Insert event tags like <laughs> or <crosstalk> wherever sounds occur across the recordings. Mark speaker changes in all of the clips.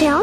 Speaker 1: 聊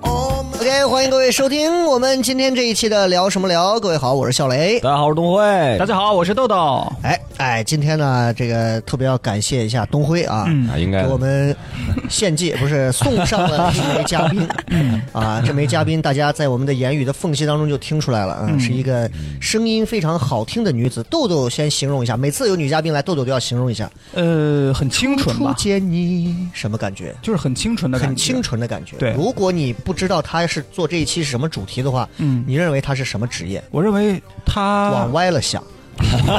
Speaker 2: OK，欢迎各位收听我们今天这一期的聊什么聊。各位好，我是笑雷。
Speaker 3: 大家好，我是东辉。
Speaker 4: 大家好，我是豆豆。
Speaker 2: 哎哎，今天呢，这个特别要感谢一下东辉啊，
Speaker 3: 啊，应该
Speaker 2: 给我们献祭不是送上了这枚嘉宾啊，这枚嘉宾大家在我们的言语的缝隙当中就听出来了，嗯，是一个声音非常好听的女子。豆豆先形容一下，每次有女嘉宾来，豆豆都要形容一下，
Speaker 4: 呃，很清纯
Speaker 2: 初
Speaker 4: 吧，
Speaker 2: 见你什么感觉？
Speaker 4: 就是很清纯的感觉，
Speaker 2: 很清纯的感觉。
Speaker 4: 对
Speaker 2: 如果你不知道他是做这一期是什么主题的话，
Speaker 4: 嗯啊
Speaker 2: 你认为他是什么职业？
Speaker 4: 我认为他
Speaker 2: 往歪了想，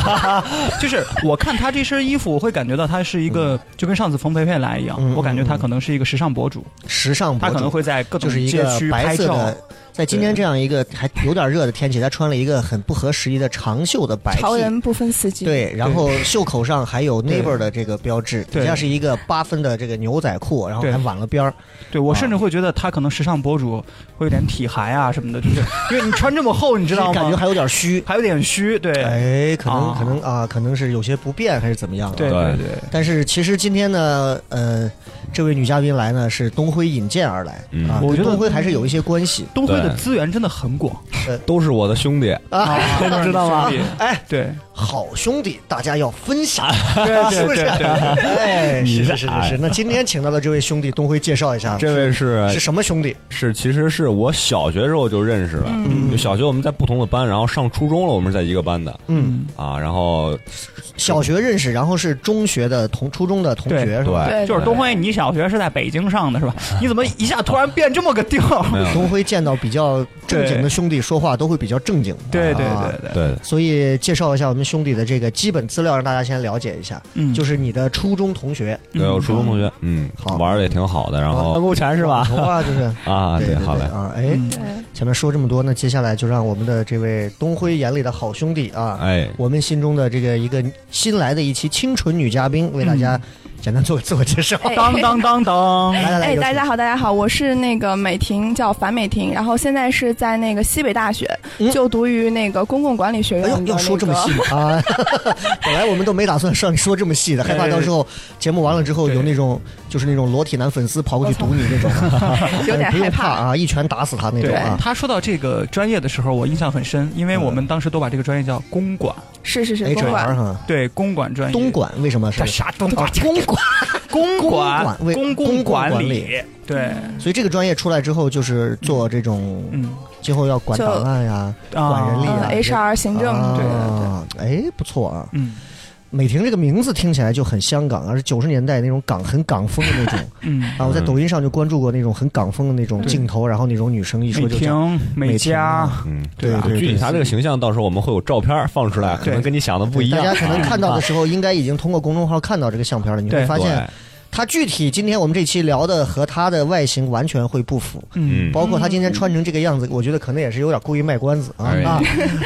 Speaker 4: <laughs> 就是我看他这身衣服，我会感觉到他是一个，就跟上次冯培培来一样，
Speaker 2: 嗯
Speaker 4: 我感觉他可能是一个时尚博主，
Speaker 2: 时尚博
Speaker 4: 他
Speaker 2: 主，
Speaker 4: 可能会在各
Speaker 2: 就
Speaker 4: 种
Speaker 2: 是一
Speaker 4: 街
Speaker 2: 个
Speaker 4: 区
Speaker 2: 白
Speaker 4: 拍
Speaker 2: 色
Speaker 4: 照。
Speaker 2: 的，在今天
Speaker 4: 对
Speaker 2: 这样一个还有点热的天气，他穿了一个很不合时宜的长袖的白 T，
Speaker 5: 潮人不分四季。，
Speaker 2: 对，然后袖口上还有
Speaker 4: 对
Speaker 2: Naver 的这个标志，底
Speaker 4: 对
Speaker 2: 下是一个八分的这个牛仔裤，然后
Speaker 4: 对
Speaker 2: 还挽了边儿。
Speaker 4: 对
Speaker 2: 啊
Speaker 4: 我甚至会觉得他可能时尚博主会有点体寒啊什么的，
Speaker 2: <laughs>
Speaker 4: 就是因为你穿这么厚，你知道吗？
Speaker 2: 感觉还有点虚。
Speaker 4: 还有点虚，对，
Speaker 2: 哎，可能
Speaker 4: 啊
Speaker 2: 可能啊，可能是有些不便还是怎么样啊？
Speaker 4: 对
Speaker 3: 对
Speaker 4: 对对，
Speaker 2: 但是其实今天呢，呃，这位女嘉宾来呢是东辉引荐而来、
Speaker 3: 嗯
Speaker 2: 啊，
Speaker 4: 我
Speaker 2: 跟
Speaker 4: 觉得
Speaker 2: 东辉还是有一些关系。
Speaker 4: 东辉的
Speaker 3: 对
Speaker 4: 资源真的很广
Speaker 3: 都是我的兄弟。
Speaker 4: <laughs> 啊，知道吗？
Speaker 2: 哎， <laughs>
Speaker 4: 对
Speaker 2: 好兄弟，大家要分享，
Speaker 4: 对
Speaker 2: 是不是？
Speaker 4: 对对
Speaker 2: 哎，是
Speaker 3: 你
Speaker 2: 是是是是。那今天请到的这位兄弟，东辉介绍一下，
Speaker 3: 这位是
Speaker 2: 是什么兄弟？
Speaker 3: 是，其实是我小学时候就认识了。
Speaker 2: 嗯
Speaker 3: 就小学我们在不同的班，然后上初中了，我们是在一个班的
Speaker 2: 嗯，
Speaker 3: 啊。然后
Speaker 2: 小学认识，然后是中学的同初中的同学，是
Speaker 4: 对
Speaker 2: 吧？
Speaker 3: 对，
Speaker 4: 就是东辉，你小学是在北京上的
Speaker 2: <laughs>
Speaker 4: 是吧？你怎么一下突然变这么个调？
Speaker 3: 没有
Speaker 2: 东辉见到比较正经的兄弟说话都会比较正经，
Speaker 4: 对对
Speaker 2: 啊
Speaker 4: 对对，
Speaker 3: 对
Speaker 2: 所以介绍一下我们兄弟的这个基本资料，让大家先了解一下。
Speaker 4: 嗯
Speaker 2: 就是你的初中同学，
Speaker 3: 对，我初中同学，嗯
Speaker 2: 好，
Speaker 3: 玩的也挺好的。然后
Speaker 2: 顾全是吧？头发就是
Speaker 3: 啊，
Speaker 2: 对，
Speaker 3: 好嘞，
Speaker 2: 啊，哎，
Speaker 5: 嗯
Speaker 2: 前面说这么多，那接下来就让我们的这位东辉眼里的好兄弟啊，
Speaker 3: 哎，
Speaker 2: 我们心中的这个一个新来的一期清纯女嘉宾，为大家简单做个自我介绍。
Speaker 5: 哎
Speaker 4: 哦当当当当，
Speaker 2: 来来来，
Speaker 5: 嗯 <laughs> 哎，
Speaker 2: 有
Speaker 5: 大家好，大家好，我是那个美婷，叫樊美婷，然后现在是在那个西北大学
Speaker 2: 嗯
Speaker 5: 就读于那个公共管理学院
Speaker 2: 哎
Speaker 5: 的、
Speaker 2: 呦
Speaker 5: 那，个。
Speaker 2: 要说这么细吗啊！ <laughs> 本来我们都没打算上说这么细的，害怕到时候节目完了之后
Speaker 4: 对
Speaker 2: 有那种就是那种裸体男粉丝跑过去堵你那种，
Speaker 5: <laughs> 有点
Speaker 2: 哎不用
Speaker 5: 害
Speaker 2: 怕
Speaker 5: 怕
Speaker 2: 啊，一拳打死他那种
Speaker 4: 对
Speaker 2: 啊。
Speaker 4: 他说到这个专业的时候，我印象很深，因为我们当时都把这个专业叫公管，
Speaker 5: 是是是，公
Speaker 2: HR
Speaker 5: 馆
Speaker 2: 哈，
Speaker 4: 对公管专业。
Speaker 2: 东莞为什么是
Speaker 4: 他？啥东
Speaker 2: 啊
Speaker 4: 莞？
Speaker 2: 公管，
Speaker 4: <laughs>
Speaker 5: <laughs>
Speaker 4: 公
Speaker 2: 管为
Speaker 4: 公
Speaker 2: 公
Speaker 4: 共
Speaker 2: 管
Speaker 4: 管
Speaker 2: 理
Speaker 4: 理。对，
Speaker 2: 所以这个专业出来之后，就是做这种，
Speaker 4: 嗯，
Speaker 2: 今后要管
Speaker 5: 就
Speaker 2: 档案呀，
Speaker 4: 啊
Speaker 2: 管人力
Speaker 5: 嗯
Speaker 2: 啊
Speaker 5: ，HR 行政，
Speaker 2: 啊
Speaker 5: 对
Speaker 2: 哎，不错啊。
Speaker 4: 嗯
Speaker 2: 美婷这个名字听起来就很香港，而是九十年代那种港很港风的那种
Speaker 4: 嗯，
Speaker 2: 啊。我在抖音上就关注过那种很港风的那种
Speaker 4: 对
Speaker 2: 镜头，然后那种女生一说
Speaker 4: 美
Speaker 2: 就叫啊
Speaker 4: 婷、美嘉，
Speaker 3: 嗯，
Speaker 2: 对
Speaker 4: 吧
Speaker 2: 对对
Speaker 3: 具体他这个形象，到时候我们会有照片放出来，可能跟你想的不一样。
Speaker 2: 大家可能看到的
Speaker 3: 啊
Speaker 2: 时候，应该已经通过公众号看到这个相片了。你会
Speaker 4: 对
Speaker 2: 发现，
Speaker 3: 对
Speaker 2: 他具体今天我们这期聊的和他的外形完全会不符，
Speaker 4: 嗯
Speaker 3: 嗯，
Speaker 2: 包括他今天穿成这个样子，我觉得可能也是有点故意卖关子啊
Speaker 3: 哎
Speaker 2: 啊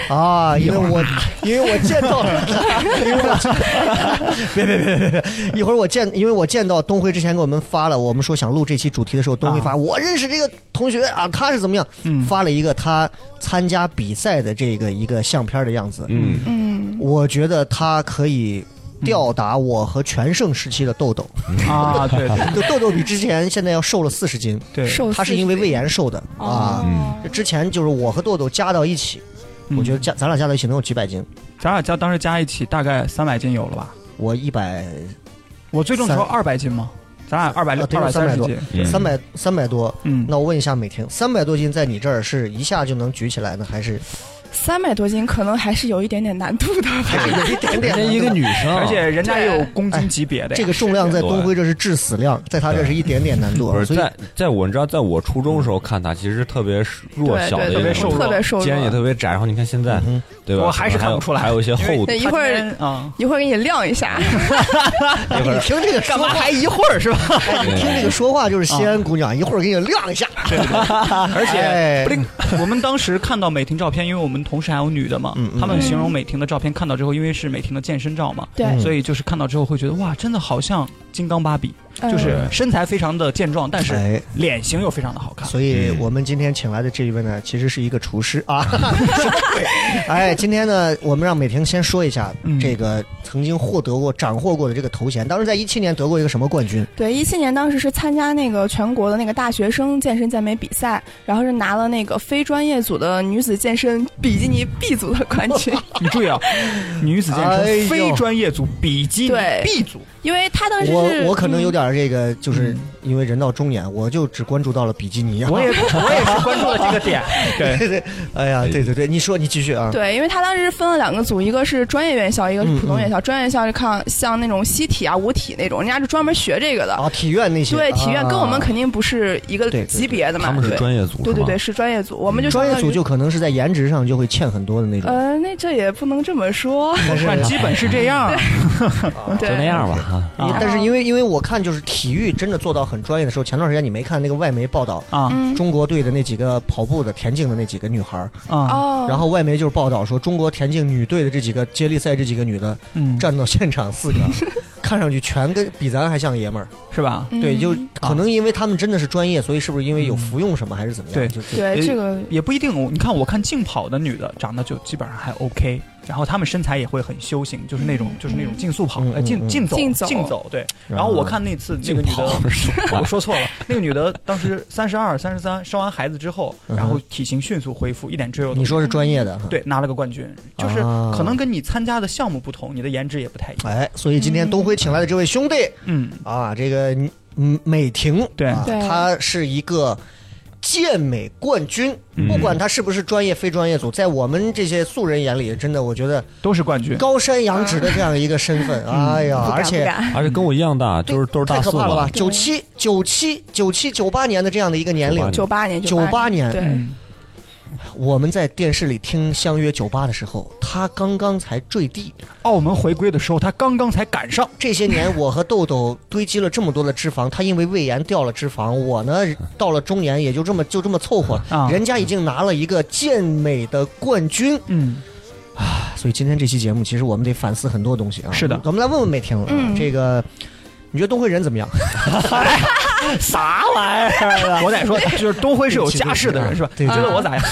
Speaker 2: 啊！因为
Speaker 3: <laughs>
Speaker 2: 我因为我见到， <laughs> 因为我 <laughs> 别别别别别，一会儿我见，因为我见到东辉之前给我们发了，我们说想录这期主题的时候，
Speaker 3: 啊
Speaker 2: 东辉发我认识这个同学啊，他是怎么样，
Speaker 4: 嗯
Speaker 2: 发了一个他参加比赛的这个一个相片的样子，
Speaker 3: 嗯，
Speaker 5: 嗯，
Speaker 2: 我觉得他可以吊打我和全盛时期的豆豆，
Speaker 4: 啊，对对
Speaker 3: 嗯
Speaker 2: 就豆豆比之前现在要瘦了四十斤，
Speaker 4: 对，
Speaker 5: 受
Speaker 2: 他是因为胃炎瘦的
Speaker 5: 哦
Speaker 2: 啊。
Speaker 3: 嗯
Speaker 2: 之前就是我和豆豆加到一起，<laughs>
Speaker 4: 嗯
Speaker 2: 我觉得加咱俩加到一起能有几百斤，
Speaker 4: 咱俩加当时加一起大概三百斤有了吧？
Speaker 2: 我一百
Speaker 4: 我最重的时候二百斤吗？咱俩二百六、
Speaker 2: 啊对
Speaker 4: 二百三
Speaker 2: 300
Speaker 4: 十
Speaker 2: 多
Speaker 4: 斤。
Speaker 3: 嗯
Speaker 2: 三百三百多。
Speaker 4: 嗯，
Speaker 3: <laughs>
Speaker 2: 那我问一下美婷，三百多斤在你这儿是一下就能举起来呢，还是
Speaker 5: 三百多斤，可能还是有一点点难度的吧。
Speaker 2: 还是有一点
Speaker 3: 人
Speaker 2: 点
Speaker 3: 家
Speaker 2: 难
Speaker 3: 一个
Speaker 2: 度
Speaker 3: 女生，
Speaker 4: 而且人家也有公斤级别的呀。
Speaker 2: 这个重量在东辉这是致死量，在他这是一点点难度
Speaker 3: 不
Speaker 2: 啊，
Speaker 3: 是
Speaker 2: 所以
Speaker 3: 在在我你知道，在我初中时候看她，其实特别弱
Speaker 5: 对
Speaker 3: 小的
Speaker 5: 对
Speaker 3: 一个
Speaker 5: 对
Speaker 3: 女生，
Speaker 4: 特别瘦弱
Speaker 5: 特别瘦弱，
Speaker 3: 肩也特别窄。然后你看现在，
Speaker 2: 嗯
Speaker 3: 对吧？
Speaker 4: 我还是
Speaker 3: 可能
Speaker 4: 看不出嗯来
Speaker 3: 还有一些厚度
Speaker 5: 对。一会儿
Speaker 4: 啊，
Speaker 5: 一会儿给你晾一下，
Speaker 2: 哎你听这个说话，
Speaker 4: 还一会儿是吧？
Speaker 2: 哎你听这个说话就是西安姑娘，一会儿给你亮一下， <laughs> 哎
Speaker 4: 而且不灵，我们当时看到美婷照片，因为我们同事还有女的嘛，他们形容美婷的照片看到之后，因为是美婷的健身照嘛，
Speaker 5: 对
Speaker 2: 嗯
Speaker 4: 所以就是看到之后会觉得哇，真的好像金刚芭比，
Speaker 5: 嗯
Speaker 4: 就是身材非常的健壮，但
Speaker 2: 哎
Speaker 4: 是脸型又非常的好看。
Speaker 2: 所以我们今天请来的这一位呢，其实是一个厨师啊。 <laughs> 什么鬼哎，今天呢，我们让美婷先说一下
Speaker 4: 嗯
Speaker 2: 这个曾经获得过、斩获过的这个头衔。当时在一七年得过一个什么冠军？
Speaker 5: 对，一七年当时是参加那个全国的那个大学生健身健美比赛，然后是拿了那个非专业组的女子健身比基尼 B 组的冠
Speaker 2: <laughs>
Speaker 5: 军。
Speaker 4: 你注意啊，女子健
Speaker 2: 哎呦
Speaker 4: 身非专业组比基尼
Speaker 5: 对
Speaker 4: B 组，
Speaker 5: 因为她当时
Speaker 2: 我
Speaker 5: 啊是
Speaker 2: 我可能有
Speaker 5: 嗯
Speaker 2: 点这个，就是因为人到中年，我就只关注到了比基尼啊。
Speaker 4: 我也我也是关注了这个点，对。
Speaker 2: 对对，哎呀，对对对，你说你继续啊。
Speaker 5: 对，因为她当时分了两个组，一个是专业院校，一个是普通院校。专业院校是看像那种西体啊、舞体那种，人家是专门学这个的。
Speaker 2: 啊，体院那些
Speaker 5: 对，体院
Speaker 2: 啊
Speaker 5: 跟我们肯定不是一个
Speaker 2: 对对
Speaker 5: 级别的嘛。
Speaker 3: 他们是
Speaker 5: 对
Speaker 3: 专业组，
Speaker 5: 对对
Speaker 3: 是吗
Speaker 5: 对，是专业组，我们就
Speaker 2: 专业
Speaker 5: 相当
Speaker 2: 组
Speaker 5: 于
Speaker 2: 就可能是在颜值上就会欠很多的那种。
Speaker 5: 呃，那这也不能这么说，
Speaker 2: 但是
Speaker 4: 但基本是这样，
Speaker 5: 对，
Speaker 3: 就那样吧哈。
Speaker 4: <laughs> 啊
Speaker 2: 但是因为因为我看就是体育真的做到很专业的时候，前段时间你没看那个外媒报道，
Speaker 4: 啊
Speaker 5: 嗯
Speaker 2: 中国队的那几个跑步的、田径的那几个女孩儿，
Speaker 4: 啊，
Speaker 5: 哦，
Speaker 2: 然后外媒就是报道说中国田径女队的这几个接力赛这几个女的
Speaker 4: 嗯，
Speaker 2: 站到现场四个， <laughs> 看上去全跟比咱还像爷们儿。
Speaker 4: 是吧？
Speaker 5: 嗯
Speaker 2: 对，就可能因为他们真的是专业，所以是不是因为有服用什么还是怎么样？
Speaker 4: 对
Speaker 2: 就就
Speaker 5: 对
Speaker 4: 呃
Speaker 5: 这个
Speaker 4: 也不一定。我你看，我看竞跑的女的长得就基本上还 OK，然后她们身材也会很修行，就是那种、就是那种竞速跑，
Speaker 2: 嗯
Speaker 4: 呃，竞
Speaker 2: 嗯
Speaker 4: 竞走
Speaker 5: 竞走
Speaker 4: 对。然后我看那次那个女的， <laughs> 我说错了，那个女的当时三十二、三十三，生完孩子之后，
Speaker 2: 嗯哼
Speaker 4: 然后体型迅速恢复，一点赘肉都没有。
Speaker 2: 你说是专业的哈。
Speaker 4: 对，拿了个冠军，就是
Speaker 2: 啊
Speaker 4: 可能跟你参加的项目不同，你的颜值也不太一样。
Speaker 2: 哎，所以今天东辉请来的这位兄弟
Speaker 4: 嗯，
Speaker 2: 啊，这个嗯美婷，
Speaker 4: 对
Speaker 2: 啊
Speaker 5: 对
Speaker 2: 她是一个健美冠军，
Speaker 4: 嗯
Speaker 2: 不管她是不是专业非专业组，在我们这些素人眼里，真的我觉得
Speaker 4: 都是冠军。
Speaker 2: 高山仰止的这样一个身份，哎呀，
Speaker 5: 不
Speaker 2: 而
Speaker 5: 敢不
Speaker 2: 且
Speaker 5: 敢，
Speaker 3: 而且跟我一样大，就是都是
Speaker 2: 太
Speaker 3: 大
Speaker 2: 可
Speaker 3: 四
Speaker 2: 怕了吧？
Speaker 3: 嘛。
Speaker 5: 对
Speaker 2: 九七、九七、九七、九八年的这样的一个年龄，
Speaker 5: 九八年
Speaker 2: 98年
Speaker 5: 对，
Speaker 4: 嗯，
Speaker 2: 我们在电视里听《相约九八》的时候，他刚刚才坠地。
Speaker 4: 澳门回归的时候，她刚刚才赶上。
Speaker 2: 这些年，我和豆豆堆积了这么多的脂肪，他因为胃炎掉了脂肪，我 <laughs> 呢到了中年也就这么就这么凑合。
Speaker 4: 啊
Speaker 2: 人家已经拿了一个健美的冠军，
Speaker 4: 嗯，
Speaker 2: 啊所以今天这期节目，其实我们得反思很多东西啊。
Speaker 4: 是的
Speaker 2: 我们来问问美婷，啊
Speaker 5: 嗯，
Speaker 2: 这个你觉得东辉人怎么样？
Speaker 4: 啥玩意儿 <laughs> 啊！我得说，就是东辉是有家世的人是吧？
Speaker 2: 对
Speaker 4: 觉得我咋样？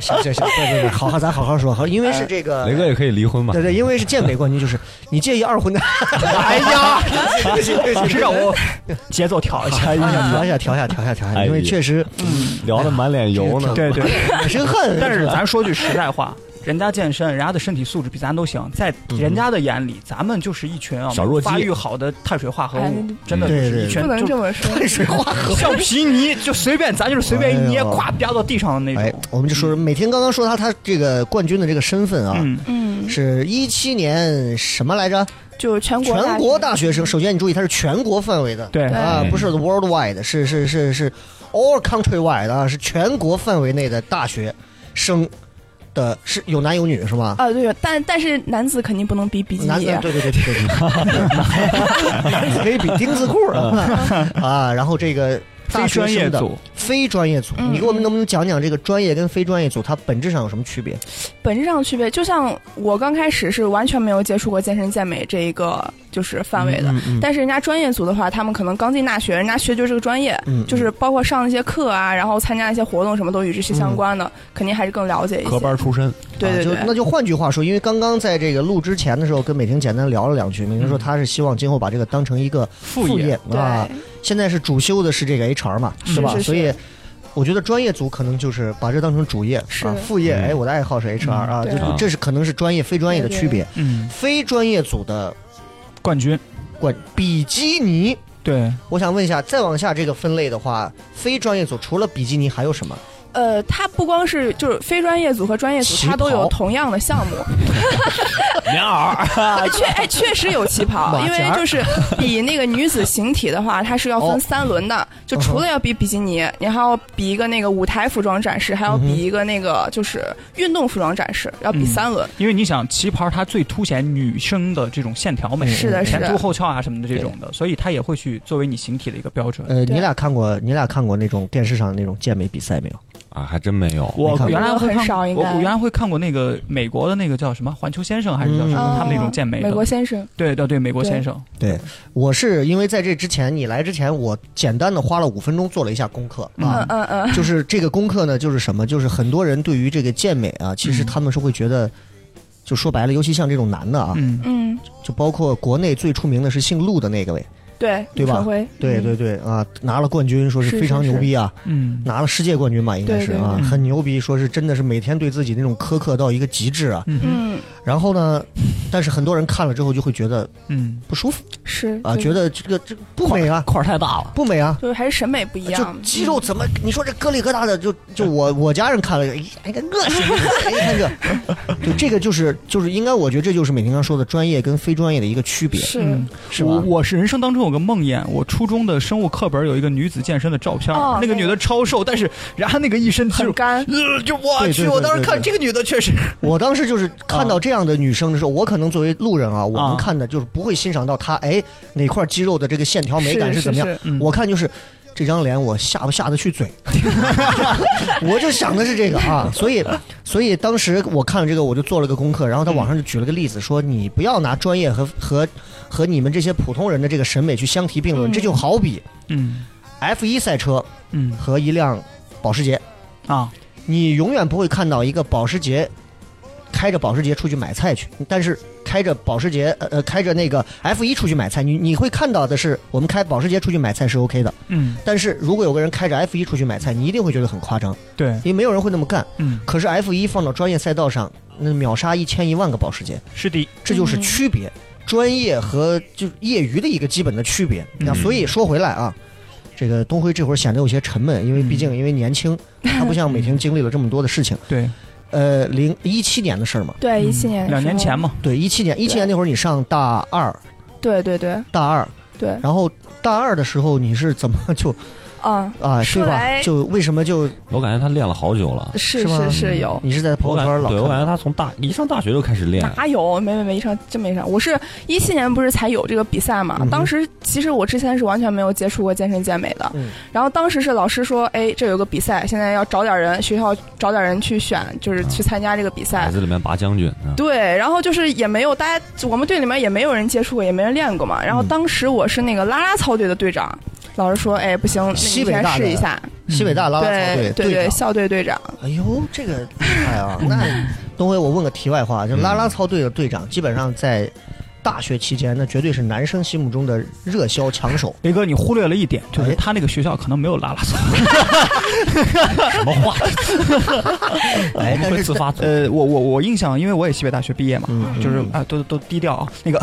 Speaker 2: 行行行，对对对，好好，咱好好说，好，因为
Speaker 4: 哎
Speaker 2: 是这个
Speaker 3: 雷哥也可以离婚嘛
Speaker 2: 对？对，因为是健美冠军，就是你介意二婚的？
Speaker 4: <laughs>
Speaker 2: <laughs>
Speaker 4: 哎呀，
Speaker 2: 对不起，对不
Speaker 4: 老
Speaker 2: 起，
Speaker 4: 师让我节奏调一下。
Speaker 2: 调一下，调一下，调一下，调一下，
Speaker 3: 哎呀
Speaker 2: 因为确实
Speaker 3: <laughs> 聊的满脸油呢。
Speaker 4: <laughs> 对对，
Speaker 2: <laughs> 很生恨。
Speaker 4: 但是
Speaker 2: 嗯吧
Speaker 4: 咱说句实在话，人家健身，人家的身体素质比咱都行，在
Speaker 2: 嗯
Speaker 4: 人家的眼里，咱们就是一群啊
Speaker 3: 小弱鸡
Speaker 4: 发育好的碳水化合
Speaker 5: 哎
Speaker 4: 物，真的就
Speaker 2: 对
Speaker 4: 是
Speaker 2: 对
Speaker 4: 一
Speaker 5: 不
Speaker 4: 群
Speaker 5: 能这
Speaker 4: 就
Speaker 5: 么说。
Speaker 2: 碳水化合物。
Speaker 4: <laughs> 橡皮泥，就随便咱就是随便一捏，
Speaker 2: 哎呦
Speaker 4: 咵啪到地上的那
Speaker 2: 哎
Speaker 4: 种。，
Speaker 2: 我们就说每天刚刚说他他这个冠军的这个身份啊，
Speaker 4: 嗯，
Speaker 5: 嗯，
Speaker 2: 是一七年什么来着？
Speaker 5: 就是全国
Speaker 2: 全国大
Speaker 5: 学
Speaker 2: 学生。首先你注意，它是全国范围的，
Speaker 4: 对嗯
Speaker 2: 啊，
Speaker 3: 对
Speaker 2: 不是 worldwide，是是是是 all country wide 啊，是全国范围内的大学生的，是有男有女是吗？
Speaker 5: 啊，对，但但是男子肯定不能比啊比基
Speaker 2: 男
Speaker 5: 尼
Speaker 2: 子，，对对对对对，男子
Speaker 4: <laughs>
Speaker 2: 可以比丁字裤啊啊，然后这个大
Speaker 4: 嗯非
Speaker 2: 学
Speaker 4: 专业
Speaker 2: 生的
Speaker 4: 组，
Speaker 2: 非专业组，
Speaker 5: 嗯
Speaker 2: 你给我们能不能讲讲这个专业跟非专业组它本质上有什么区别？
Speaker 5: 本质上区别。就像我刚开始是完全没有接触过健身健美这一个就是范围
Speaker 2: 嗯
Speaker 4: 嗯
Speaker 5: 的，但是人家专业组的话，他们可能刚进大学，人家学就是这个专业。
Speaker 2: 嗯，
Speaker 5: 就是包括上一些课啊，然后参加一些活动，什么都与这些
Speaker 2: 嗯
Speaker 5: 相关的，肯定还是更了解一些。
Speaker 3: 科班出
Speaker 5: <laughs>
Speaker 3: 身，
Speaker 5: 对对
Speaker 2: 啊就
Speaker 5: 对，
Speaker 2: 那就换句话说，因为刚刚在这个录之前的时候，跟美婷简单聊了两句，美婷说她是希望今后把这个当成一个
Speaker 4: 嗯副业
Speaker 2: 业
Speaker 5: 对、
Speaker 2: 啊。现在是主修的是这个 HR 嘛，
Speaker 4: 嗯
Speaker 2: 吧？
Speaker 5: 是是
Speaker 2: 所以。我觉得专业组可能就是把这当成主业，
Speaker 5: 是
Speaker 2: 啊，副业。
Speaker 3: 嗯
Speaker 2: 哎，我的爱好是 HR 啊，
Speaker 5: 对
Speaker 2: 这这是可能是专业非专业的区别。
Speaker 4: 嗯，
Speaker 2: 非专业组的
Speaker 4: 冠军，
Speaker 2: 冠比基尼，
Speaker 4: 对，
Speaker 2: 我想问一下，再往下这个分类的话，非专业组除了比基尼还有什么？
Speaker 5: 呃，它不光是就是非专业组和专业组，
Speaker 2: 旗
Speaker 5: 它都
Speaker 2: 袍
Speaker 5: 有同样的项目。
Speaker 3: 棉袄，
Speaker 5: 啊，确哎确实有旗袍，
Speaker 2: 马
Speaker 5: 因
Speaker 2: 甲
Speaker 5: 为
Speaker 2: 儿
Speaker 5: 就是比那个女子形体的话，它是要
Speaker 2: 哦
Speaker 5: 分三轮的，就除
Speaker 2: 嗯哼
Speaker 5: 了要比比基尼，你还要比一个那个舞台服装展示，
Speaker 2: 嗯
Speaker 5: 还要比一个那个就是运动服装展示，要比
Speaker 4: 嗯
Speaker 5: 三轮。
Speaker 4: 因为你想旗袍它最凸显女生的这种线条美，
Speaker 5: 是的是
Speaker 4: 前
Speaker 5: 的嗯
Speaker 4: 凸后翘啊什么的这种的，所以它也会去作为你形体的一个标准。
Speaker 2: 呃，
Speaker 5: 对
Speaker 2: 你俩看过你俩看过那种电视上那种健美比赛没有？
Speaker 3: 啊，还真没有。
Speaker 4: 我
Speaker 2: 看过
Speaker 4: 原来会
Speaker 5: 很
Speaker 4: 看，
Speaker 5: 少应
Speaker 4: 我
Speaker 5: 该
Speaker 4: 我原来会看过那个美国的那个叫什么《环球先生》还是叫什
Speaker 2: 嗯
Speaker 4: 么，他们那种健美
Speaker 5: 哦美，
Speaker 4: 的，
Speaker 5: 国先生，
Speaker 4: 对对对，美国
Speaker 5: 对
Speaker 4: 先生，
Speaker 2: 对，我是因为在这之前你来之前，我简单的花了五分钟做了一下功 <coughs> 课啊，
Speaker 5: 嗯嗯嗯，
Speaker 2: 就是这个功课呢，就是什么？就是很多人对于这个健美啊，其实
Speaker 4: 嗯
Speaker 2: 他们是会觉得，就说白了，尤其像这种男的啊，
Speaker 4: 嗯，
Speaker 5: 嗯，
Speaker 2: 就包括国内最出名的是姓陆的那个位，
Speaker 5: 对，
Speaker 2: 对吧
Speaker 5: 陈辉，
Speaker 2: 对
Speaker 5: 嗯
Speaker 2: 对对啊，拿了冠军，说
Speaker 5: 是
Speaker 2: 是
Speaker 5: 是
Speaker 2: 非常牛逼啊，
Speaker 4: 嗯，
Speaker 2: 拿了世界冠军吧，应该是啊
Speaker 4: 对，对
Speaker 2: 很牛逼，说是真的是每天对自己那种苛刻到一个极致啊。
Speaker 4: 嗯哼
Speaker 5: 嗯，
Speaker 2: 然后呢，但是很多人看了之后就会觉得
Speaker 4: 嗯，
Speaker 2: 不舒服
Speaker 5: 是
Speaker 2: 啊，觉
Speaker 5: 得
Speaker 2: 得这个这个不美啊，
Speaker 6: 块儿太大了。
Speaker 2: 不美啊。
Speaker 5: 就是还是审美不一
Speaker 2: 就
Speaker 5: 样，
Speaker 2: 肌肉怎么？你说这疙里疙瘩的，就就我我家人看了，哎，哎个恶心，哎，看这，就这个就是就是应该，我觉得这就是每天刚说的专业跟非专业的一个区别，
Speaker 5: 是
Speaker 2: 是
Speaker 4: 嗯我
Speaker 2: 吧？
Speaker 4: 我是人生当中有个梦魇，我初中的生物课本有一个女子健身的照片，
Speaker 5: 哦
Speaker 4: 那个
Speaker 5: 那
Speaker 4: 女
Speaker 5: 个
Speaker 4: 的超瘦，但是然后那个一身肌
Speaker 5: 很
Speaker 4: 肉，
Speaker 5: 干，
Speaker 4: 呃，就我
Speaker 2: 对对
Speaker 4: 去，
Speaker 2: 对
Speaker 4: 我当时
Speaker 2: 对
Speaker 4: 看
Speaker 2: 对
Speaker 4: 这个女的确实，
Speaker 2: 我当时就是看到这样的女生的时候，我可能作为路人啊，我
Speaker 4: 啊
Speaker 2: 们看的就是不会欣赏到她，哎，哪块肌肉的这个线条美感
Speaker 5: 是
Speaker 2: 怎么样？
Speaker 5: 是
Speaker 4: 嗯
Speaker 2: 我看就是这张脸，我下不下得去嘴，我就想的是这个啊，所以所以当时我看了这个，我就做了个功课，然后他网上就举了个例子，说你不要拿专业和和和你们这些普通人的这个审美去相提并论，
Speaker 5: 嗯
Speaker 2: 这就好比
Speaker 4: 嗯
Speaker 2: F 一赛车
Speaker 4: 嗯
Speaker 2: 和一辆保时捷，
Speaker 4: 啊，
Speaker 2: 你永远不会看到一个保时捷。开着保时捷出去买菜去，但是开着保时捷，呃呃，开着那个 F 一出去买菜，你你会看到的是，我们开保时捷出去买菜是 OK 的，
Speaker 4: 嗯，
Speaker 2: 但是如果有个人开着 F 一出去买菜，你一定会觉得很夸张，
Speaker 4: 对，
Speaker 2: 因为没有人会那么干。
Speaker 4: 嗯，
Speaker 2: 可是 F 一放到专业赛道上，那秒杀一千一万个保时捷，
Speaker 4: 是的，
Speaker 2: 这就是
Speaker 5: 嗯
Speaker 2: 区别，专业和就业余的一个基本的区别。那
Speaker 4: 嗯
Speaker 2: 所以说回来啊，这个东辉这会儿显得有些沉闷，因为毕
Speaker 3: 嗯
Speaker 2: 竟因为年轻，他不像美婷经历了这么多的事
Speaker 3: <laughs>
Speaker 2: 情。
Speaker 4: 对，
Speaker 2: 呃，零一七年的事儿嘛，
Speaker 5: 对，一七年，
Speaker 4: 嗯两年前，嘛，
Speaker 2: 对，一七年一七年那会儿你上大二，
Speaker 5: 对对对
Speaker 2: 大二，
Speaker 5: 对，
Speaker 2: 然后大二的时候你是怎么就
Speaker 5: 嗯，
Speaker 2: 啊，对
Speaker 5: 说
Speaker 2: 吧？
Speaker 5: 来
Speaker 2: 就为什么就
Speaker 3: 我感觉他练了好久了。
Speaker 5: 是
Speaker 2: 是吗
Speaker 5: 是是有。
Speaker 2: 你是在朋友
Speaker 3: 我感
Speaker 2: 圈
Speaker 3: 觉，
Speaker 2: 老
Speaker 3: 对我
Speaker 2: 看
Speaker 3: 感觉他从大一上大学就开始练，
Speaker 5: 哪有？没没没，一上真没上。我是一七年不是才有这个比赛嘛？
Speaker 2: 嗯哼
Speaker 5: 当时其实我之前是完全没有接触过健身健美的。
Speaker 2: 嗯
Speaker 5: 然后当时是老师说，哎，这有个比赛，现在要找点人，学校找点人去选，就是
Speaker 2: 嗯
Speaker 5: 去参加这个比赛。
Speaker 3: 海子里面拔将军啊。
Speaker 5: 对，然后就是也没有大家，我们队里面也没有人接触过，也没人练过嘛。然
Speaker 2: 嗯
Speaker 5: 后当时我是那个拉拉操队的队长，老师说，哎，不行，
Speaker 2: 西
Speaker 5: 你
Speaker 2: 北
Speaker 5: 先
Speaker 2: 大的
Speaker 5: 试一下。
Speaker 2: 西北大拉拉操队
Speaker 5: 嗯对
Speaker 2: 队
Speaker 5: 对，
Speaker 2: 长
Speaker 5: 校队队长。
Speaker 2: 哎呦，这个厉害啊！那东辉，我问个题外话，就拉拉
Speaker 4: 嗯
Speaker 2: 操队的队长，基本上在大学期间，那绝对是男生心目中的热销抢手。
Speaker 4: 雷哥，你忽略了一点，就是
Speaker 2: 哎
Speaker 4: 他那个学校可能没有拉拉操，
Speaker 3: 什么话？ <laughs>
Speaker 2: 哎，但
Speaker 3: 会
Speaker 2: 是
Speaker 3: 自发组
Speaker 4: <laughs> 呃，我我我印象，因为我也西北大学毕业嘛，
Speaker 2: 嗯
Speaker 4: 就是啊，都都低调啊， <laughs> 那个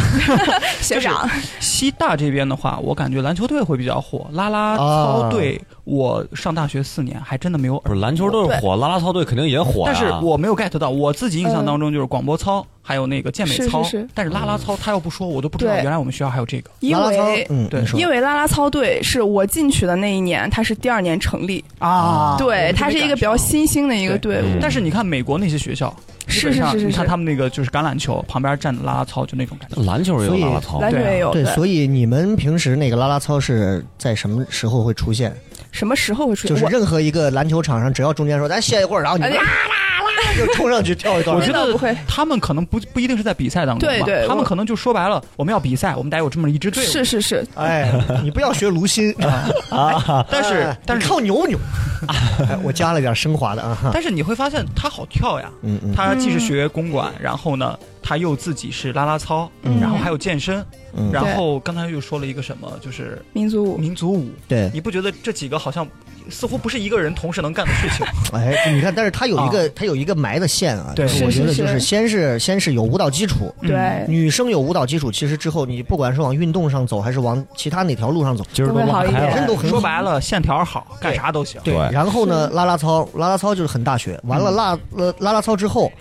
Speaker 5: 学长，
Speaker 4: 西大这边的话，我感觉篮球队会比较火，啦啦操队，我上大学四年还真的没有
Speaker 3: 不
Speaker 4: 耳，
Speaker 3: 是篮球队火，拉拉操队肯定也火呀。
Speaker 4: 但是我没有 get 到，我自己印象当中就是广播操，还有那个健美操，
Speaker 5: 嗯是是是
Speaker 4: 但是啦啦操他要不说，我都不知道
Speaker 5: 对
Speaker 4: 原来我们学校还有这个
Speaker 5: 因
Speaker 2: 拉拉操
Speaker 5: 为，
Speaker 2: 嗯，
Speaker 4: 对
Speaker 2: 你说
Speaker 5: 因为拉拉操队是我进去的那一年，它是第二年成立，
Speaker 4: 啊
Speaker 5: 对，它是一个比较。新兴的一个队伍
Speaker 3: 嗯。
Speaker 4: 但是你看美国那些学校，基
Speaker 5: 是
Speaker 4: 本
Speaker 5: 是
Speaker 4: 上
Speaker 5: 是是
Speaker 4: 你看
Speaker 5: 是
Speaker 4: 他，们那个就是橄榄球旁边站的啦啦操，就那种感觉。
Speaker 3: 篮球也有拉拉操，
Speaker 5: 篮球
Speaker 4: 对啊
Speaker 5: 也有。
Speaker 2: 对，
Speaker 5: 对
Speaker 2: 所以你们平时那个拉拉操是在什么时候会出现？
Speaker 5: 什么时候会出
Speaker 2: 就是
Speaker 5: 现？我
Speaker 2: 任何一个篮球场上，只要中间说咱歇一会儿，然后你
Speaker 5: 哎
Speaker 2: 们
Speaker 5: 对
Speaker 2: 啦啦啦就冲上去跳一段
Speaker 4: 我
Speaker 2: 儿
Speaker 4: 觉
Speaker 5: 那倒
Speaker 4: 得
Speaker 5: 不会
Speaker 4: 他们可能不不一定是在比赛当中吧，
Speaker 5: 对对
Speaker 4: 他们
Speaker 5: 我
Speaker 4: 可能就说白了，我们要比赛，我们得有这么一支队伍。
Speaker 5: 是是是，
Speaker 2: 哎，你不要学卢鑫 <laughs> 啊！
Speaker 4: 但是
Speaker 2: 哎
Speaker 4: 但是
Speaker 2: 你靠牛牛， <laughs> 哎我加了点升华的啊哈，
Speaker 4: 但是你会发现他好跳呀，
Speaker 2: 嗯嗯
Speaker 4: 他既是学公馆，然后呢，他又自己是啦啦操，
Speaker 5: 嗯
Speaker 4: 然后还有健身，
Speaker 2: 嗯，
Speaker 4: 然后刚才又说了一个什么，就是嗯
Speaker 5: 民族舞。
Speaker 4: 民族舞。
Speaker 2: 对，
Speaker 4: 你不觉得这几个好像似乎不是一个人同时能干的
Speaker 5: <laughs>
Speaker 4: 事情。嗯
Speaker 2: 哎，你看，但是它有一个它有一个埋的线啊，
Speaker 4: 啊对
Speaker 2: 就是我
Speaker 5: 是
Speaker 2: 觉得
Speaker 5: 是
Speaker 2: 就是
Speaker 5: 是
Speaker 2: 先是先是有舞蹈基础，
Speaker 4: 嗯
Speaker 5: 对，
Speaker 2: 女生有舞蹈基础，其实之后你不管是往运动上走，还是往其他哪条路上走，
Speaker 3: 今儿
Speaker 5: 都会好
Speaker 3: 忘
Speaker 5: 一
Speaker 3: 开
Speaker 5: 点
Speaker 2: 真
Speaker 3: 了，
Speaker 2: 都很好
Speaker 4: 哎说白了，线条好，干啥都行。
Speaker 3: 对
Speaker 2: 然后呢，拉拉操，拉拉操就是很大学。
Speaker 4: 嗯
Speaker 2: 完了拉呃拉拉操之后，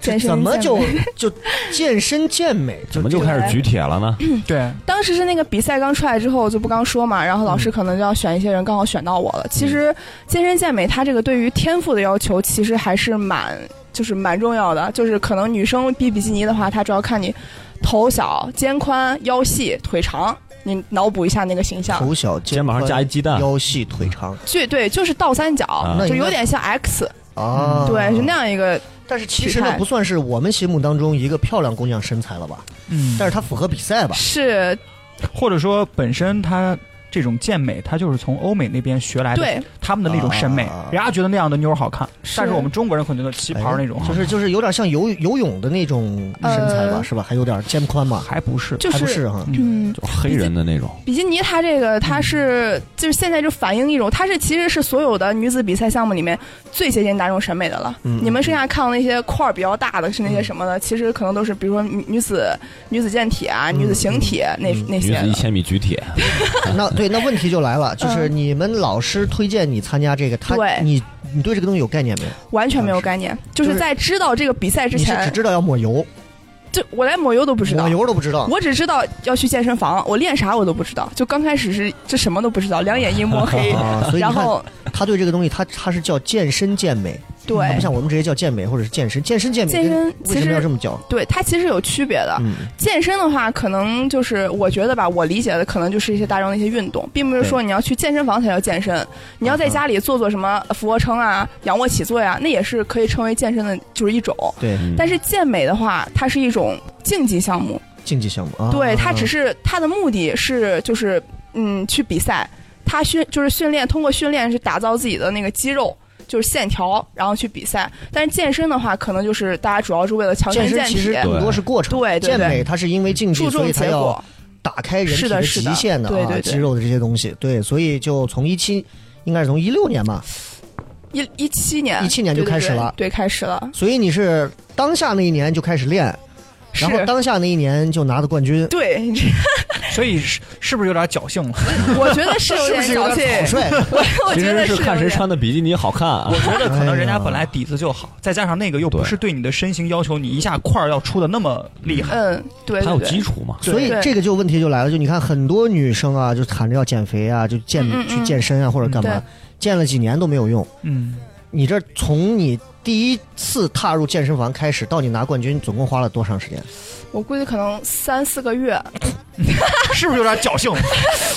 Speaker 5: 健身
Speaker 2: 怎么
Speaker 5: 健
Speaker 2: 就
Speaker 5: 美
Speaker 2: 就健身健美？
Speaker 3: 怎么就
Speaker 2: 这个
Speaker 3: 开始举铁了呢？
Speaker 4: 对，
Speaker 5: 当时是那个比赛刚出来之后，我就不刚说嘛，然后老师可能就要选一些人，刚好选到我了。其实健身健美，它这个对于天赋的要求，其实还是蛮就是蛮重要的。就是可能女生比比基尼的话，它主要看你头小、肩宽、腰细、腿长，你脑补一下那个形象。
Speaker 2: 头小
Speaker 3: 肩啊膀上加一鸡蛋，
Speaker 2: 腰细腿长
Speaker 5: 对对，就是倒三角，
Speaker 3: 啊
Speaker 5: 就有点像 X，
Speaker 2: 啊？
Speaker 5: 嗯对，是那。样一个。
Speaker 2: 但是其实呢
Speaker 5: 体，态
Speaker 2: 不算是我们心目当中一个漂亮姑娘身材了吧？
Speaker 4: 嗯
Speaker 2: 但是她符合比赛吧？
Speaker 5: 是
Speaker 4: 或者说本身它这种健美，它就是从欧美那边学来的，
Speaker 5: 对，
Speaker 4: 他们的那种审美
Speaker 2: 啊，
Speaker 4: 人家觉得那样的妞儿好看，
Speaker 5: 是
Speaker 4: 但是我们中国人可能觉得旗袍那种
Speaker 2: 哎就是就是有点像游游泳的那种身材吧，
Speaker 5: 呃
Speaker 2: 是吧？还有点肩宽嘛，
Speaker 4: 还不是。
Speaker 5: 就
Speaker 2: 还不
Speaker 5: 是
Speaker 2: 是哈？
Speaker 5: 嗯，
Speaker 3: 就黑人的那种，
Speaker 5: 比基尼它这个
Speaker 2: 嗯
Speaker 5: 它是就是现在就反映一种，它是其实是所有的女子比赛项目里面最接近大众审美的了。
Speaker 2: 嗯
Speaker 5: 你们剩下看到那些块儿比较大的是那些什么的，其实可能都是比如说女女子女子健体啊、
Speaker 2: 嗯
Speaker 5: 女子形体那那
Speaker 3: 女
Speaker 5: 些
Speaker 3: 子一
Speaker 5: 的。
Speaker 3: 千米举铁，
Speaker 2: 那对，那问题就来了，就是你们老师推荐你参加这个，他
Speaker 5: 嗯对
Speaker 2: 你你对这个东西有概念没有？
Speaker 5: 完全没有概念，
Speaker 2: 啊就
Speaker 5: 就
Speaker 2: 是
Speaker 5: 是在知道这个比赛之
Speaker 2: 你是只
Speaker 5: 前，
Speaker 2: 知道要抹油，
Speaker 5: 就我连抹油都不知道
Speaker 2: 抹。油都不知道。
Speaker 5: 我只知道要去健身房，我练啥我都不知道。就刚开始是这什么都不知道，两眼
Speaker 2: <laughs>
Speaker 5: 一摸黑，
Speaker 2: 啊，所以
Speaker 5: 然
Speaker 2: 你看，
Speaker 5: 后
Speaker 2: 他对这个东西，他他是叫健身健美，
Speaker 5: 对
Speaker 2: 他不像我们直接叫健美或者是健身，健身健美
Speaker 5: 哎健
Speaker 2: 跟
Speaker 5: 身
Speaker 2: 为
Speaker 5: 其
Speaker 2: 什么要这
Speaker 5: 实啊
Speaker 2: 么叫？
Speaker 5: 对它其实有区别的。
Speaker 2: 嗯，
Speaker 5: 健身的话，可能就是我觉得吧，我理解的可能就是一些大众的一些运动，并不是说你要去健身房才叫健身，你
Speaker 2: 嗯
Speaker 5: 要在家里做做什么俯卧撑啊、仰卧起坐呀、那也是可以称为健身的就是一种。
Speaker 2: 对，
Speaker 3: 嗯
Speaker 5: 但是健美的话，它是一种竞技项目，
Speaker 2: 竞技项目啊，
Speaker 5: 对，它只
Speaker 2: 是
Speaker 5: 是它的目的是就是嗯去比赛，它训就是训练，通过训练去打造自己的那个肌肉。就是线条，然后去比赛。但是健身的话，可能就是大家主要是为了强
Speaker 2: 健
Speaker 5: 身
Speaker 2: 身
Speaker 5: 健
Speaker 2: 其
Speaker 5: 体，
Speaker 2: 实更多是过程，
Speaker 5: 对对
Speaker 2: 健
Speaker 5: 对，
Speaker 2: 美它是因为竞技，
Speaker 5: 注
Speaker 2: 所
Speaker 5: 重
Speaker 2: 以它
Speaker 5: 结
Speaker 2: 要
Speaker 5: 果。
Speaker 2: 打开人体
Speaker 5: 是的是
Speaker 2: 极
Speaker 5: 的
Speaker 2: 限的
Speaker 5: 对
Speaker 2: 啊，
Speaker 5: 对对
Speaker 2: 肌肉的这些东西，对，所以就从一七。应该是从一六年吧，
Speaker 5: 一一七年，
Speaker 2: 17年就
Speaker 5: 对对
Speaker 2: 开始
Speaker 5: 对
Speaker 2: 了
Speaker 5: 对，开始了，
Speaker 2: 所以你是当下那一年就开始练，
Speaker 5: 是
Speaker 2: 然，后当下那一年就拿的冠军，
Speaker 5: 对，
Speaker 4: 所以是是不是有点侥幸 <laughs> 了？
Speaker 5: 我觉得是有
Speaker 2: <laughs> 是不
Speaker 5: 点
Speaker 2: 是有
Speaker 5: 小气，
Speaker 2: 点草
Speaker 5: <laughs>
Speaker 2: 率？
Speaker 5: 我我
Speaker 3: 其
Speaker 5: 觉
Speaker 3: 实
Speaker 5: 得
Speaker 3: 是
Speaker 5: 有
Speaker 3: 看谁
Speaker 5: 点
Speaker 3: 穿的比基尼好看啊
Speaker 4: 我。觉得可能人
Speaker 2: 哎呀
Speaker 4: 家本来底子就好，再加上那个又不
Speaker 3: 对
Speaker 4: 是对你的身形要求，你一下块儿要出的那么厉害。
Speaker 5: 嗯，对
Speaker 3: 他有
Speaker 5: 对
Speaker 3: 基
Speaker 5: 对，
Speaker 3: 础嘛？
Speaker 2: 所以
Speaker 5: 对
Speaker 2: 这个就问题就来了，就你看很多女生啊，就喊着要减肥啊，就健
Speaker 5: 嗯嗯嗯
Speaker 2: 去健身啊，或者干嘛
Speaker 5: 对，
Speaker 2: 健了几年都没有用。
Speaker 4: 嗯，
Speaker 2: 你这从你第一次踏入健身房开始到你拿冠军，总共花了多长时间？
Speaker 5: 我估计可能三四个月，
Speaker 4: <laughs> 是不是有点侥幸？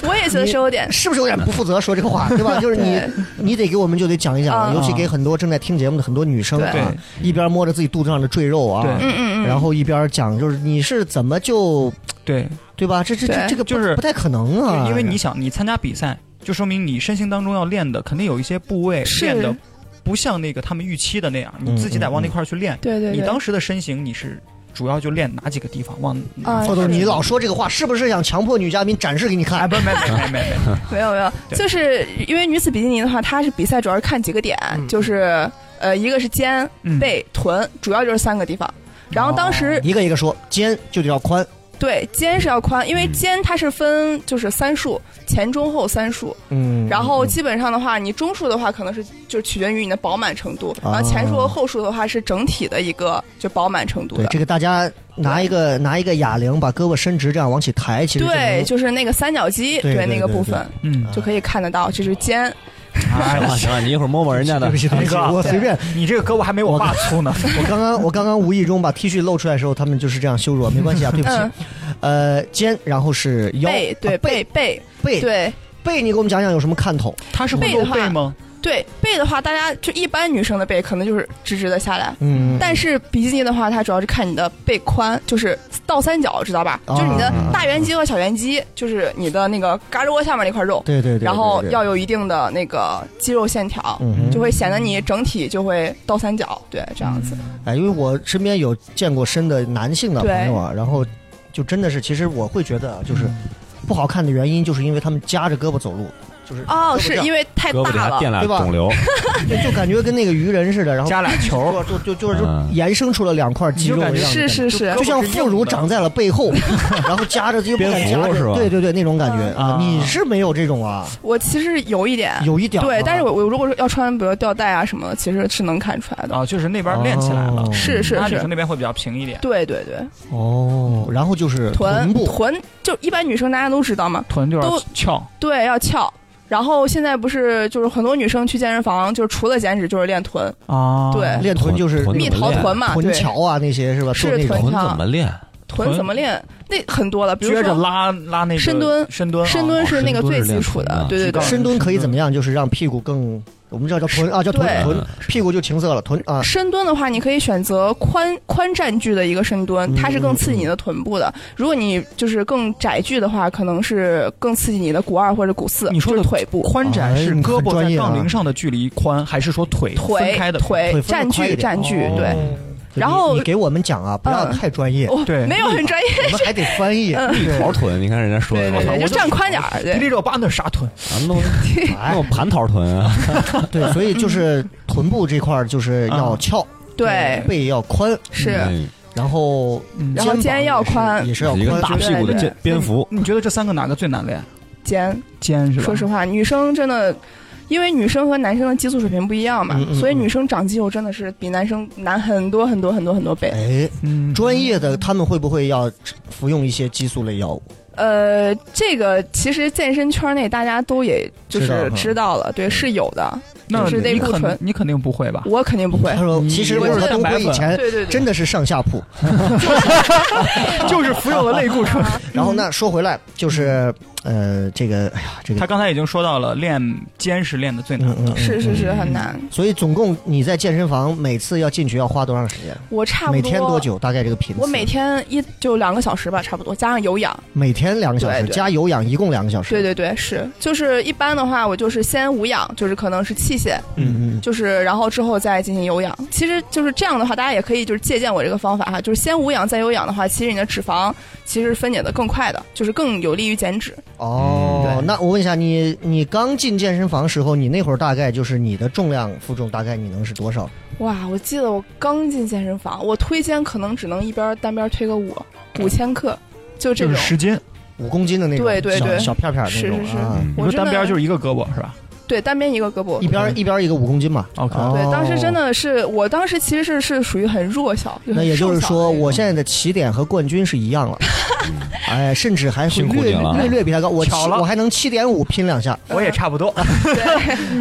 Speaker 5: 我也觉得是有点，
Speaker 2: 是不是有点不负责说这个话，对
Speaker 5: <laughs>
Speaker 2: 吧？就是你
Speaker 5: 对，
Speaker 2: 你得给我们就得讲一讲了，
Speaker 5: 嗯
Speaker 2: 尤其给很多正在听节目的很多女生
Speaker 5: 对
Speaker 2: 啊，一边摸着自己肚子上的赘肉啊
Speaker 4: 对，
Speaker 5: 嗯嗯嗯，
Speaker 2: 然后一边讲就是你是怎么就
Speaker 4: 对，
Speaker 2: 对吧？这这这
Speaker 5: 对
Speaker 2: 这个不
Speaker 4: 就是
Speaker 2: 不太可能啊，
Speaker 4: 因为你想，你参加比赛，就说明你身形当中要练的，肯定有一些部位
Speaker 5: 是
Speaker 4: 练的不像那个他们预期的那样，你
Speaker 2: 嗯
Speaker 4: 自己得往那块儿去练。
Speaker 5: 对对对，
Speaker 4: 你当时的身形，你是主要就练哪几个地方？往
Speaker 5: 啊
Speaker 2: 豆豆，哦
Speaker 5: 是
Speaker 2: 你老说这个话，是不是想强迫女嘉宾展示给你看？
Speaker 4: 哎，不，没没没没没，
Speaker 5: 没有没有，
Speaker 4: 对
Speaker 5: 就是因为女子比基尼的话，它是比赛主要是看几个点，就是呃，一个是肩、
Speaker 4: 嗯
Speaker 5: 背、臀，主要就是三个地
Speaker 2: 哦
Speaker 5: 方。然后当时
Speaker 2: 一个一个说，肩就得要宽，
Speaker 5: 对，肩是要宽，因为
Speaker 3: 嗯
Speaker 5: 肩它是分就是三束，前中后三束。
Speaker 2: 嗯
Speaker 5: 然后基本上的话，你中束的话可能是就取决于你的饱满程度，
Speaker 2: 啊
Speaker 5: 然后前束和后束的话是整体的一个就饱满程度
Speaker 2: 对
Speaker 5: 的。
Speaker 2: 这个大家拿一个拿一个哑铃，把胳膊伸直，这样往起抬，其实就
Speaker 5: 对，
Speaker 2: 能
Speaker 5: 就是那个三角肌，
Speaker 2: 对对
Speaker 5: 那个
Speaker 2: 对
Speaker 5: 部
Speaker 2: 对啊
Speaker 5: 分
Speaker 4: 嗯，
Speaker 5: 就可以看得到，就是肩。
Speaker 4: 哎
Speaker 3: 行了行了，你一会儿摸摸人家的
Speaker 2: 对不，起，对不起，
Speaker 4: 大哥
Speaker 2: 我随便。
Speaker 4: 你这个胳膊还没我爸粗呢。
Speaker 2: 我刚刚我刚刚无意中把 T 恤露出来的时候，他们就是这样羞辱我，没关系啊，对不
Speaker 5: 嗯
Speaker 2: 起。呃，肩，然后是腰，
Speaker 5: 背对
Speaker 2: 啊背
Speaker 5: 背
Speaker 2: 背
Speaker 5: 对
Speaker 2: 背，你给我们讲讲有什么看头？
Speaker 4: <laughs> 他是会
Speaker 5: 背的
Speaker 4: 露
Speaker 5: 话
Speaker 4: 背吗？
Speaker 5: 对背的话，大家就一般女生的背可能就是直直的下来。
Speaker 2: 嗯，
Speaker 5: 但是比基尼的话，它主要是看你的背宽，就是倒三角，知道吧？
Speaker 2: 啊
Speaker 5: 就是你的大圆肌和小圆肌，就是你的那个胳肢窝下面那块肉，
Speaker 2: 对对对对，
Speaker 5: 然后
Speaker 2: 对
Speaker 5: 要有一定的那个肌肉线条，
Speaker 2: 嗯哼
Speaker 5: 就会显得你整体就会倒三角，对，这样子。
Speaker 2: 哎，因为我身边有见过身的男性的朋友啊，然后就真的是，其实我会觉得啊就是不好看的原因，就是因为他们夹着胳膊走路，就是胳
Speaker 5: 哦，
Speaker 2: 膊
Speaker 5: 是
Speaker 2: 这样
Speaker 5: 因为太
Speaker 3: 胳膊底
Speaker 5: 大
Speaker 3: 下
Speaker 5: 了
Speaker 3: 垫，俩
Speaker 2: 对吧
Speaker 3: 肿瘤，
Speaker 2: 对就感觉跟那个鱼人似的，然后
Speaker 4: 加俩球儿，
Speaker 2: 就就就是就
Speaker 3: 嗯
Speaker 2: 延伸出了两块肌肉的样子，
Speaker 5: 是是是
Speaker 2: 哎就像副乳长在了背后， <laughs> 然后夹着又不敢
Speaker 3: 蝙
Speaker 2: 夹
Speaker 3: 蝠
Speaker 2: 着，
Speaker 5: <laughs>
Speaker 3: 是吧
Speaker 2: 对对对，那种感觉
Speaker 4: 嗯
Speaker 2: 啊，
Speaker 4: 啊
Speaker 2: 你是没有这种啊，
Speaker 5: 我其实有一点，
Speaker 2: 有一点儿
Speaker 5: 嗯对
Speaker 2: 啊，
Speaker 5: 但是我我如果说要穿比如吊带啊什么的，其实是能看出来的。
Speaker 4: 啊，就是那边练起来了
Speaker 2: 哦，
Speaker 5: 是是
Speaker 4: 那女生
Speaker 5: 是，
Speaker 4: 那边会比较平一点，
Speaker 5: 对对对，
Speaker 2: 哦，然后就是
Speaker 5: 臀
Speaker 2: 部
Speaker 5: 臀就一般女生大家都知道嘛，
Speaker 4: 臀就
Speaker 5: 都
Speaker 4: 是翘，
Speaker 5: 对，要翘。然后现在不是就是很多女生去健身房，就是除了减脂就是练臀，
Speaker 4: 啊
Speaker 5: 对
Speaker 2: 练臀就是
Speaker 3: 臀
Speaker 5: 蜜
Speaker 3: 怎么
Speaker 5: 桃
Speaker 3: 练
Speaker 5: 臀嘛，
Speaker 2: 臀
Speaker 5: 对，
Speaker 2: 桥啊那些是吧？
Speaker 5: 是
Speaker 2: 做那种
Speaker 5: 臀
Speaker 3: 臀怎么练？
Speaker 5: 臀怎么练？那很多了，比如
Speaker 4: 撅着
Speaker 5: 说
Speaker 4: 拉拉那个
Speaker 5: 深蹲
Speaker 4: 深蹲啊，
Speaker 5: 深蹲是那个最基础的
Speaker 3: 哦，
Speaker 5: 对对对
Speaker 4: 是，
Speaker 2: 深蹲可以怎么样？就是让屁股更，我们知道叫臀啊，叫臀
Speaker 5: 对
Speaker 2: 臀，屁股就青色了，臀啊，
Speaker 5: 深蹲的话，你可以选择宽宽站距的一个深蹲，它是更刺激你的臀部的。如果你就是更窄距的话，可能是更刺激你的股二或者股四，
Speaker 4: 你说的
Speaker 5: 就是腿部、
Speaker 4: 宽窄是
Speaker 2: 哎你很
Speaker 4: 胳膊
Speaker 2: 专
Speaker 4: 在
Speaker 2: 业啊
Speaker 4: 杠铃上的距离宽，还是说腿分
Speaker 5: 腿
Speaker 4: 开的
Speaker 5: 腿
Speaker 2: 腿分
Speaker 5: 占
Speaker 2: 得宽一
Speaker 5: 据
Speaker 2: 点
Speaker 5: 占据，
Speaker 2: 哦
Speaker 5: 对。
Speaker 2: 你
Speaker 5: 然后
Speaker 2: 你给我们讲啊，不要
Speaker 5: 嗯
Speaker 2: 太专业，
Speaker 5: 哦嗯
Speaker 4: 对
Speaker 5: 没有很专业，
Speaker 2: 我们还得翻译。
Speaker 3: 蜜桃臀，你看人家说的
Speaker 5: 对对
Speaker 3: 那
Speaker 5: 对，
Speaker 3: 个，
Speaker 5: 就站宽点儿，
Speaker 4: 迪丽
Speaker 5: 对，
Speaker 4: 热巴那是啥臀？
Speaker 3: 啊弄
Speaker 2: 哎
Speaker 3: 弄蟠桃臀啊，
Speaker 2: 对，所以就是臀部这块儿就是要翘，
Speaker 5: 对
Speaker 2: 背要宽，
Speaker 5: 是。
Speaker 3: 嗯
Speaker 2: 然后嗯
Speaker 5: 然后
Speaker 2: 膀
Speaker 5: 肩要宽
Speaker 2: 也是也
Speaker 3: 一
Speaker 2: 是要
Speaker 3: 个大
Speaker 2: 宽。
Speaker 3: 屁股的肩蝙蝠，
Speaker 4: 你觉得这三个哪个最难练？
Speaker 5: 肩。
Speaker 4: 肩是吧？
Speaker 5: 说实话，女生真的，因为女生和男生的激素水平不一样嘛，
Speaker 2: 嗯嗯
Speaker 5: 所以女生长肌肉真的是比男生难很多很多很多很多倍。
Speaker 2: 哎，
Speaker 4: 嗯，
Speaker 2: 专业的他们会不会要服用一些激素类药物？
Speaker 5: 呃，这个其实健身圈内大家都也就
Speaker 2: 知道嗯
Speaker 5: 是
Speaker 2: 哈
Speaker 5: 知道了，对，是有的。
Speaker 4: 那
Speaker 5: 是
Speaker 4: 你
Speaker 5: 内固
Speaker 4: 肯
Speaker 5: 醇
Speaker 4: 你肯定不会吧？
Speaker 5: 我肯定
Speaker 2: <laughs>
Speaker 5: 不会
Speaker 2: 他，说，
Speaker 4: 你
Speaker 2: 其实
Speaker 5: 我
Speaker 2: 我
Speaker 5: 是
Speaker 2: 和东辉以前
Speaker 5: 对对嗯对，
Speaker 2: 真的是上下铺。
Speaker 4: 就是服用了类固醇。
Speaker 5: 啊
Speaker 2: 然后那说回来，就是呃，这
Speaker 3: <laughs>
Speaker 2: 个，哎呀，这个
Speaker 4: <laughs> 他，刚才已经说到了，练肩是练的最难
Speaker 2: 嗯
Speaker 4: 的。
Speaker 2: 嗯，嗯
Speaker 5: 是是是很难。
Speaker 2: 所以总共你在健身房每次要进去要花多长时间？
Speaker 5: 我差不
Speaker 2: 每天多？久？大概这个频次？
Speaker 5: 我每天一就两个小时吧，差不多，加上有氧。
Speaker 2: 每天两个小时，
Speaker 5: 对对
Speaker 2: 加有氧一共两个小时。
Speaker 5: 对，对对，是，就是一般的话，我就是先无氧，就是可能是器械，
Speaker 2: 嗯嗯
Speaker 5: 就是然后之后再进行有氧。其实就是这样的话，大家也可以就是借鉴我这个方法哈，就是先无氧再有氧的话，其实你的脂肪其实分解的更快的，就是更有利于减脂。
Speaker 2: 嗯。哦，那我问一下你，你刚进健身房时候，你那会儿大概就是你的重量负重大概你能是多少？
Speaker 5: 哇，我记得我刚进健身房，我推肩可能只能一边单边推个五五千克，就这
Speaker 4: 就
Speaker 5: 种
Speaker 4: 是。十斤，
Speaker 2: 五公斤的那种
Speaker 5: 对对对
Speaker 2: 小小片片儿那种
Speaker 5: 是是是
Speaker 2: 啊，
Speaker 3: 嗯
Speaker 4: 你
Speaker 5: 我
Speaker 4: 说
Speaker 5: 真的
Speaker 4: 单边就是一个胳膊是吧？
Speaker 5: 对单边一个胳膊
Speaker 2: 一。边儿一边儿一个五公斤嘛。
Speaker 4: OK
Speaker 2: 哦
Speaker 5: 嗯对，当时真。的是，我当时其实是是属于很弱小，
Speaker 2: 那也就是说，我
Speaker 5: 现
Speaker 2: 现在的起点和冠军是一样了，哎，甚至还会
Speaker 3: 嗯辛苦
Speaker 2: 略
Speaker 3: 你了
Speaker 2: 略略比他高。我七
Speaker 4: 巧了
Speaker 2: 我还能七点五拼两下。
Speaker 5: 嗯
Speaker 4: 我也差不多。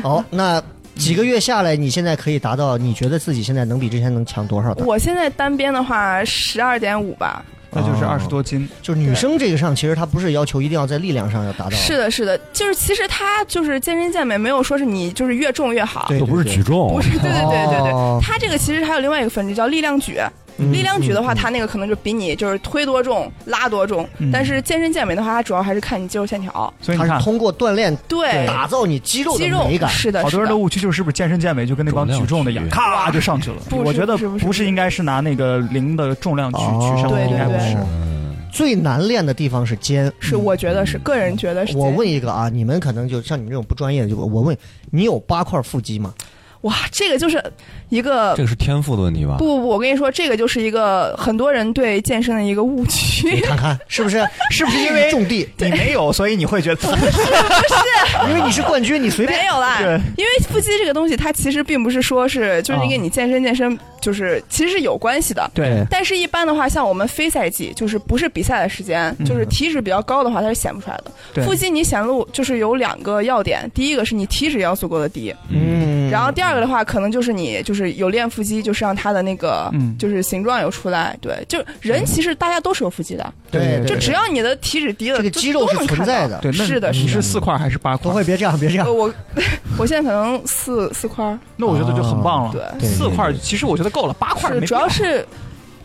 Speaker 2: 好，那几个月下来，你现在可以达到，你觉得自己现在能比之前能强多少的？
Speaker 5: 我现在单边的话十二点五吧，
Speaker 4: 那就是二十多斤，
Speaker 2: 就是女生这个上，其实她不是要求一定要在力量上要达到，
Speaker 5: 是的，是的，就是其实它就是健身健美，没有说是你就是越重越好，
Speaker 2: 对
Speaker 3: 又不是举重
Speaker 5: 不，是，对对对对对。
Speaker 2: 哦
Speaker 5: 它这个其实还有另外一个分支叫力量举，
Speaker 2: 嗯
Speaker 5: 力量举的话，
Speaker 2: 嗯
Speaker 5: 它那个可能就比你就是推多重、拉多重，
Speaker 4: 嗯
Speaker 5: 但是健身健美的话，它主要还是看你肌肉线条。
Speaker 4: 所以你
Speaker 2: 它
Speaker 4: 看
Speaker 2: 是，通过锻炼
Speaker 5: 对，
Speaker 2: 打造你肌肉
Speaker 5: 肌
Speaker 2: 的
Speaker 5: 肉
Speaker 2: 美感。
Speaker 5: 是的，
Speaker 4: 好多人
Speaker 5: 是
Speaker 4: 的
Speaker 5: 的
Speaker 4: 误区就是不是健身健美就跟那帮举重的一样，
Speaker 3: 重量举
Speaker 4: 咔就上去了。
Speaker 5: 不是
Speaker 4: 我觉得
Speaker 5: 不是不是
Speaker 4: 不是应该是拿那个零的重量去
Speaker 2: 哦
Speaker 4: 去上
Speaker 5: 对
Speaker 4: 的，
Speaker 5: 对
Speaker 4: 应该不是
Speaker 2: 对。
Speaker 3: 嗯
Speaker 2: 最难练的地方是肩。
Speaker 5: 是我觉得是个人觉得是这
Speaker 2: 我
Speaker 5: 样。
Speaker 2: 问一个啊，你们可能就像你们这种不专业的，就我问你有八块腹肌吗？
Speaker 5: 哇，这个就是一个
Speaker 3: 这个是天赋的问题吧
Speaker 5: 不？不不，我跟你说，这个就是一个很多人对健身的一个误
Speaker 2: 你
Speaker 5: 区。
Speaker 2: 看
Speaker 5: <laughs>
Speaker 2: 看是不是？
Speaker 4: 是不是因为
Speaker 2: 种地？
Speaker 4: 你没有，所以你会觉得
Speaker 2: 因为你是冠军，你随便
Speaker 5: <laughs> 没。有啦，
Speaker 4: 对
Speaker 5: 因为腹肌这个东西，它其实并不是说是就是跟你健身健身就是其实是有关系的。
Speaker 4: <laughs> 对
Speaker 5: 但是，一般的话，像我们非赛季，就是不是比赛的时间，
Speaker 4: 嗯
Speaker 5: 就是体脂比较高的话，它是显不出来的。
Speaker 4: 对
Speaker 5: 腹肌你显露就是有两个要点，第一个是你体脂要足够的低，
Speaker 3: 嗯，
Speaker 2: 嗯，
Speaker 5: 然后第二个的话，可能就是你就是有练腹肌，就是让它的那个、
Speaker 4: 嗯
Speaker 5: 就是形状有出来。对，就人其实大家都是有腹肌的，
Speaker 2: 对，对
Speaker 5: 就
Speaker 2: 对
Speaker 5: 只要你的体脂低了，
Speaker 2: 这个
Speaker 5: 就
Speaker 2: 肌肉
Speaker 5: 都
Speaker 2: 是
Speaker 5: 能
Speaker 2: 存
Speaker 5: 看到
Speaker 2: 在的。
Speaker 4: 对，那
Speaker 5: 是的
Speaker 4: 你
Speaker 5: 是
Speaker 4: 是
Speaker 5: 的
Speaker 4: 四块还是八块
Speaker 2: 不？会，别这样，别这样
Speaker 5: 呃。我 <laughs> 我现在可能四四块儿，
Speaker 3: 哦
Speaker 4: 那我觉得就很棒了。
Speaker 5: 哦对，
Speaker 2: 对
Speaker 4: 四块其实我觉得够了，八块
Speaker 5: 是
Speaker 4: 没必
Speaker 5: 主
Speaker 4: 要
Speaker 5: 要是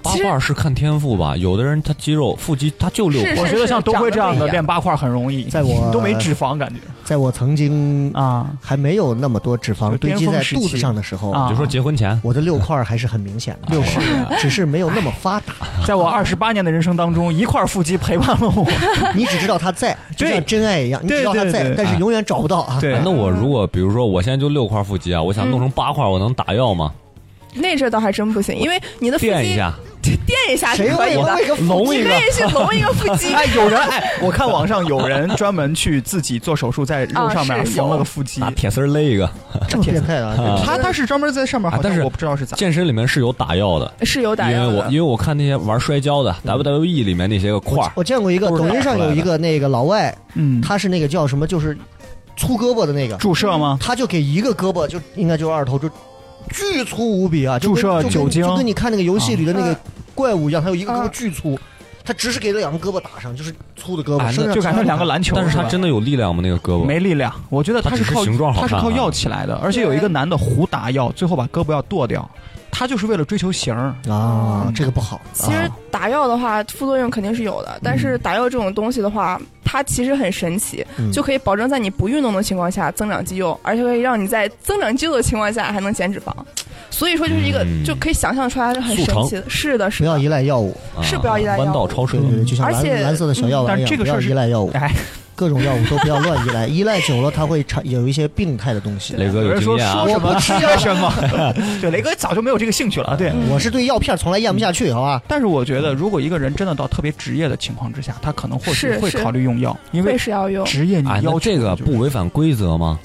Speaker 3: 八
Speaker 5: 其实
Speaker 3: 块是看天赋吧，有的人他肌肉腹肌他就六
Speaker 5: 是
Speaker 3: 块，
Speaker 4: 我觉得像东辉这样
Speaker 5: 长得
Speaker 4: 的
Speaker 5: 不一样
Speaker 4: 练八块很容易，
Speaker 2: 在我
Speaker 4: 都没脂肪感觉
Speaker 2: 在我曾经
Speaker 4: 啊
Speaker 2: 还没有那么多脂肪
Speaker 4: 就
Speaker 2: 堆
Speaker 4: 巅
Speaker 2: 积
Speaker 4: 峰
Speaker 2: 在
Speaker 4: 时
Speaker 2: 肚
Speaker 4: 期
Speaker 2: 子上的时候，
Speaker 4: 啊
Speaker 3: 就说结婚前
Speaker 2: 我的六块儿还是很明显的，六块儿只是没有那么发达，
Speaker 4: <laughs> 在我二十八年的人生当中，一块腹肌陪伴了我。
Speaker 2: 你只知道它在，就像
Speaker 4: 对
Speaker 2: 真爱一样，你只知道它
Speaker 4: 对对
Speaker 2: 在，
Speaker 4: 对
Speaker 2: 但是永远找不到啊。
Speaker 4: 对
Speaker 3: 哎那我如果比如说我现在就六块腹肌啊，我想
Speaker 5: 嗯
Speaker 3: 弄成八块，我能打药吗？
Speaker 5: 那这倒还真不行，因为你的腹肌
Speaker 3: 垫一，下，
Speaker 5: 垫一下是
Speaker 2: 谁
Speaker 5: 可以
Speaker 2: 会
Speaker 5: 的，
Speaker 2: 为个
Speaker 3: 隆
Speaker 5: 你
Speaker 3: 一
Speaker 5: 可
Speaker 3: 个。
Speaker 5: 以去隆一个腹
Speaker 3: <laughs>
Speaker 5: 肌。
Speaker 4: <laughs> 哎，有人哎，我看网上有人专门去自己做手术，在肉上面
Speaker 5: 啊是有
Speaker 4: 缝了个腹肌
Speaker 3: 拿。铁丝儿勒一个，
Speaker 2: 这么变态啊？
Speaker 4: 他他是专门在上面，好
Speaker 3: 啊但
Speaker 4: 像
Speaker 3: 是
Speaker 4: 我不知道是咋。
Speaker 3: 健身里面是有打药的，
Speaker 5: 是有打
Speaker 3: 因为
Speaker 5: 样
Speaker 3: 我因
Speaker 5: 的，嗯
Speaker 3: 为我看那些玩摔跤的 WWE 里面那些个块儿，
Speaker 2: 我见过一个
Speaker 3: 都是
Speaker 2: 抖音上有一个那个老外，
Speaker 4: 嗯，
Speaker 2: 他是那个叫什么，就是粗胳膊的那个，
Speaker 4: 注射吗？
Speaker 2: 他就给一个胳膊，就应该就是二头，就巨粗无比啊！就跟
Speaker 4: 注射
Speaker 2: 就跟
Speaker 4: 酒精
Speaker 2: 就跟你看那个游戏里的那个
Speaker 5: 啊
Speaker 2: 怪物一样，他有一个胳膊
Speaker 5: 啊
Speaker 2: 巨粗，他只是给两个胳膊打上，就是粗的胳
Speaker 3: 哎
Speaker 2: 膊，剩
Speaker 3: 那
Speaker 2: 下
Speaker 4: 啊就感觉两个篮球，
Speaker 3: 但是
Speaker 4: 吧
Speaker 3: 他真的有力量吗？那个胳膊
Speaker 4: 没力量。我觉得他是
Speaker 3: 他只
Speaker 4: 靠
Speaker 3: 是形状好
Speaker 4: 他
Speaker 3: 看
Speaker 4: 是靠药起来的，而且有一个男的胡打药，最后把胳膊要剁掉，他就是为了追求型儿。
Speaker 2: 啊，这个不好。
Speaker 5: 嗯其实
Speaker 2: 啊
Speaker 5: 打药的话，副作用肯定是有的，但
Speaker 3: 嗯
Speaker 5: 是打药这种东西的话，它其实很神奇，
Speaker 2: 嗯
Speaker 5: 就可以保证在你不运动的情况下增长肌肉，而且可以让你在增长肌肉的情况下还能减脂肪。所以说，就是一个、
Speaker 3: 嗯
Speaker 5: 就可以想象出来是很
Speaker 3: 速
Speaker 5: 神
Speaker 3: 成
Speaker 5: 奇的。是的，是
Speaker 2: 不要
Speaker 5: 的
Speaker 2: 依。赖药物，
Speaker 3: 啊
Speaker 5: 是不要依赖药物嗯
Speaker 3: 弯道超车
Speaker 2: 对，对对，就像
Speaker 5: 而且
Speaker 2: 蓝蓝色的小药丸一
Speaker 4: 嗯但
Speaker 2: 样，
Speaker 4: 这个
Speaker 2: 不
Speaker 4: 事
Speaker 2: 要
Speaker 4: 儿是
Speaker 2: 依赖药物，
Speaker 4: 哎，
Speaker 2: 各种药物都不要乱依赖，依赖久了它会产有一些病态的东
Speaker 4: <laughs>
Speaker 2: 西。
Speaker 3: 雷哥
Speaker 4: 有
Speaker 3: 有
Speaker 4: 人
Speaker 3: 经
Speaker 4: 说
Speaker 3: 验啊
Speaker 4: 说，什么吃什
Speaker 3: <laughs>
Speaker 4: 么，对，雷哥早就没有这个兴趣了。对，
Speaker 2: 我是对药片从来咽不下去，好吧？
Speaker 4: 但是我觉得，如果一个人真的到特别职业的情况之下，他可能或许
Speaker 5: 是
Speaker 4: 会
Speaker 5: 是
Speaker 4: 考虑用药，因
Speaker 5: 会
Speaker 4: 为
Speaker 5: 是要用
Speaker 4: 职业你
Speaker 3: 哎，那
Speaker 4: 要求
Speaker 3: 这个
Speaker 4: 就是
Speaker 3: 不违反规则吗？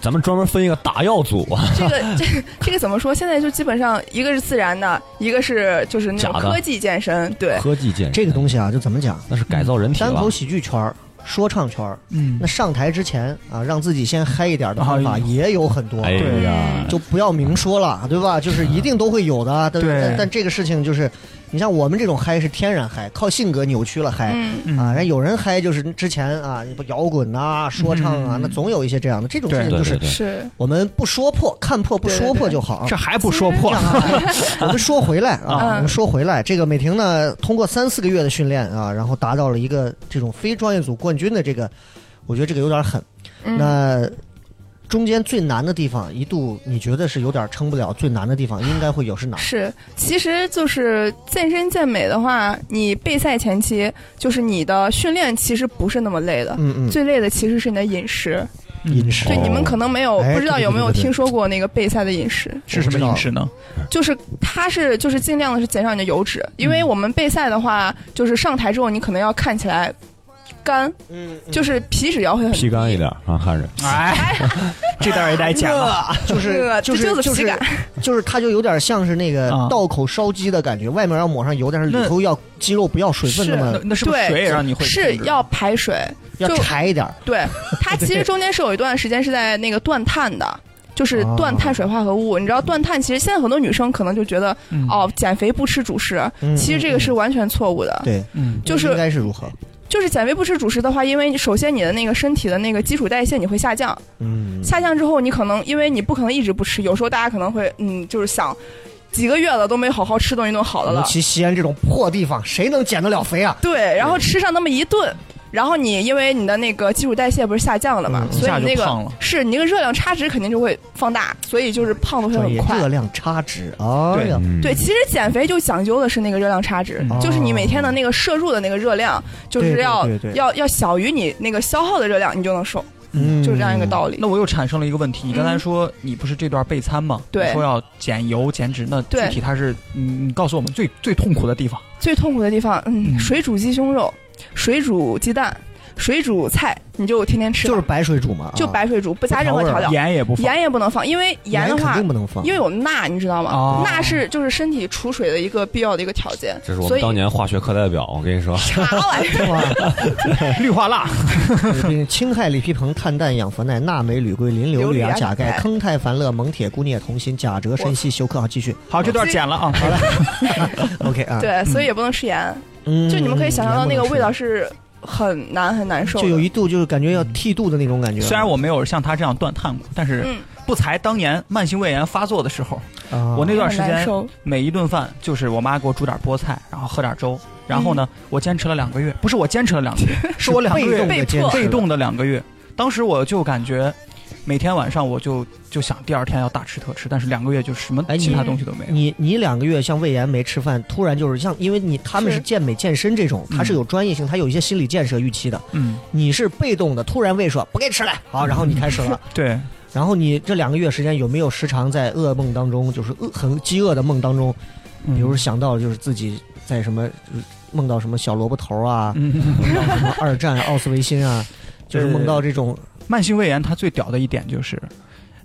Speaker 3: 咱们专门分一个打药组啊，
Speaker 5: 这个这这个怎么说？现在就基本上一个是自然的，一个是就是那种
Speaker 3: 假的
Speaker 5: 科技健身，对，
Speaker 3: 科技健身
Speaker 2: 这个东西啊，就怎么讲？
Speaker 3: 那是改造人体
Speaker 2: 单
Speaker 3: 了
Speaker 2: 口。喜剧圈儿、说唱圈儿，
Speaker 4: 嗯
Speaker 2: 那上台之前啊，让自己先嗨一点的方法
Speaker 4: 哎呦
Speaker 2: 也有很多，
Speaker 3: 哎
Speaker 4: 对
Speaker 3: 呀，
Speaker 2: 就不要明说了，对吧？就是一定都会有的，但
Speaker 4: 对
Speaker 2: 但但这个事情就是，你像我们这种嗨是天然嗨，靠性格扭曲了嗨。
Speaker 5: 嗯，
Speaker 4: 嗯
Speaker 2: 啊，人有人嗨就是之前啊，不摇滚呐、说唱啊，
Speaker 4: 嗯
Speaker 2: 那总有一些这样的这种事
Speaker 4: 对
Speaker 2: 情，
Speaker 3: 对
Speaker 2: 就
Speaker 3: 对
Speaker 2: 是
Speaker 3: 对，
Speaker 5: 是
Speaker 2: 我们不说破，看破不说破就好啊。
Speaker 4: 这还不说破，
Speaker 5: 啊
Speaker 3: <laughs>
Speaker 2: 我们说回来啊，
Speaker 5: 嗯
Speaker 2: 我们说回来，这个美婷呢，通过三四个月的训练啊，然后达到了一个这种非专业组冠军的这个，我觉得这个有点狠。
Speaker 5: 嗯
Speaker 2: 那中间最难的地方，一度你觉得是有点撑不了，最难的地方应该会有是哪？
Speaker 5: 是，其实就是健身健美的话，你备赛前期就是你的训练其实不是那么累的，
Speaker 2: 嗯嗯，
Speaker 5: 最累的其实是你的饮食。
Speaker 4: <laughs> 嗯
Speaker 2: 饮食
Speaker 5: 就你们
Speaker 3: 哦
Speaker 5: 可能没有、
Speaker 2: 哎
Speaker 5: 不知道
Speaker 2: 对对
Speaker 5: 有没有
Speaker 2: 对嗯对对
Speaker 5: 听说过那个备赛的饮食，
Speaker 4: 是什么饮食呢？
Speaker 5: 就是它是就是尽量的是减少你的油脂，
Speaker 2: 嗯
Speaker 5: 因为我们备赛的话，就是上台之后你可能要看起来干，
Speaker 2: 嗯，
Speaker 5: 就是皮脂要会很
Speaker 3: 皮干一点啊，看着
Speaker 4: 哎， <laughs> 这段也得讲了，
Speaker 2: 就是就
Speaker 5: 这就是是
Speaker 2: 就
Speaker 5: 体
Speaker 2: 是
Speaker 5: 感
Speaker 2: <laughs> 就是，它就有点像是那个
Speaker 4: 啊
Speaker 2: 道口烧鸡的感觉，外面要抹上油，但是里
Speaker 4: 那
Speaker 2: 头要肌肉不要水分
Speaker 5: 是
Speaker 2: 那
Speaker 4: 那
Speaker 2: 么
Speaker 4: 那是不是
Speaker 5: 对
Speaker 4: 水也让你会
Speaker 5: 是
Speaker 4: 停止
Speaker 5: 要排水，
Speaker 2: 要
Speaker 5: 就
Speaker 2: 柴一点儿。 <laughs>
Speaker 5: 对，它其实中间是有一段时间是在那个断碳的，就是
Speaker 2: 哦
Speaker 5: 断碳水化合物。你知道断碳，其实现在很多女生可能就觉得、
Speaker 4: 嗯
Speaker 5: 哦，减肥不吃主食，
Speaker 2: 嗯
Speaker 5: 其实这个是完全错误的。
Speaker 2: 对，
Speaker 4: 嗯
Speaker 5: 就是
Speaker 2: 应该是如何？
Speaker 5: 就是减肥不吃主食的话，因为首先你的那个身体的那个基础代谢你会下降，
Speaker 2: 嗯，
Speaker 5: 下降之后你可能因为你不可能一直不吃，有时候大家可能会嗯，就是想几个月了都没好好吃顿一顿好的
Speaker 2: 尤
Speaker 5: 了，
Speaker 2: 其西安这种破地方，谁能减得了肥啊？
Speaker 5: 对，然后吃上那么一顿，然后你因为你的那个基础代谢不是下降了嘛，
Speaker 2: 嗯
Speaker 5: 所以你那
Speaker 4: 一下就胖
Speaker 5: 个
Speaker 4: 了
Speaker 5: 是你那个热量差值肯定就会放大，所以就是胖的会
Speaker 2: 专
Speaker 5: 很
Speaker 2: 业
Speaker 5: 快
Speaker 2: 热。量差值，哎呀，
Speaker 3: 嗯
Speaker 5: 对，其实减肥就讲究的是那个热量差值，
Speaker 4: 嗯
Speaker 5: 就是你每天的那个摄入的那个热量，就
Speaker 2: 对
Speaker 5: 是
Speaker 2: 对
Speaker 5: 要
Speaker 2: 对对
Speaker 5: 要要小于你那个消耗的热量，你就能瘦，
Speaker 2: 嗯，
Speaker 5: 就是这样一个道理。
Speaker 4: 那我又产生了一个问题，你刚才
Speaker 5: 嗯
Speaker 4: 说你不是这段备餐吗？
Speaker 5: 对
Speaker 4: 你说要减油减脂，那具
Speaker 5: 对
Speaker 4: 体它是你你告诉我们最最痛苦的地方，
Speaker 5: 最痛苦的地方，嗯，
Speaker 4: 嗯
Speaker 5: 水煮鸡胸肉、水煮鸡蛋、水煮菜，你就天天吃吧，
Speaker 2: 就是白水煮嘛，
Speaker 5: 就
Speaker 2: 啊
Speaker 5: 白水煮，不加任何调料，
Speaker 4: 啊盐也不放，
Speaker 5: 盐也不能放，因为盐的
Speaker 2: 肯
Speaker 5: 话
Speaker 2: 定不能放，
Speaker 5: 因为有钠，你知道吗？
Speaker 4: 哦
Speaker 5: 钠是就是身体储水的一个必要的一个条件。
Speaker 3: 这是我
Speaker 5: 所
Speaker 3: 们
Speaker 5: 以
Speaker 3: 当年化学课代表，我跟你说，
Speaker 5: 啥玩
Speaker 2: <laughs>
Speaker 5: 意儿？
Speaker 2: 是
Speaker 5: <laughs>
Speaker 2: 吧？
Speaker 4: <laughs> 绿化蜡，
Speaker 2: 对氢氦锂铍硼碳氮氧氟氖钠镁铝硅磷硫
Speaker 5: 硫啊
Speaker 2: 氯
Speaker 5: 氯
Speaker 2: 氩
Speaker 5: 氩
Speaker 2: 钾钙
Speaker 5: 钙
Speaker 2: 铿钛钒铬锰铁钴镍铜锌钾锗砷硒溴铬，好，继续
Speaker 4: 好，这段剪了啊，好了，
Speaker 2: ，OK 啊，
Speaker 5: 对，所以也不能吃盐，
Speaker 2: 嗯，
Speaker 5: 就你们可以想象到那个味道
Speaker 2: 是，
Speaker 5: 是很难很难受的。
Speaker 2: 就有一度就是感觉要剃度的那种感觉，
Speaker 4: 虽然我没有像他这样断碳过，但是
Speaker 5: 嗯，
Speaker 4: 不才当年慢性胃炎发作的时候，
Speaker 2: 啊
Speaker 4: 我那段时
Speaker 5: 很
Speaker 4: 间
Speaker 5: 难受
Speaker 4: 每一顿饭就是我妈给我煮点菠菜，然后喝点粥，然后呢，我坚持了两个月，不是我坚持了两个
Speaker 5: <laughs>
Speaker 4: 月，是我两个
Speaker 2: 被
Speaker 4: 月
Speaker 2: 动的坚
Speaker 5: 嗯被迫
Speaker 2: 持
Speaker 4: 被动的两个月。当时我就感觉，每天晚上我就就想第二天要大吃特吃，但是两个月就什么
Speaker 2: 哎你
Speaker 4: 其他东西都没有。
Speaker 2: 你你两个月像胃炎没吃饭，突然就是像，因为你他们是
Speaker 5: 是
Speaker 2: 健美健身这种，它是有专业性，它有一些心理建设预期的。
Speaker 4: 嗯，
Speaker 2: 你是被动的，突然胃说不给吃了，好，然后你开始
Speaker 4: <laughs>
Speaker 2: 了，
Speaker 4: 对，
Speaker 2: 然后你这两个月时间有没有时常在噩梦当中，就是饿很饥饿的梦当中，
Speaker 4: 嗯
Speaker 2: 比如想到就是自己在什么就是梦到什么小萝卜头啊，
Speaker 4: 嗯，
Speaker 2: 梦到什么二战奥斯维辛啊，就是梦到这种
Speaker 4: 慢性胃炎它最屌的一点就是，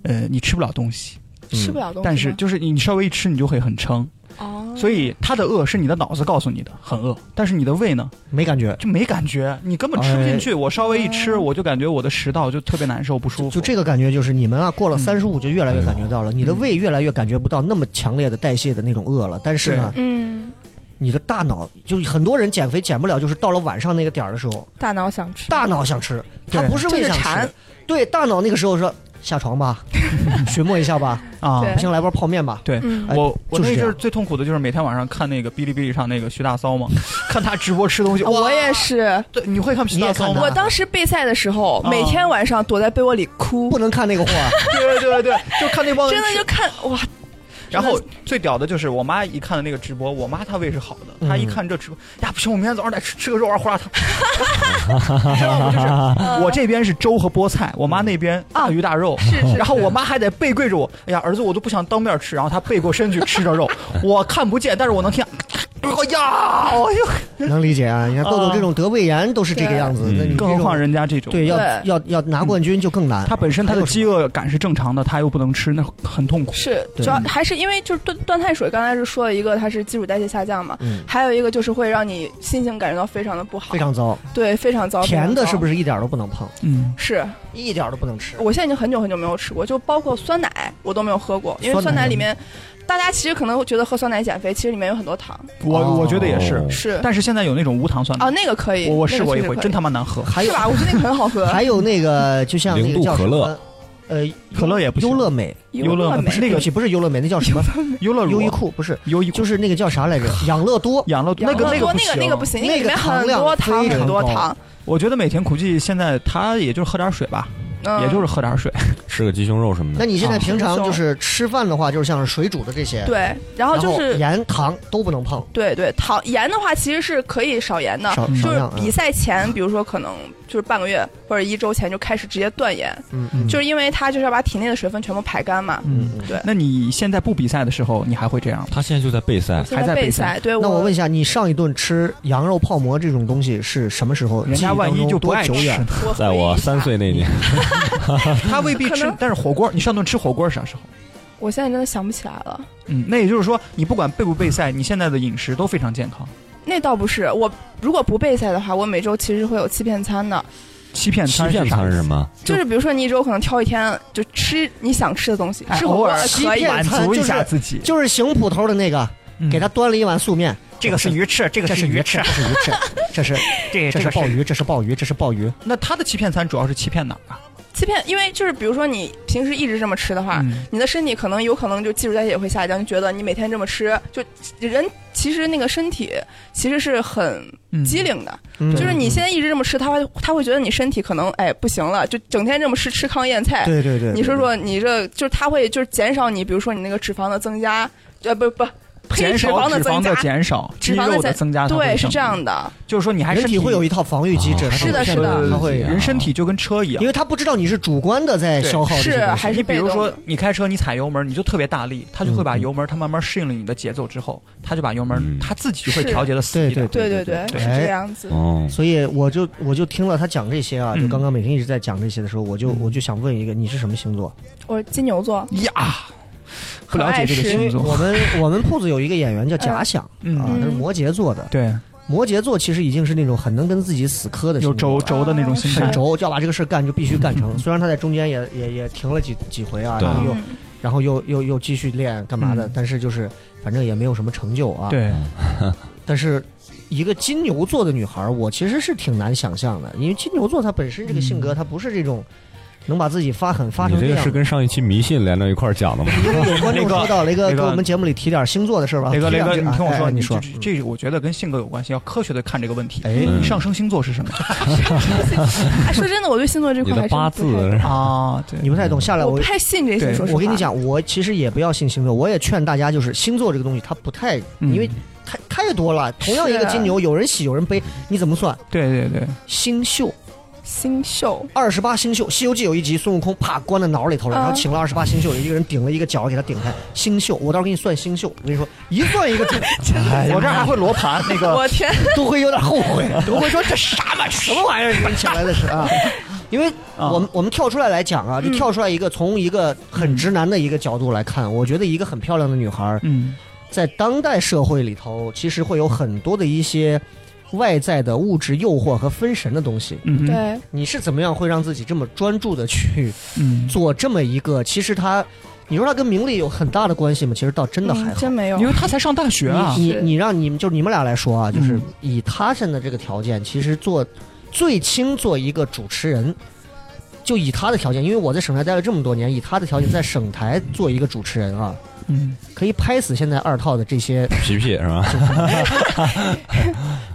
Speaker 4: 呃，你吃不了东西，
Speaker 2: 嗯
Speaker 5: 吃不了东西吗，
Speaker 4: 但是就是你稍微一吃你就会很撑，
Speaker 5: 哦，
Speaker 4: 所以它的饿是你的脑子告诉你的很饿，但是你的胃呢
Speaker 2: 没感觉。
Speaker 4: 就没感觉，你根本吃不进去。我稍微一吃，
Speaker 5: 哦
Speaker 4: 我就感觉我的食道就特别难受，不舒服。
Speaker 2: 就这个感觉，就是你们啊，过了
Speaker 4: 嗯
Speaker 2: 三十五就越来越感觉到了，你的胃越来越感觉不到那么强烈的代谢的那种饿了。但是呢，
Speaker 5: 嗯，
Speaker 2: 你的大脑就是很多人减肥减不了，就是到了晚上那个点儿的时候，
Speaker 5: 大脑想吃，
Speaker 2: 大脑想吃，它
Speaker 4: 对
Speaker 2: 不是胃想
Speaker 5: 就是
Speaker 2: 吃
Speaker 5: 馋，
Speaker 2: 对，大脑那个时候说下床吧，寻摸一下吧，
Speaker 4: 啊，
Speaker 5: 对
Speaker 2: 不行来包泡面
Speaker 4: <laughs>
Speaker 2: 吧。
Speaker 4: 对。
Speaker 5: 嗯
Speaker 2: 哎
Speaker 4: 我我
Speaker 2: 就是
Speaker 4: 那一
Speaker 2: 这样
Speaker 4: 阵儿最痛苦的就是每天晚上看那个哔哩哔哩上那个徐大骚 <laughs> 嘛，看他直播吃东西。哇
Speaker 5: 啊我也，是，
Speaker 4: 对，你会看徐
Speaker 2: 你也
Speaker 4: 大骚
Speaker 2: 看
Speaker 4: 吗
Speaker 2: 他？
Speaker 5: 我当时备赛的时候，
Speaker 4: 啊
Speaker 5: 每天晚上躲在被窝里哭
Speaker 2: 不，能看那个货啊，
Speaker 4: 对对对对，
Speaker 5: <laughs>
Speaker 4: 就看那帮人
Speaker 5: 真的
Speaker 4: 吃
Speaker 5: 就看哇，
Speaker 4: 然后最屌的就是我妈一看那个直播，我妈她胃是好的，她一看这直播，呀不行，我明天早上得吃吃个肉丸胡辣汤。要不就是我这边是粥和菠菜，我妈那边大鱼大肉，
Speaker 5: 啊是是
Speaker 4: 然后我妈还得背跪着我，哎呀儿子我都不想当面吃，然后她背过身去吃着肉，我看不见，但是我能听。哎呀，我就
Speaker 2: 能理解啊。你看豆豆这种得胃炎都是这个样子，
Speaker 3: 对
Speaker 2: 那你
Speaker 3: 嗯
Speaker 2: 这种
Speaker 4: 更何况人家这种，
Speaker 2: 对要
Speaker 5: 对
Speaker 2: 要要拿冠军就更难。
Speaker 4: 她本身她
Speaker 2: 还
Speaker 4: 的
Speaker 2: 有什么
Speaker 4: 饥饿感是正常的，她又不能吃，那很痛苦。 <laughs>
Speaker 5: 是
Speaker 2: 对
Speaker 5: 主要还是因为就是断断碳水，刚才是说了一个它是基础代谢下降嘛，
Speaker 2: 嗯
Speaker 5: 还有一个就是会让你心情感觉到非常的不好，
Speaker 2: 非常糟，
Speaker 5: 对非常糟，
Speaker 2: 甜的是不
Speaker 5: 是？
Speaker 2: 是一点儿都不能碰，
Speaker 4: 嗯，
Speaker 5: 是
Speaker 2: 一点儿都不能吃？
Speaker 5: 我现在已经很久很久没有吃过，就包括酸奶我都没有喝过，因为
Speaker 2: 酸
Speaker 5: 酸
Speaker 2: 奶
Speaker 5: 奶里面，大家其实可能会觉得喝酸奶减肥，其实里面有很多糖，
Speaker 4: 我我觉得也是
Speaker 3: 哦，
Speaker 5: 是
Speaker 4: 但是现在有那种无糖酸奶
Speaker 5: 哦，，那个可以，
Speaker 4: 我我
Speaker 5: 那
Speaker 4: 试
Speaker 5: 个
Speaker 4: 过一
Speaker 5: 确实
Speaker 4: 回，
Speaker 5: 可以
Speaker 4: 真他妈难
Speaker 5: <laughs>
Speaker 4: 喝。
Speaker 2: 还有
Speaker 5: 是吧？我觉得那个很好喝，
Speaker 2: 还有那个，就像那
Speaker 3: 零
Speaker 2: 个
Speaker 3: 度
Speaker 2: 叫什
Speaker 3: 可乐
Speaker 2: 么，呃，
Speaker 4: 可乐也不行
Speaker 2: 优乐美，
Speaker 4: 优乐
Speaker 5: 美
Speaker 4: 美那
Speaker 2: 对
Speaker 4: 个
Speaker 2: 不起，不是优乐美，那叫什么？
Speaker 4: 优乐乳
Speaker 2: 优衣库不是，
Speaker 4: 优衣库
Speaker 2: 就是那个叫啥
Speaker 4: <laughs>
Speaker 2: 来着？养乐多。
Speaker 4: 养乐多
Speaker 5: 养
Speaker 4: 那
Speaker 5: 乐
Speaker 4: 个那
Speaker 5: 多
Speaker 4: 个
Speaker 5: 那个那个不
Speaker 4: 行。
Speaker 5: 行，
Speaker 2: 那
Speaker 5: 里
Speaker 2: 个
Speaker 5: 面
Speaker 2: 糖
Speaker 5: 很
Speaker 2: 量
Speaker 5: 多糖
Speaker 2: 非常
Speaker 5: 很多
Speaker 2: 高
Speaker 5: 糖，
Speaker 4: 我觉得每天苦记现在他也就是喝点水吧，
Speaker 5: 嗯，
Speaker 4: 也就是喝点水。
Speaker 3: 吃个鸡胸肉什么
Speaker 2: 那
Speaker 3: 的，
Speaker 2: 你现在平常
Speaker 5: 啊
Speaker 2: 就是吃饭的话，就是像是水煮的这些，，
Speaker 5: 对，然后
Speaker 2: 然
Speaker 5: 就
Speaker 2: 后
Speaker 5: 是
Speaker 2: 盐、糖都不能碰，
Speaker 5: 对对糖盐的话其实是可以少盐的，
Speaker 2: 少
Speaker 4: 嗯
Speaker 5: 啊就
Speaker 2: 少
Speaker 5: 是
Speaker 2: 量。啊
Speaker 5: 比赛前，比如说可能就是半个月或者一周前就开始直接断盐，
Speaker 2: 嗯嗯，
Speaker 5: 就是因为它就是要把体内的水分全部排干嘛。
Speaker 2: 嗯
Speaker 4: 嗯，
Speaker 2: 嗯。
Speaker 5: 对
Speaker 4: 那你现在不比赛的时候，你还会这样吗？
Speaker 3: 他现在就在备赛，
Speaker 5: 现
Speaker 4: 还在备
Speaker 5: 备
Speaker 4: 赛
Speaker 5: 赛，对
Speaker 2: 那我
Speaker 5: 我
Speaker 2: 问一下，你上一顿吃羊肉泡馍这种东西是什么时候？
Speaker 4: 人家万一就不爱
Speaker 2: 记忆当中多久
Speaker 4: 吃
Speaker 2: 远？
Speaker 4: 呢，
Speaker 3: 在
Speaker 4: <laughs>
Speaker 5: 我回忆
Speaker 3: 我
Speaker 5: 一下
Speaker 3: 三，岁那年，
Speaker 4: 他未必
Speaker 5: 可
Speaker 4: 吃
Speaker 5: 能。
Speaker 4: 但是火锅，你上顿吃火锅是啥时候？
Speaker 5: 我现在真的想不起来了。
Speaker 4: 嗯，那也就是说，你不管备不备赛，你现在的饮食都非常健康。
Speaker 5: 那倒不是，我如果不备赛的话，我每周其实会有欺骗餐的，
Speaker 4: 欺骗
Speaker 3: 欺
Speaker 4: 餐
Speaker 3: 骗
Speaker 4: 啥
Speaker 3: 餐是什？么？
Speaker 5: 就是比如说你一周可能挑一天就吃你想吃的东西，
Speaker 4: 哎
Speaker 5: 吃火
Speaker 4: 偶
Speaker 5: 锅
Speaker 4: 尔
Speaker 2: 欺
Speaker 5: 可以
Speaker 2: 骗，
Speaker 4: 满足一下自己，
Speaker 2: 就是邢捕头的那个，
Speaker 4: 嗯
Speaker 2: 给他端了一碗素面，
Speaker 4: 鱼翅，这
Speaker 2: 这是鱼翅，这是鱼翅，这
Speaker 4: <laughs>
Speaker 2: 是
Speaker 4: 这
Speaker 2: 这是鲍。鱼，这是鲍鱼，这是鲍鱼。
Speaker 4: 那他的欺骗餐主要是欺骗哪儿啊？
Speaker 5: 欺骗，因为就是比如说你平时一直这么吃的话，
Speaker 4: 嗯
Speaker 5: 你的身体可能有可能就基础代谢也会下降，就觉得你每天这么吃，就人其实那个身体其实是很
Speaker 4: 嗯
Speaker 5: 机灵的，
Speaker 2: 嗯
Speaker 5: 就是你现在一直这么吃，他会他会觉得你身体可能哎不行了，就整天这么吃吃糠咽菜。
Speaker 2: 对对对，
Speaker 5: 你说说你这就是他会就是减少你，比如说你那个脂肪的增加，呃不不，呸
Speaker 4: 减
Speaker 5: 脂
Speaker 4: 少
Speaker 5: 肪的
Speaker 4: 脂肪
Speaker 5: 增加
Speaker 4: 的，减少，肌
Speaker 5: 脂肪的
Speaker 4: 肉的
Speaker 5: 在
Speaker 4: 增加，它会
Speaker 5: 对是
Speaker 4: 上
Speaker 5: 这样
Speaker 4: 升，
Speaker 5: 的，
Speaker 4: 就是说你还
Speaker 2: 人体会有一套防御机
Speaker 4: 哦
Speaker 2: 制，
Speaker 3: 啊
Speaker 2: 它
Speaker 5: 是的
Speaker 2: 会
Speaker 5: 是的
Speaker 2: 它会
Speaker 3: 对
Speaker 4: 人身体就跟车一样
Speaker 2: 因。为他不知道你是主观的在消耗这些
Speaker 5: 是啊
Speaker 2: 东西
Speaker 5: 还是
Speaker 4: 你比
Speaker 5: 被
Speaker 4: 如
Speaker 5: 动
Speaker 4: 说
Speaker 5: 的，
Speaker 4: 你开车，你踩油门，你就特别大力，它就会把油门，它慢慢适应了你的节奏之后，它就把油门，
Speaker 3: 嗯
Speaker 4: 它自己就会
Speaker 5: 是
Speaker 4: 调节的死一点。
Speaker 5: 对对对，
Speaker 2: 对
Speaker 5: 是这样子。
Speaker 3: 哦，
Speaker 2: 所以我就我就听了他讲这些啊，
Speaker 4: 嗯
Speaker 2: 就刚刚每天一直在讲这些的时候，我就
Speaker 4: 嗯
Speaker 2: 我就想问一个，你是什么星座？
Speaker 5: 我金牛座，
Speaker 4: 呀，不了解这个
Speaker 5: 可爱是
Speaker 2: 因
Speaker 4: 星
Speaker 2: 为我
Speaker 4: 座，
Speaker 2: 们我们铺子有一个演员叫假想
Speaker 5: 哎
Speaker 4: 嗯
Speaker 2: 啊，他是摩羯座的。
Speaker 4: 对，
Speaker 2: 摩羯座其实已经是那种很能跟自己死磕的星
Speaker 4: 有
Speaker 2: 座了，
Speaker 4: 轴哎嗯轴的那种心
Speaker 5: 是
Speaker 4: 态
Speaker 2: 很。轴，就要把这个事儿干就必须干成。虽然他在中间也也也停了几几回啊，
Speaker 3: 对
Speaker 2: 然后又
Speaker 5: 嗯 <laughs>
Speaker 2: 然后又又又继续练干嘛的，
Speaker 4: 嗯
Speaker 2: 但是就是反正也没有什么成就啊。
Speaker 4: 对，
Speaker 2: 但是一个金牛座的女孩儿，我其实是挺难想象的，因为金牛座她本身这个性格，她不是这种能把自己发狠发
Speaker 3: 你
Speaker 2: 成
Speaker 3: 这个
Speaker 2: 样
Speaker 3: 是。跟上一期迷信连到一块儿讲的吗？
Speaker 2: 有观众说到雷哥给我们节目里提点星座的事吧，
Speaker 4: 雷哥，
Speaker 2: 提
Speaker 4: 雷
Speaker 2: 两
Speaker 4: 哥，
Speaker 2: 句
Speaker 4: 你听我
Speaker 2: 哎
Speaker 4: 说，
Speaker 2: 哎你说
Speaker 4: 这，这这我觉得跟性格有关系，要科学的看这个问题。
Speaker 2: 哎，
Speaker 4: 你上升星座是什么
Speaker 5: 哎，说真的，我对星座这
Speaker 3: 你
Speaker 5: 块还
Speaker 3: 的
Speaker 5: 是不
Speaker 3: 八
Speaker 5: 太
Speaker 3: 字
Speaker 5: 懂
Speaker 4: 啊？对，
Speaker 2: 你不太懂，下来
Speaker 5: 我
Speaker 2: 我
Speaker 5: 不太信这些。
Speaker 4: 对
Speaker 5: 说实话，
Speaker 2: 我跟你，讲，我其实也不要信星座，我也劝大家，就是星座这个东西，它不太，
Speaker 4: 嗯
Speaker 2: 因为太太多了。同样一个
Speaker 5: 是
Speaker 2: 金牛，有人喜有人悲，你怎么算？
Speaker 4: 对对对，
Speaker 2: 星宿
Speaker 5: 星宿
Speaker 2: 二十八星宿，《西游记》有一集，孙悟空啪关到脑里头了，
Speaker 5: 啊
Speaker 2: 然后请了二十八星宿，有一个人顶了一个脚给他顶开。星宿，我到时候给你算星宿，我跟你说，一算一个准，哎呀
Speaker 4: 我这儿还会罗 <laughs> 盘，那
Speaker 2: 哦
Speaker 4: 个
Speaker 5: 我天，
Speaker 2: 都会有点后悔。
Speaker 4: 我会说这啥玩意儿？
Speaker 2: 什么玩意儿？你们请来的是啊？因为
Speaker 4: 啊
Speaker 2: 我们我们跳出来来讲啊，就跳出来一个从一个很直男的一个角度来看，我觉得一个很漂亮的女孩儿，
Speaker 4: 嗯，
Speaker 2: 在当代社会里头，其实会有很多的一些外在的物质诱惑和分神的东西。
Speaker 4: 嗯哼，
Speaker 5: 对，
Speaker 2: 你是怎么样会让自己这么专注的去
Speaker 4: 嗯，
Speaker 2: 做这么一个？其实它，你说它跟名利有很大的关系吗？其实倒真的还
Speaker 5: 嗯
Speaker 2: 好。
Speaker 5: 真没有
Speaker 4: 因。为他才上大学啊，
Speaker 2: 你
Speaker 5: 是
Speaker 2: 你让你们就是你们俩来说啊，就是
Speaker 4: 嗯
Speaker 2: 以他现在这个条件，其实做最轻做一个主持人，就以他的条件，因为我在省台待了这么多年，以他的条件在省台做一个主持人啊，
Speaker 4: 嗯，
Speaker 2: 可以拍死现在二套的这些
Speaker 3: 皮皮是吧？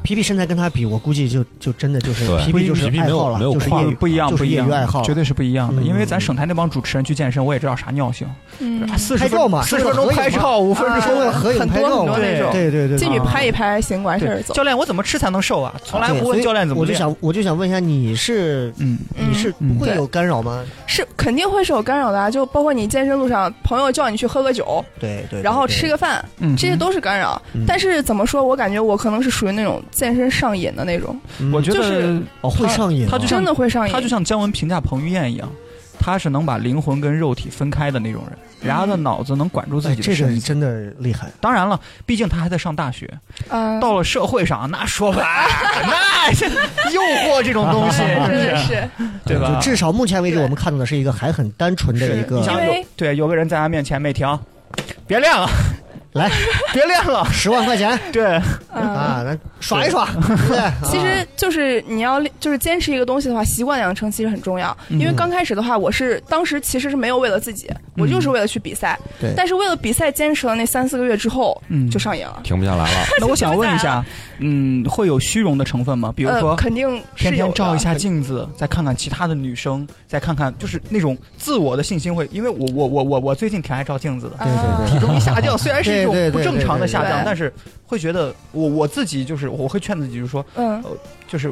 Speaker 2: 皮皮身材跟他比，我估计就就真的就是
Speaker 3: 对
Speaker 2: 皮皮就是
Speaker 3: 皮皮没
Speaker 2: 爱
Speaker 3: 有
Speaker 2: 好了，
Speaker 3: 没有
Speaker 2: 就是
Speaker 3: 跨
Speaker 2: 业
Speaker 3: 度
Speaker 2: 余
Speaker 4: 不一样，
Speaker 2: 就是
Speaker 4: 不一
Speaker 2: 业余爱
Speaker 4: 样，
Speaker 2: 好，
Speaker 4: 绝对是不一样的。
Speaker 2: 嗯
Speaker 4: 因为咱省台那帮主持人去健身，我也知道啥尿性，啊
Speaker 5: 嗯，
Speaker 4: 四十
Speaker 2: 拍照嘛
Speaker 4: 四
Speaker 2: 是
Speaker 4: 十
Speaker 2: 个合影嘛
Speaker 4: 分钟拍照，五分
Speaker 5: 啊
Speaker 4: 钟
Speaker 2: 为了合影
Speaker 5: 很多
Speaker 2: 拍照
Speaker 5: 很
Speaker 2: 嘛
Speaker 5: 多那种，
Speaker 2: 对对对
Speaker 5: 进
Speaker 2: 对。
Speaker 5: 去
Speaker 2: 啊
Speaker 5: 拍一拍，行，完事儿
Speaker 4: 对，
Speaker 5: 走。
Speaker 4: 教练，我怎么吃才能瘦啊？从来
Speaker 2: 对
Speaker 4: 不
Speaker 2: 所
Speaker 4: 问
Speaker 2: 以
Speaker 4: 教练怎么
Speaker 2: 我就
Speaker 4: 练。
Speaker 2: 想我就想问一下，你是
Speaker 4: 嗯，
Speaker 2: 你是
Speaker 4: 嗯
Speaker 2: 不会有干扰吗？
Speaker 5: 是肯定会是有干扰的啊，就包括你健身路上，朋友叫你去喝个酒，
Speaker 2: 对对，
Speaker 5: 然后
Speaker 2: 对
Speaker 5: 吃个饭，
Speaker 4: 嗯
Speaker 5: 这些都是干扰。
Speaker 2: 嗯
Speaker 5: 但是怎么说，我感觉我可能是属于那种健身上瘾的那种，
Speaker 2: 嗯
Speaker 4: 我觉
Speaker 5: 就
Speaker 4: 得
Speaker 5: 是
Speaker 2: 哦会上瘾啊，
Speaker 4: 他就像
Speaker 5: 真的会上瘾。
Speaker 4: 他就像姜文评价彭于晏一样，他是能把灵魂跟肉体分开的那种人，然后他的脑子能管住自
Speaker 2: 哎
Speaker 4: 己
Speaker 2: 这
Speaker 4: 的身
Speaker 2: 个
Speaker 4: 体。
Speaker 2: 真的厉害。
Speaker 4: 当然了，毕竟他还在上大学，
Speaker 5: 嗯，
Speaker 4: 到了社会上，那说白， <laughs> 那这诱惑这种东
Speaker 2: <laughs>
Speaker 4: 西，
Speaker 2: 啊
Speaker 4: 是不
Speaker 5: 真的
Speaker 4: 是？
Speaker 5: 是，
Speaker 4: 对吧？
Speaker 2: 就至少目前为止，
Speaker 5: 对
Speaker 2: 我们看到的是一个还很单纯的一
Speaker 4: 是你
Speaker 2: 个
Speaker 5: 想
Speaker 4: 想
Speaker 5: 因
Speaker 4: 有
Speaker 5: 为
Speaker 4: 对有个人在他面前，美婷，别练了， <laughs>
Speaker 2: 来
Speaker 4: 别练了，
Speaker 2: 哎十万块钱
Speaker 4: 对，
Speaker 5: 嗯，
Speaker 2: 啊，咱耍一耍，对 <laughs> 不对？啊
Speaker 5: 其实就是你要就是坚持一个东西的话，习惯养成其实很重要。
Speaker 2: 嗯
Speaker 5: 因为刚开始的话，我是当时其实是没有为了自己，我就是为了去比赛。
Speaker 2: 嗯对
Speaker 5: 但是为了比赛坚持了那三四个月之后，
Speaker 4: <laughs> 嗯
Speaker 5: 就上瘾了。
Speaker 3: 停不下来了，
Speaker 4: 那我想问一下，嗯，会有虚荣的成分吗？比如
Speaker 5: 呃，
Speaker 4: 说。
Speaker 5: 肯定是
Speaker 4: 天天
Speaker 5: 有
Speaker 4: 照
Speaker 5: 的
Speaker 4: 一下镜子，再看看其他的女生，再看看就是那种自我的信心会，因为我我我我我最近挺爱照镜子的，
Speaker 2: 对对
Speaker 5: 啊
Speaker 2: 对，
Speaker 4: 容易下降，虽然是一种
Speaker 2: 对对对
Speaker 4: 不正常的下
Speaker 5: 对对
Speaker 4: 降
Speaker 5: 对，
Speaker 4: 但是会觉得我我自己就是我会劝自己，就是说
Speaker 2: <laughs>
Speaker 5: 嗯，
Speaker 4: 就是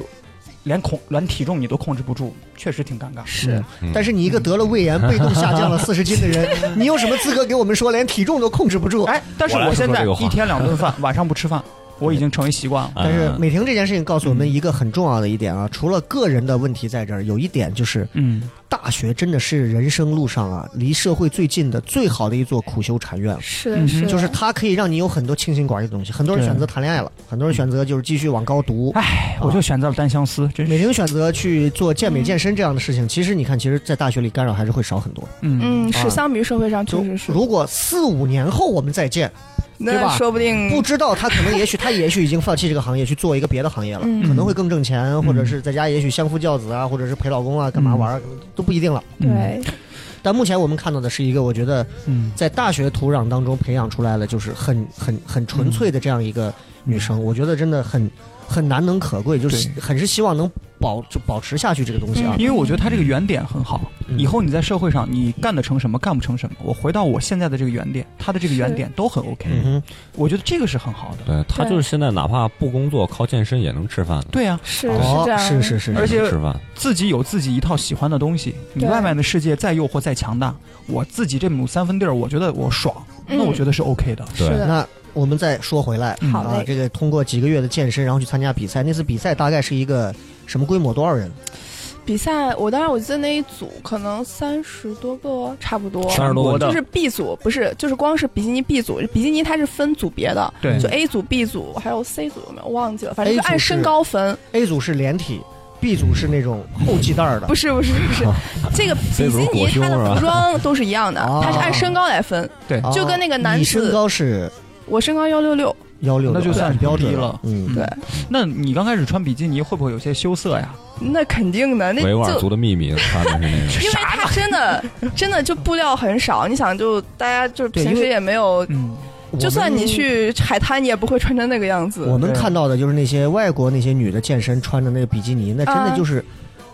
Speaker 4: 连控连体重你都控制不住，确实挺尴尬。
Speaker 5: 是
Speaker 3: 嗯
Speaker 2: 但是你一个得了胃炎、被动下降了四十斤的人，
Speaker 5: <laughs>
Speaker 2: 你有什么资格给我们说连体重都控制不
Speaker 5: 啊
Speaker 2: 住？
Speaker 4: 哎，但是
Speaker 3: 我来
Speaker 4: 我现
Speaker 3: 说
Speaker 4: 在
Speaker 3: 这个话
Speaker 4: 一天两顿 <laughs> 饭，晚上不吃饭，我已经成为习惯了。
Speaker 2: 但是
Speaker 3: 嗯
Speaker 2: 美婷这件事情告诉我们一个很重要的一点啊，除了个人的问题在这儿，有一点就是
Speaker 4: 嗯，
Speaker 2: 大学真的是人生路上啊，离社会最近的最好的一座苦修禅院了。
Speaker 5: 是
Speaker 4: 嗯哼
Speaker 5: 的，是的，
Speaker 2: 就是它可以让你有很多清心寡欲的东西，很多人
Speaker 4: 对
Speaker 2: 选择谈恋爱了，很多人选择就是继续往高读，
Speaker 5: 嗯
Speaker 4: 哎，我就选择了单相思，真
Speaker 2: 美
Speaker 4: 是。
Speaker 2: 玲选择去做健美健身这样的事情，其实你看，其实，在大学里干扰还是会少很多。
Speaker 4: 嗯，
Speaker 5: 嗯，
Speaker 2: 啊
Speaker 5: 是相比于社会上确
Speaker 2: 就
Speaker 5: 实是，
Speaker 2: 如果四五年后我们再见，对
Speaker 5: 那
Speaker 2: 吧
Speaker 5: 说不定
Speaker 2: 不知道他可能也许他也许已经放弃这个行业，去做一个别的行业了，
Speaker 5: 嗯
Speaker 2: 可能会更挣钱，或者是在家也许相夫教子啊，或者是陪老公啊，干嘛玩儿
Speaker 5: 嗯
Speaker 2: 都不一定了。
Speaker 5: 对，
Speaker 2: 但目前我们看到的是一个，我觉得
Speaker 4: 嗯，
Speaker 2: 在大学土壤当中培养出来的，就是很很很纯粹的这样一个女
Speaker 4: 嗯
Speaker 2: 生，我觉得真的很很难能可贵，就是很是希望能保就保持下去这个东西啊。
Speaker 4: 因为我觉得他这个原点很好，
Speaker 2: 嗯
Speaker 4: 嗯以后你在社会上你干得成什么，干不成什么，我回到我现在的这个原点，他的这个原
Speaker 5: 是
Speaker 4: 点都很 OK，
Speaker 2: 嗯哼，
Speaker 4: 我觉得这个是很好的。
Speaker 3: 对他就是现在哪怕不工作，靠健身也能吃饭的，
Speaker 4: 对呀、
Speaker 5: 是
Speaker 2: 哦
Speaker 5: 这，样，
Speaker 2: 是是是，
Speaker 4: 而且
Speaker 3: 也能吃饭。
Speaker 4: 自己有自己一套喜欢的东西，你
Speaker 5: 对
Speaker 4: 外面的世界再诱惑再强大，我自己这亩三分地儿，我觉得我爽，
Speaker 5: 嗯
Speaker 4: 那我觉得是 OK 的。
Speaker 5: 是
Speaker 3: 对，
Speaker 5: 的，
Speaker 2: 那我们再说回来，
Speaker 4: 嗯
Speaker 5: 好
Speaker 2: 啊
Speaker 5: 嘞，
Speaker 2: 这个通过几个月的健身，然后去参加比赛，那次比赛大概是一个什么规模？多少人？
Speaker 5: 比赛，我当时我记得那一组可能三十多个，差不多。
Speaker 3: 三十多
Speaker 4: 的
Speaker 5: 就是 B 组，不是，就是光是比基尼 B 组，比基尼它是分组别的，
Speaker 4: 对
Speaker 5: 就 A 组、B 组，还有 C 组有没有忘记了？反
Speaker 2: A
Speaker 5: 正就
Speaker 2: 组
Speaker 5: 按
Speaker 2: 是啊
Speaker 5: 身高分，
Speaker 2: A 组是连体，B 组是那种后系带儿的
Speaker 5: 不。是不是不是，这个比
Speaker 3: C 组
Speaker 5: 基尼
Speaker 3: 裹胸
Speaker 5: 它
Speaker 3: 是吧
Speaker 5: 的服装都是一样的
Speaker 2: 哦，
Speaker 5: 它是按身高来分，
Speaker 4: 对
Speaker 2: 啊
Speaker 5: 就跟那个男
Speaker 2: 你
Speaker 5: 子
Speaker 2: 身高是
Speaker 5: 我身高幺六六，
Speaker 2: 幺六
Speaker 4: 那就算是
Speaker 2: 标准
Speaker 4: 低了
Speaker 2: 嗯，
Speaker 5: 对，
Speaker 4: 那你刚开始穿比基尼会不会有些羞涩呀？
Speaker 5: 那肯定的，那
Speaker 3: 维吾尔
Speaker 5: 就
Speaker 3: 族的秘密，穿的是那个。 <laughs>
Speaker 5: 因为它真的真的就布料很少，你想就大家就是
Speaker 2: 对
Speaker 5: 平
Speaker 2: 因
Speaker 5: 时
Speaker 2: 为
Speaker 5: 也没有，
Speaker 4: 嗯，
Speaker 5: 就算你
Speaker 2: 我们。
Speaker 5: 去海滩，你也不会穿成那个样子。
Speaker 2: 我们
Speaker 4: 对
Speaker 2: 看到的就是那些外国那些女的健身穿着那个比基尼，那真的
Speaker 5: 啊
Speaker 2: 就是，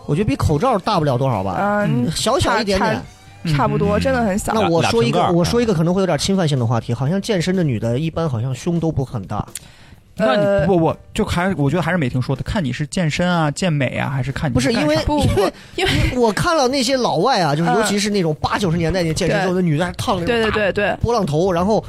Speaker 2: 我觉得比口罩大不了多少吧，
Speaker 5: 嗯，
Speaker 2: 小小一点
Speaker 5: 差
Speaker 2: 点
Speaker 5: 差。差不多，真的很小。
Speaker 2: 那我
Speaker 3: 俩
Speaker 2: 说一个
Speaker 3: 俩瓶盖，儿啊
Speaker 2: 我说一个可能会有点侵犯性的话题，好像健身的女的，一般好像胸都不很大。
Speaker 4: 那你
Speaker 5: 呃
Speaker 4: 不不就还是我觉得还是美婷说的，看你是健身啊、健美啊，还是看你
Speaker 2: 不是
Speaker 4: 干
Speaker 2: 因为
Speaker 4: 啥
Speaker 5: 不
Speaker 2: 因为
Speaker 5: 因为
Speaker 2: <laughs> 我看了那些老外啊，就是
Speaker 5: 嗯
Speaker 2: 尤其是那种八九十年代那健身时候的女的，还烫了那
Speaker 5: 对
Speaker 2: 种
Speaker 5: 对
Speaker 2: 大
Speaker 5: 对对，
Speaker 2: 波浪头，然后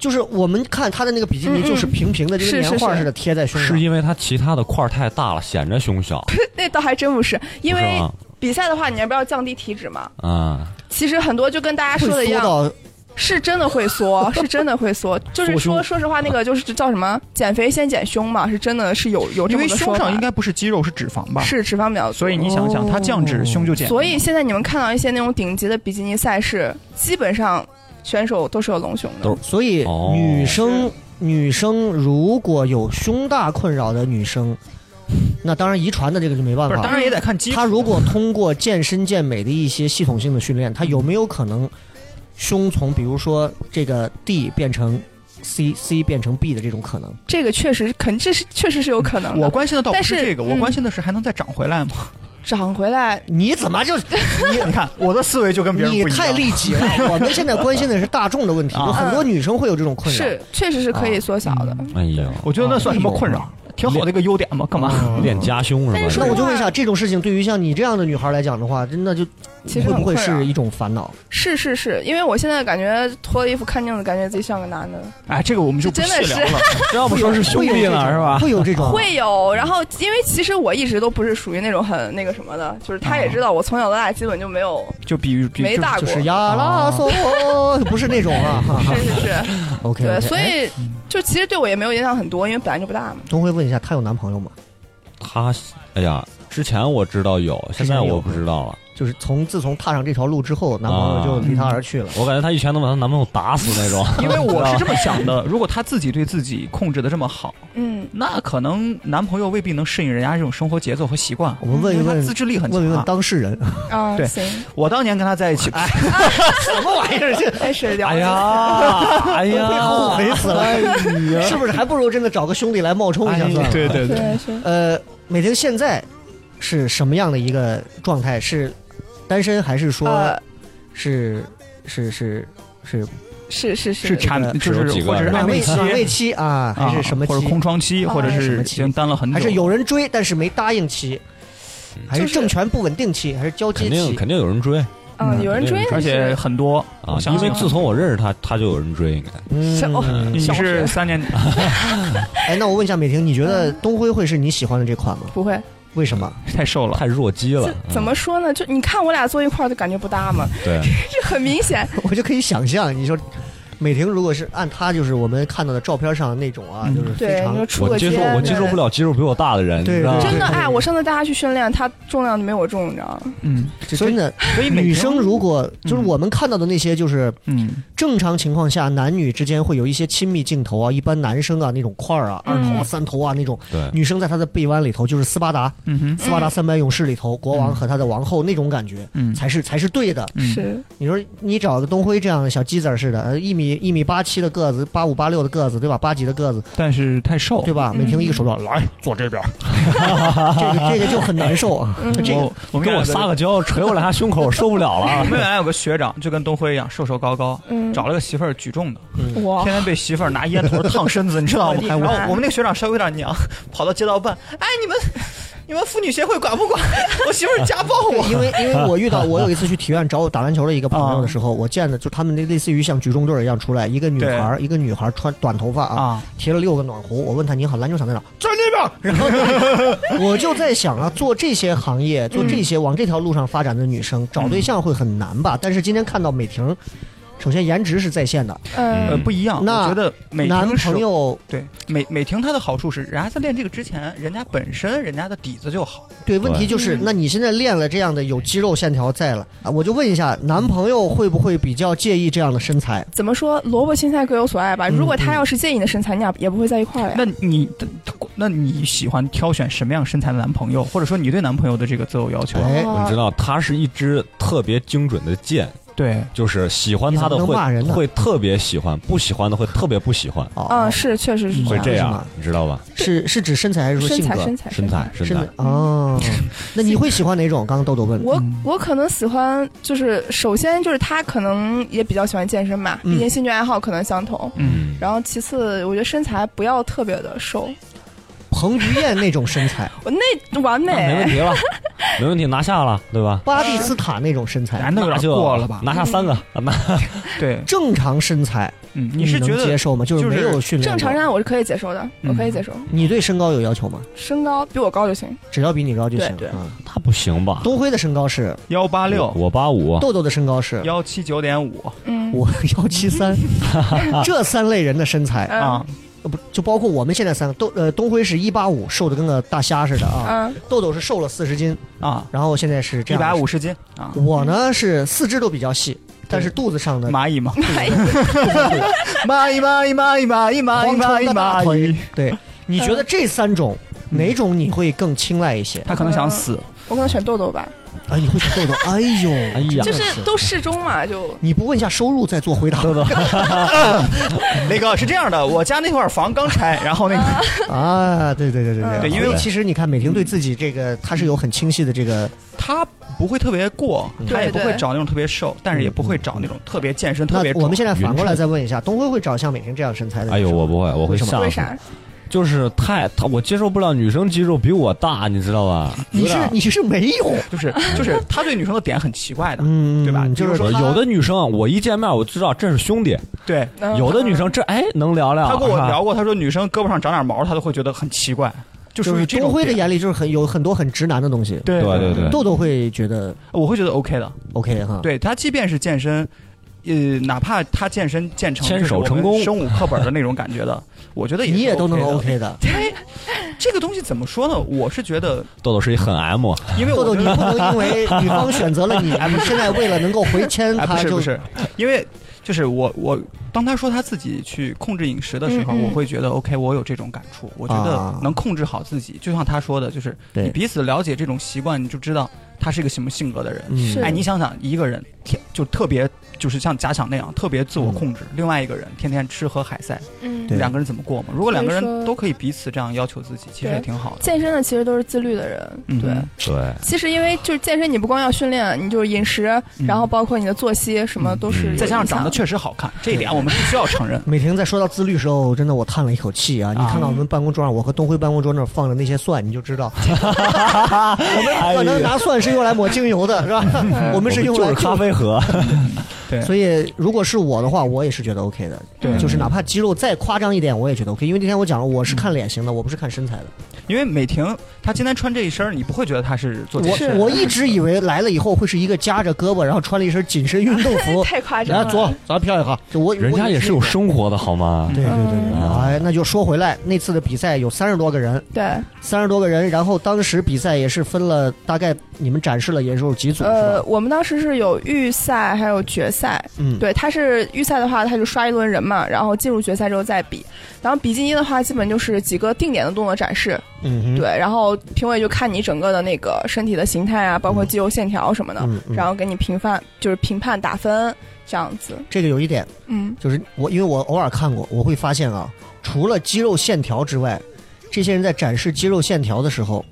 Speaker 2: 就是我们看她的那个比基尼，
Speaker 5: 嗯嗯
Speaker 2: 就是平平的，这个
Speaker 5: 是是
Speaker 2: 棉花
Speaker 5: 是
Speaker 2: 似的贴在胸
Speaker 3: 是
Speaker 2: 上。
Speaker 3: 因为它其他的块儿太大了，显着胸小，
Speaker 5: 那倒还真不是，因
Speaker 3: 不
Speaker 5: 为
Speaker 3: 是吗
Speaker 5: 比赛的话，你要不要降低体脂嘛？
Speaker 3: 啊，
Speaker 5: 其实很多就跟大家
Speaker 2: 会
Speaker 5: 说的一
Speaker 2: 缩
Speaker 5: 样，
Speaker 2: 到
Speaker 5: 是真的会缩，是真的会缩。就是
Speaker 3: 缩胸
Speaker 5: 说，说实话，那个就是叫什么“减肥先减胸”嘛，是真的是有有这
Speaker 4: 因
Speaker 5: 么
Speaker 4: 为
Speaker 5: 个
Speaker 4: 胸
Speaker 5: 说
Speaker 4: 上
Speaker 5: 法
Speaker 4: 应。该不是肌肉是脂肪吧？，
Speaker 5: 是脂肪比较多，
Speaker 4: 所以你想想，它降脂胸就减。
Speaker 5: 所以现在你们看到一些那种顶级的比基尼赛事，基本上选手都是有隆胸的
Speaker 3: 都。
Speaker 2: 所以
Speaker 3: 哦
Speaker 2: 女生、女生如果有胸大困扰的女生，那当然遗传的这个就没办
Speaker 4: 不是，当
Speaker 2: 法。
Speaker 4: 然也得看肌。
Speaker 2: 她如果通过健身健美的一些系统性的训练，她有没有可能胸从比如说这个 D 变成 C，C 变成 B 的这种可能？
Speaker 5: 这个确实肯，这是确实是有可能
Speaker 4: 啊我
Speaker 5: 的。
Speaker 4: 关心的倒不
Speaker 5: 但是
Speaker 4: 这个，我
Speaker 5: 嗯
Speaker 4: 关心的是还能再长回来吗？
Speaker 5: 长回来，
Speaker 2: 你怎
Speaker 3: <laughs>
Speaker 2: 么就
Speaker 5: <laughs>
Speaker 4: 你看我的思维就跟别人
Speaker 2: 你
Speaker 4: 不一样。
Speaker 2: 太利己了？我们现在关心的是大众的问题，
Speaker 4: 啊
Speaker 2: 有很多女生会有这种困扰。
Speaker 5: <laughs> 是确实是可以缩小的。
Speaker 3: 哎呦，
Speaker 4: 我觉得那算什么困扰？挺好的一个优点嘛，干嘛？
Speaker 3: 练夹胸
Speaker 5: 但
Speaker 3: 是
Speaker 5: 是
Speaker 3: 吧
Speaker 2: 那
Speaker 5: 说？
Speaker 2: 我就问一下，这种事情对于像你这样的女孩来讲的话，真的就
Speaker 5: 其实
Speaker 2: 会
Speaker 5: 很
Speaker 2: 不会
Speaker 5: 困
Speaker 2: 是
Speaker 5: 扰
Speaker 2: 一种烦恼？
Speaker 5: 是是是，因为我现在感觉脱了衣服看镜子，感觉自己像个男的。
Speaker 4: 哎，这个我们就不
Speaker 5: 真的
Speaker 4: 细
Speaker 5: 是
Speaker 4: 聊了。
Speaker 3: 要不说是兄弟了是吧？
Speaker 2: 会有这种
Speaker 5: 会有，然后因为其实我一直都不是属于那种很那个什么的，就是他也知道我从小到大基本就没有，
Speaker 4: 就比喻比
Speaker 5: 没
Speaker 4: 就
Speaker 5: 大
Speaker 2: 就
Speaker 5: 过
Speaker 2: 是呀啦嗦， <laughs> 不是那种啊。哈哈哎
Speaker 5: 是是是，
Speaker 2: OK，
Speaker 5: 对，所以就其实对我也没有影响很多，因为本来就不大嘛。
Speaker 2: 东辉问一下，她有男朋友吗？
Speaker 3: 他，哎呀，之前我知道有，现在我不知道了。
Speaker 2: 就是从自从踏上这条路之后，男朋友就离她而去了。
Speaker 3: 我感觉她一拳能把她男朋友打死那种。
Speaker 4: 因为我
Speaker 5: <laughs>
Speaker 4: 是这么想的，如果她自己对自己控制的这么好，
Speaker 5: 嗯，
Speaker 4: 那可能男朋友未必能适应人家这种生活节奏和习惯。
Speaker 2: 我们问一
Speaker 4: 因为她
Speaker 2: 问
Speaker 4: 自，制力很强
Speaker 2: 问一
Speaker 4: 啊。
Speaker 2: 问当事人，
Speaker 5: 啊，
Speaker 4: 对
Speaker 5: 行，
Speaker 4: <laughs> 我当年跟他在一起，
Speaker 2: 什么玩意儿？这
Speaker 5: 开 <laughs> 始聊。
Speaker 3: 哎呀，哎
Speaker 2: <laughs> 会后
Speaker 3: 呀，
Speaker 2: 悔死了， <laughs> 是不是？还不如真的找个兄弟来冒充一下算了。
Speaker 4: 对对
Speaker 5: 对，
Speaker 4: 对，
Speaker 5: 是
Speaker 2: 呃，美婷现在是什么样的一个状态？是单身还是说
Speaker 5: 呃，
Speaker 2: 是是是是
Speaker 5: 是是是
Speaker 4: 是产
Speaker 2: 这个
Speaker 4: 就是
Speaker 3: 是有几个
Speaker 4: 或者是
Speaker 3: 人
Speaker 4: 暧
Speaker 2: 软
Speaker 4: 昧
Speaker 2: 位
Speaker 4: 期，
Speaker 2: 软位期啊，
Speaker 4: 啊
Speaker 2: 还是什么期？
Speaker 4: 或者空窗期，
Speaker 5: 啊
Speaker 4: 或者
Speaker 2: 还是什
Speaker 4: 是
Speaker 2: 么
Speaker 4: 已
Speaker 2: 期
Speaker 4: 经单了很久，
Speaker 2: 还是有人追，但是没答应期，还是
Speaker 5: 就是
Speaker 2: 政权不稳定期，还是交接
Speaker 3: 肯定
Speaker 2: 期？
Speaker 3: 肯定有人追
Speaker 5: 嗯，有人追
Speaker 3: 嗯，
Speaker 4: 而且很多
Speaker 3: 啊
Speaker 4: 我！想
Speaker 3: 因为
Speaker 4: 想
Speaker 3: 自从我认识他，他就有人追，应该
Speaker 5: 是哦
Speaker 2: 嗯
Speaker 4: 你，
Speaker 5: 小
Speaker 4: 是
Speaker 5: 学
Speaker 4: 三年，啊
Speaker 2: 哎，那我问一下美婷，你觉
Speaker 4: 嗯
Speaker 2: 得东辉会是你喜欢的这款吗？
Speaker 5: 不会。
Speaker 2: 为什么？ <laughs>
Speaker 4: 太瘦了，
Speaker 3: 太弱鸡了
Speaker 5: 这。怎么说呢？就你看我俩坐一块儿就感觉不搭嘛，
Speaker 3: 嗯对？
Speaker 5: 这很明显。
Speaker 2: 我就可以想象，你说美婷如果是按她就是我们看到的照片上那种啊，
Speaker 4: 嗯
Speaker 2: 就是非
Speaker 5: 对，你
Speaker 2: 常
Speaker 5: 说出
Speaker 3: 我
Speaker 5: 个
Speaker 3: 接
Speaker 5: 街，
Speaker 3: 受我接受不了肌肉比我大的人，你
Speaker 2: 对
Speaker 3: 知道吗？
Speaker 5: 真的
Speaker 2: 对
Speaker 5: 哎，我上次带他去训练，他重量没我重，你知道吗？
Speaker 4: 嗯，
Speaker 2: 就真的
Speaker 4: 所以每
Speaker 2: 女
Speaker 4: 天
Speaker 2: 生如果就是我们看到的那些，就是
Speaker 4: 嗯
Speaker 2: 正常情况下男女之间会有一些亲密镜头啊，一般男生啊那种块儿啊、二头啊、
Speaker 5: 嗯
Speaker 2: 三头啊那种，
Speaker 3: 对
Speaker 2: 女生在她的臂弯里头，就是斯巴达
Speaker 4: 嗯哼
Speaker 2: 斯巴达三百勇士里头，国王和他的王后那种感觉。
Speaker 4: 嗯
Speaker 2: 才是才是对的。
Speaker 4: 嗯
Speaker 5: 是，
Speaker 2: 你说你找个东辉这样的小鸡子儿似的，呃一米一米八七的个子，八五八六的个子，对吧？八几的个子，
Speaker 4: 但是太瘦，
Speaker 2: 对吧？每听一个手掌，来坐这边儿，这个这
Speaker 4: <laughs>
Speaker 2: 个就很难受啊。这个
Speaker 4: 我我们
Speaker 3: 给
Speaker 4: 原来
Speaker 3: 我
Speaker 4: 有
Speaker 3: 撒个娇，捶我两下胸口，我受不了 <laughs> 了
Speaker 4: 我
Speaker 3: 啊。
Speaker 4: 们原来有个学长，就跟东辉一样，瘦瘦高高，
Speaker 5: 嗯
Speaker 4: 找了个媳妇儿举重的，
Speaker 5: 哇
Speaker 4: 天，天被媳妇儿拿烟头烫身子，你知道 <laughs> 吗？然后哦哎我们那个学长稍微有点娘，跑到街道办，哎，你们你们妇女协会管不 <laughs> 管？我媳妇儿家暴
Speaker 2: 对，
Speaker 4: 我。啊
Speaker 2: 因为因为我遇到我有一次去体院找我打篮球的一个朋友的时候，我见的就他们那类似于像举重队儿一样出来，一个女孩儿，一个女孩儿穿短头发啊，
Speaker 4: 啊，
Speaker 2: 贴了六个暖壶。我问她你好，篮球场在哪？在那边儿。然
Speaker 4: <laughs>
Speaker 2: 后我就在想啊，做这些行
Speaker 4: 嗯
Speaker 2: 业，做这些往这条路上发展的女生，找对象会很难吧？但是今天看到美婷。首先颜值是在线的，
Speaker 5: 嗯
Speaker 4: <laughs> 呃，不一样。
Speaker 2: 那
Speaker 4: 我觉得美
Speaker 2: 男
Speaker 4: 婷是
Speaker 2: 朋友
Speaker 4: 对美美婷她的好处是，人家在练这个之前，人家本身人家的底子就好，
Speaker 2: 对，问题
Speaker 3: 对
Speaker 5: 嗯
Speaker 2: 就是，那你现在练了这样的有肌肉线条在了啊，我就问一下，男朋友会不会比较介意这样的身材？
Speaker 5: 怎么说，萝卜青菜各有所爱吧。
Speaker 2: 嗯
Speaker 5: 如果他要是介意你的身材，你俩也不会在一块儿
Speaker 2: 哎
Speaker 5: 了呀。
Speaker 4: 那你的那你喜欢挑选什么样身材的男朋友，或者说你对男朋友的这个择偶要求？
Speaker 2: 哎，
Speaker 5: 哦
Speaker 3: 你知道，它是一支特别精准的箭，
Speaker 4: 对，
Speaker 3: 就是喜欢他的
Speaker 2: 你怎么能骂人
Speaker 3: 会
Speaker 2: 呢
Speaker 3: 会特别喜欢，不喜欢的会特别不喜欢，
Speaker 2: 哦
Speaker 5: 嗯，是确实是
Speaker 2: 嗯
Speaker 3: 会
Speaker 5: 这样。
Speaker 3: 这
Speaker 2: 是吗
Speaker 3: 样，你知道吧？
Speaker 2: 是是指身材还是说
Speaker 5: 身
Speaker 2: 性
Speaker 5: 材
Speaker 2: 格？
Speaker 5: 身材
Speaker 3: 身材，身
Speaker 2: 身
Speaker 3: 材
Speaker 2: 材，
Speaker 5: <laughs>
Speaker 2: 哦，那你会喜欢哪种？刚刚豆豆问，
Speaker 5: 我我可能喜欢，就是首先就是他可能也比较喜欢健身吧，
Speaker 2: 嗯
Speaker 5: 毕竟兴趣爱好可能相同。
Speaker 4: 嗯，
Speaker 5: 然后其次，我觉得身材不要特别的瘦，
Speaker 2: 彭于晏那种身
Speaker 5: <laughs>
Speaker 2: 材，
Speaker 5: 我那完
Speaker 3: 那啊没问
Speaker 5: 美。
Speaker 3: 题了，没问题，拿下了，对吧？
Speaker 2: 巴蒂斯哎塔那种身材，
Speaker 4: 男的有
Speaker 3: 那
Speaker 4: 点
Speaker 3: 就
Speaker 4: 过了吧？
Speaker 3: 拿下三个，啊那
Speaker 4: 对，
Speaker 2: 正常身材，
Speaker 4: 嗯，你是
Speaker 2: 能
Speaker 4: 觉
Speaker 2: 接
Speaker 4: 得
Speaker 2: 受吗？就是
Speaker 4: 就是
Speaker 2: 没有训练
Speaker 5: 正
Speaker 2: 过，
Speaker 5: 常身材我是可以接受的，
Speaker 4: 嗯
Speaker 5: 我可以接受，
Speaker 2: 你对身高有要求吗？
Speaker 5: 身高比我高就行。
Speaker 2: 只要比你高就行。
Speaker 5: 对对
Speaker 2: 嗯
Speaker 3: 他不行吧？
Speaker 2: 东辉的身高是，
Speaker 4: 幺八六、
Speaker 3: 我八五，
Speaker 2: 豆豆的身高是。
Speaker 4: 幺七九点五
Speaker 5: 嗯，
Speaker 2: 我 <laughs> 幺七三，这三类人的身材，
Speaker 5: 嗯
Speaker 4: 啊，
Speaker 2: 呃不就包括我们现在三个，东呃东辉是一八五，瘦的跟个大虾似的啊，
Speaker 5: 嗯，
Speaker 2: 豆豆是瘦了四十斤，
Speaker 4: 啊，
Speaker 2: 然后现在是这
Speaker 4: 一
Speaker 2: 样，
Speaker 4: 百五十斤啊，
Speaker 2: 我呢是四肢都比较细，但是肚子上的
Speaker 4: 蚂蚁嘛，
Speaker 5: 哎
Speaker 4: 蚂蚁蚂蚁蚂蚁蚂蚁蚂
Speaker 5: 啊
Speaker 4: 蚁
Speaker 2: 蝗
Speaker 4: 蚂
Speaker 2: 虫
Speaker 4: 蚁
Speaker 2: 的大
Speaker 4: 蚂
Speaker 2: 腿
Speaker 4: 蚁，。
Speaker 5: <laughs>
Speaker 2: 对，你觉得这三种
Speaker 4: 嗯
Speaker 2: 哪种你会更青睐一些？
Speaker 4: 他可能想死，
Speaker 5: <laughs> 我可能选豆豆吧，
Speaker 2: 啊，你会选豆豆？
Speaker 3: <laughs>
Speaker 2: 哎呦，
Speaker 3: 哎呀
Speaker 5: 就
Speaker 2: 真的
Speaker 5: 是都适中嘛，就
Speaker 2: 你不问一下收入再做
Speaker 3: <laughs>
Speaker 2: 回答
Speaker 3: 豆豆，
Speaker 4: 那个是这样的，我家那块房刚拆，然后那个
Speaker 2: 啊？对对对
Speaker 5: 嗯
Speaker 2: 对
Speaker 4: 对因为
Speaker 2: 所以其实你看，美婷对自己这个，她是有很清晰的这个，
Speaker 4: 他不会特别过，他也不
Speaker 5: 对
Speaker 4: 会
Speaker 5: 对
Speaker 4: 找那种特别瘦，但是也不会找那种特别健身、特别
Speaker 2: 那
Speaker 4: 壮。
Speaker 2: 我们现在反过来再问一下，东辉会找像美婷这样身材的？
Speaker 3: 哎呦，我，不会，我会吓
Speaker 5: 为
Speaker 3: 死，
Speaker 5: 啥？
Speaker 3: 就是太他，我接受不了女生肌肉比我大，你知道吧？
Speaker 2: 你是
Speaker 3: 有点
Speaker 2: 你是没有，
Speaker 4: 就是就是他对女生的点很奇怪的，
Speaker 2: 嗯，
Speaker 4: 对吧
Speaker 2: 就
Speaker 4: 比
Speaker 2: 是
Speaker 4: 如说他
Speaker 3: 有的女生，我一见面我知道这是兄弟；
Speaker 4: 对。
Speaker 5: 嗯
Speaker 3: 有的女生这哎能聊啊聊，
Speaker 4: 他跟我
Speaker 3: 是吧
Speaker 4: 聊过，他说女生胳膊上长点毛，他都会觉得很奇怪，就
Speaker 2: 就
Speaker 4: 属于
Speaker 2: 是
Speaker 4: 这
Speaker 2: 东
Speaker 4: 种
Speaker 2: 辉的
Speaker 4: 点。
Speaker 2: 眼里就是很有很多很直男的东西，
Speaker 4: 对
Speaker 3: 对对对
Speaker 2: 豆豆会觉得
Speaker 4: 我会觉得 OK 的。
Speaker 2: OK 哈，
Speaker 4: 对他，即便是健身，呃，哪怕他健身健成
Speaker 3: 牵
Speaker 4: 就是
Speaker 3: 手
Speaker 4: 我们
Speaker 3: 成功
Speaker 4: 生物课本的那种感觉的，
Speaker 2: <laughs>
Speaker 4: 我觉得也
Speaker 2: 你也
Speaker 4: 也
Speaker 2: 都能
Speaker 4: OK 的。哎
Speaker 2: OK 的。
Speaker 4: 这个东西怎么说呢？我是觉得，
Speaker 3: 豆豆是一很 M，
Speaker 4: 因为
Speaker 2: 豆
Speaker 4: 我
Speaker 2: 豆，
Speaker 4: 觉
Speaker 2: 你
Speaker 4: 得，
Speaker 2: 不
Speaker 4: <laughs>
Speaker 2: 能因为女方选择了你，你现在为了能够回迁
Speaker 4: 哎，不
Speaker 2: 他
Speaker 4: 是
Speaker 2: 就
Speaker 4: 不是，因为就是我我当他说他自己去控制饮食的时候，
Speaker 5: 嗯嗯
Speaker 4: 我会觉得 OK，我有这种感触，我觉
Speaker 2: 啊
Speaker 4: 得能控制好自己，就像他说的，就是
Speaker 2: 对
Speaker 4: 你彼此了解这种习惯，你就知道他是一个什么性格的人。
Speaker 2: 嗯
Speaker 5: 是
Speaker 4: 哎，你想想，一个人天就特别就是像假想那样特别自我控制，另外一个人天天吃喝海塞，
Speaker 5: 嗯
Speaker 2: 对。
Speaker 4: 两个人怎么过嘛？如果两个
Speaker 5: 所以
Speaker 4: 人
Speaker 5: 说
Speaker 4: 都可以彼此这样要求自己，其实也挺好的。
Speaker 5: 健身的其实都是自律的人，
Speaker 4: 嗯
Speaker 5: 对。
Speaker 3: 对，
Speaker 5: 其实因为就是健身，你不光要训练，你就是饮食，
Speaker 4: 嗯
Speaker 5: 然后包括你的作息什么都是有影响。
Speaker 4: 再加上长得确实好看，这一点我们必须要承
Speaker 5: <laughs>
Speaker 4: 认
Speaker 2: 美婷在说到自律时候，真的我叹了一口气啊！你
Speaker 4: 啊
Speaker 2: 看到我们办公桌上，我和东辉办公桌那儿放着那些蒜，你就知道，我们
Speaker 4: 哎
Speaker 2: 可能拿蒜是用来抹精油的，是吧？
Speaker 4: 嗯
Speaker 2: 我们是用
Speaker 3: 哎就
Speaker 2: 来
Speaker 3: 是咖啡盒，哎
Speaker 4: 对
Speaker 2: 所以，如果是我的话，我也是觉得 OK 的。
Speaker 4: 对
Speaker 2: 就是哪怕肌肉再夸张一点，我也觉得 OK。因为那天我讲了，我是看脸型的，我不是看身材的。
Speaker 4: 因为美婷她今天穿这一身儿，你不会觉得她是做健身
Speaker 2: 我我一直以为来了以后会是一个夹着胳膊，然后穿了一身紧身运动
Speaker 5: <laughs>
Speaker 2: 服，
Speaker 5: 哎太夸张
Speaker 2: 来
Speaker 5: 了。
Speaker 2: 左， <laughs> 咱飘一下。就我
Speaker 3: 人家也是有。生活的好吗
Speaker 2: 我？对对对对，
Speaker 3: 嗯
Speaker 2: 哎，那就说回来，那次的比赛有三十多个人，
Speaker 5: 对，
Speaker 2: 三十多个人，然后当时比赛也是分了，大概你们展示了也就是几组，是
Speaker 5: 呃，
Speaker 2: 吧？
Speaker 5: 我们当时是有预赛还有决赛。
Speaker 2: 嗯，
Speaker 5: 对，他是预赛的话，他就刷一轮人嘛，然后进入决赛之后再比。然后比基尼的话，基本就是几个定点的动作展示，
Speaker 2: 嗯哼，
Speaker 5: 对，然后评委就看你整个的那个身体的形态啊，包括
Speaker 2: 嗯
Speaker 5: 肌肉线条什么的，
Speaker 2: 嗯，嗯
Speaker 5: 然后给你评判，就是评判打分这样子。
Speaker 2: 这个有一点
Speaker 5: 嗯，
Speaker 2: 就是我，因为我偶尔看过，我会发现啊，除了肌肉线条之外，这些人在展示肌肉线条的时候，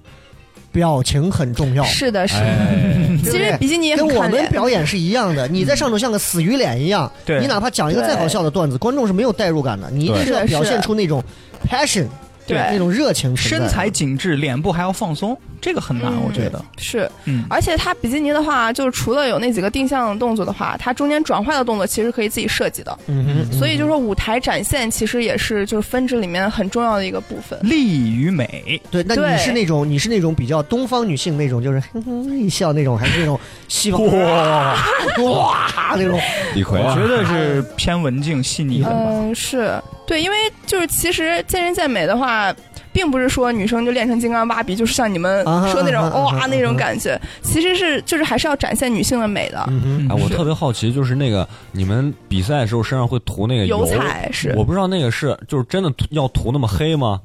Speaker 2: 表情很重要，
Speaker 5: 是的，是的。
Speaker 3: 哎，
Speaker 5: 其
Speaker 2: 对
Speaker 5: 实
Speaker 2: 不对
Speaker 5: 比基尼也
Speaker 2: 跟
Speaker 5: 很
Speaker 2: 我
Speaker 5: 看
Speaker 2: 们
Speaker 5: 脸，嗯
Speaker 2: 表演是一样的。你在上头像个死鱼脸一样，
Speaker 4: 对
Speaker 2: 你哪怕讲一个再好笑的段子，观众是没有代入感的。你一定
Speaker 5: 对
Speaker 2: 是要
Speaker 5: 是
Speaker 2: 表现出那种 passion，
Speaker 5: 对
Speaker 2: 那种热情存在
Speaker 4: 身材紧致，脸部还要放松，这个很难，
Speaker 5: 嗯
Speaker 4: 我觉得。
Speaker 5: 是，
Speaker 4: 嗯，
Speaker 5: 而且它比基尼的话，就是除了有那几个定向动作的话，它中间转换的动作其实可以自己设计的。
Speaker 2: 嗯哼，
Speaker 5: 所以就是说，舞台展现其实也是就是分支里面很重要的一个部分。
Speaker 4: 力与美，
Speaker 2: 对，那
Speaker 5: 对
Speaker 2: 你是那种你是那种比较东方女性那种，就是 <laughs> 哼哼一笑那种，还是那种西方哇哇那种？
Speaker 3: 哎李逵
Speaker 4: 我
Speaker 3: 啊，
Speaker 4: 觉得是偏文静细腻的吧。
Speaker 5: 嗯，是对，因为就是其实健身健美的话，并不是说女生就练成金刚芭比，就是像你们
Speaker 2: 啊哈
Speaker 5: 说那种
Speaker 2: 啊哈啊
Speaker 5: 哇
Speaker 2: 哈
Speaker 5: 那种感觉，其实是就是还是要展现女性的美的。
Speaker 2: 嗯哼，
Speaker 3: 哎，我特别好奇，就是那个你们比赛的时候身上会涂那个
Speaker 5: 油彩是
Speaker 3: 我不知道那个是就是真的涂要涂那么黑吗？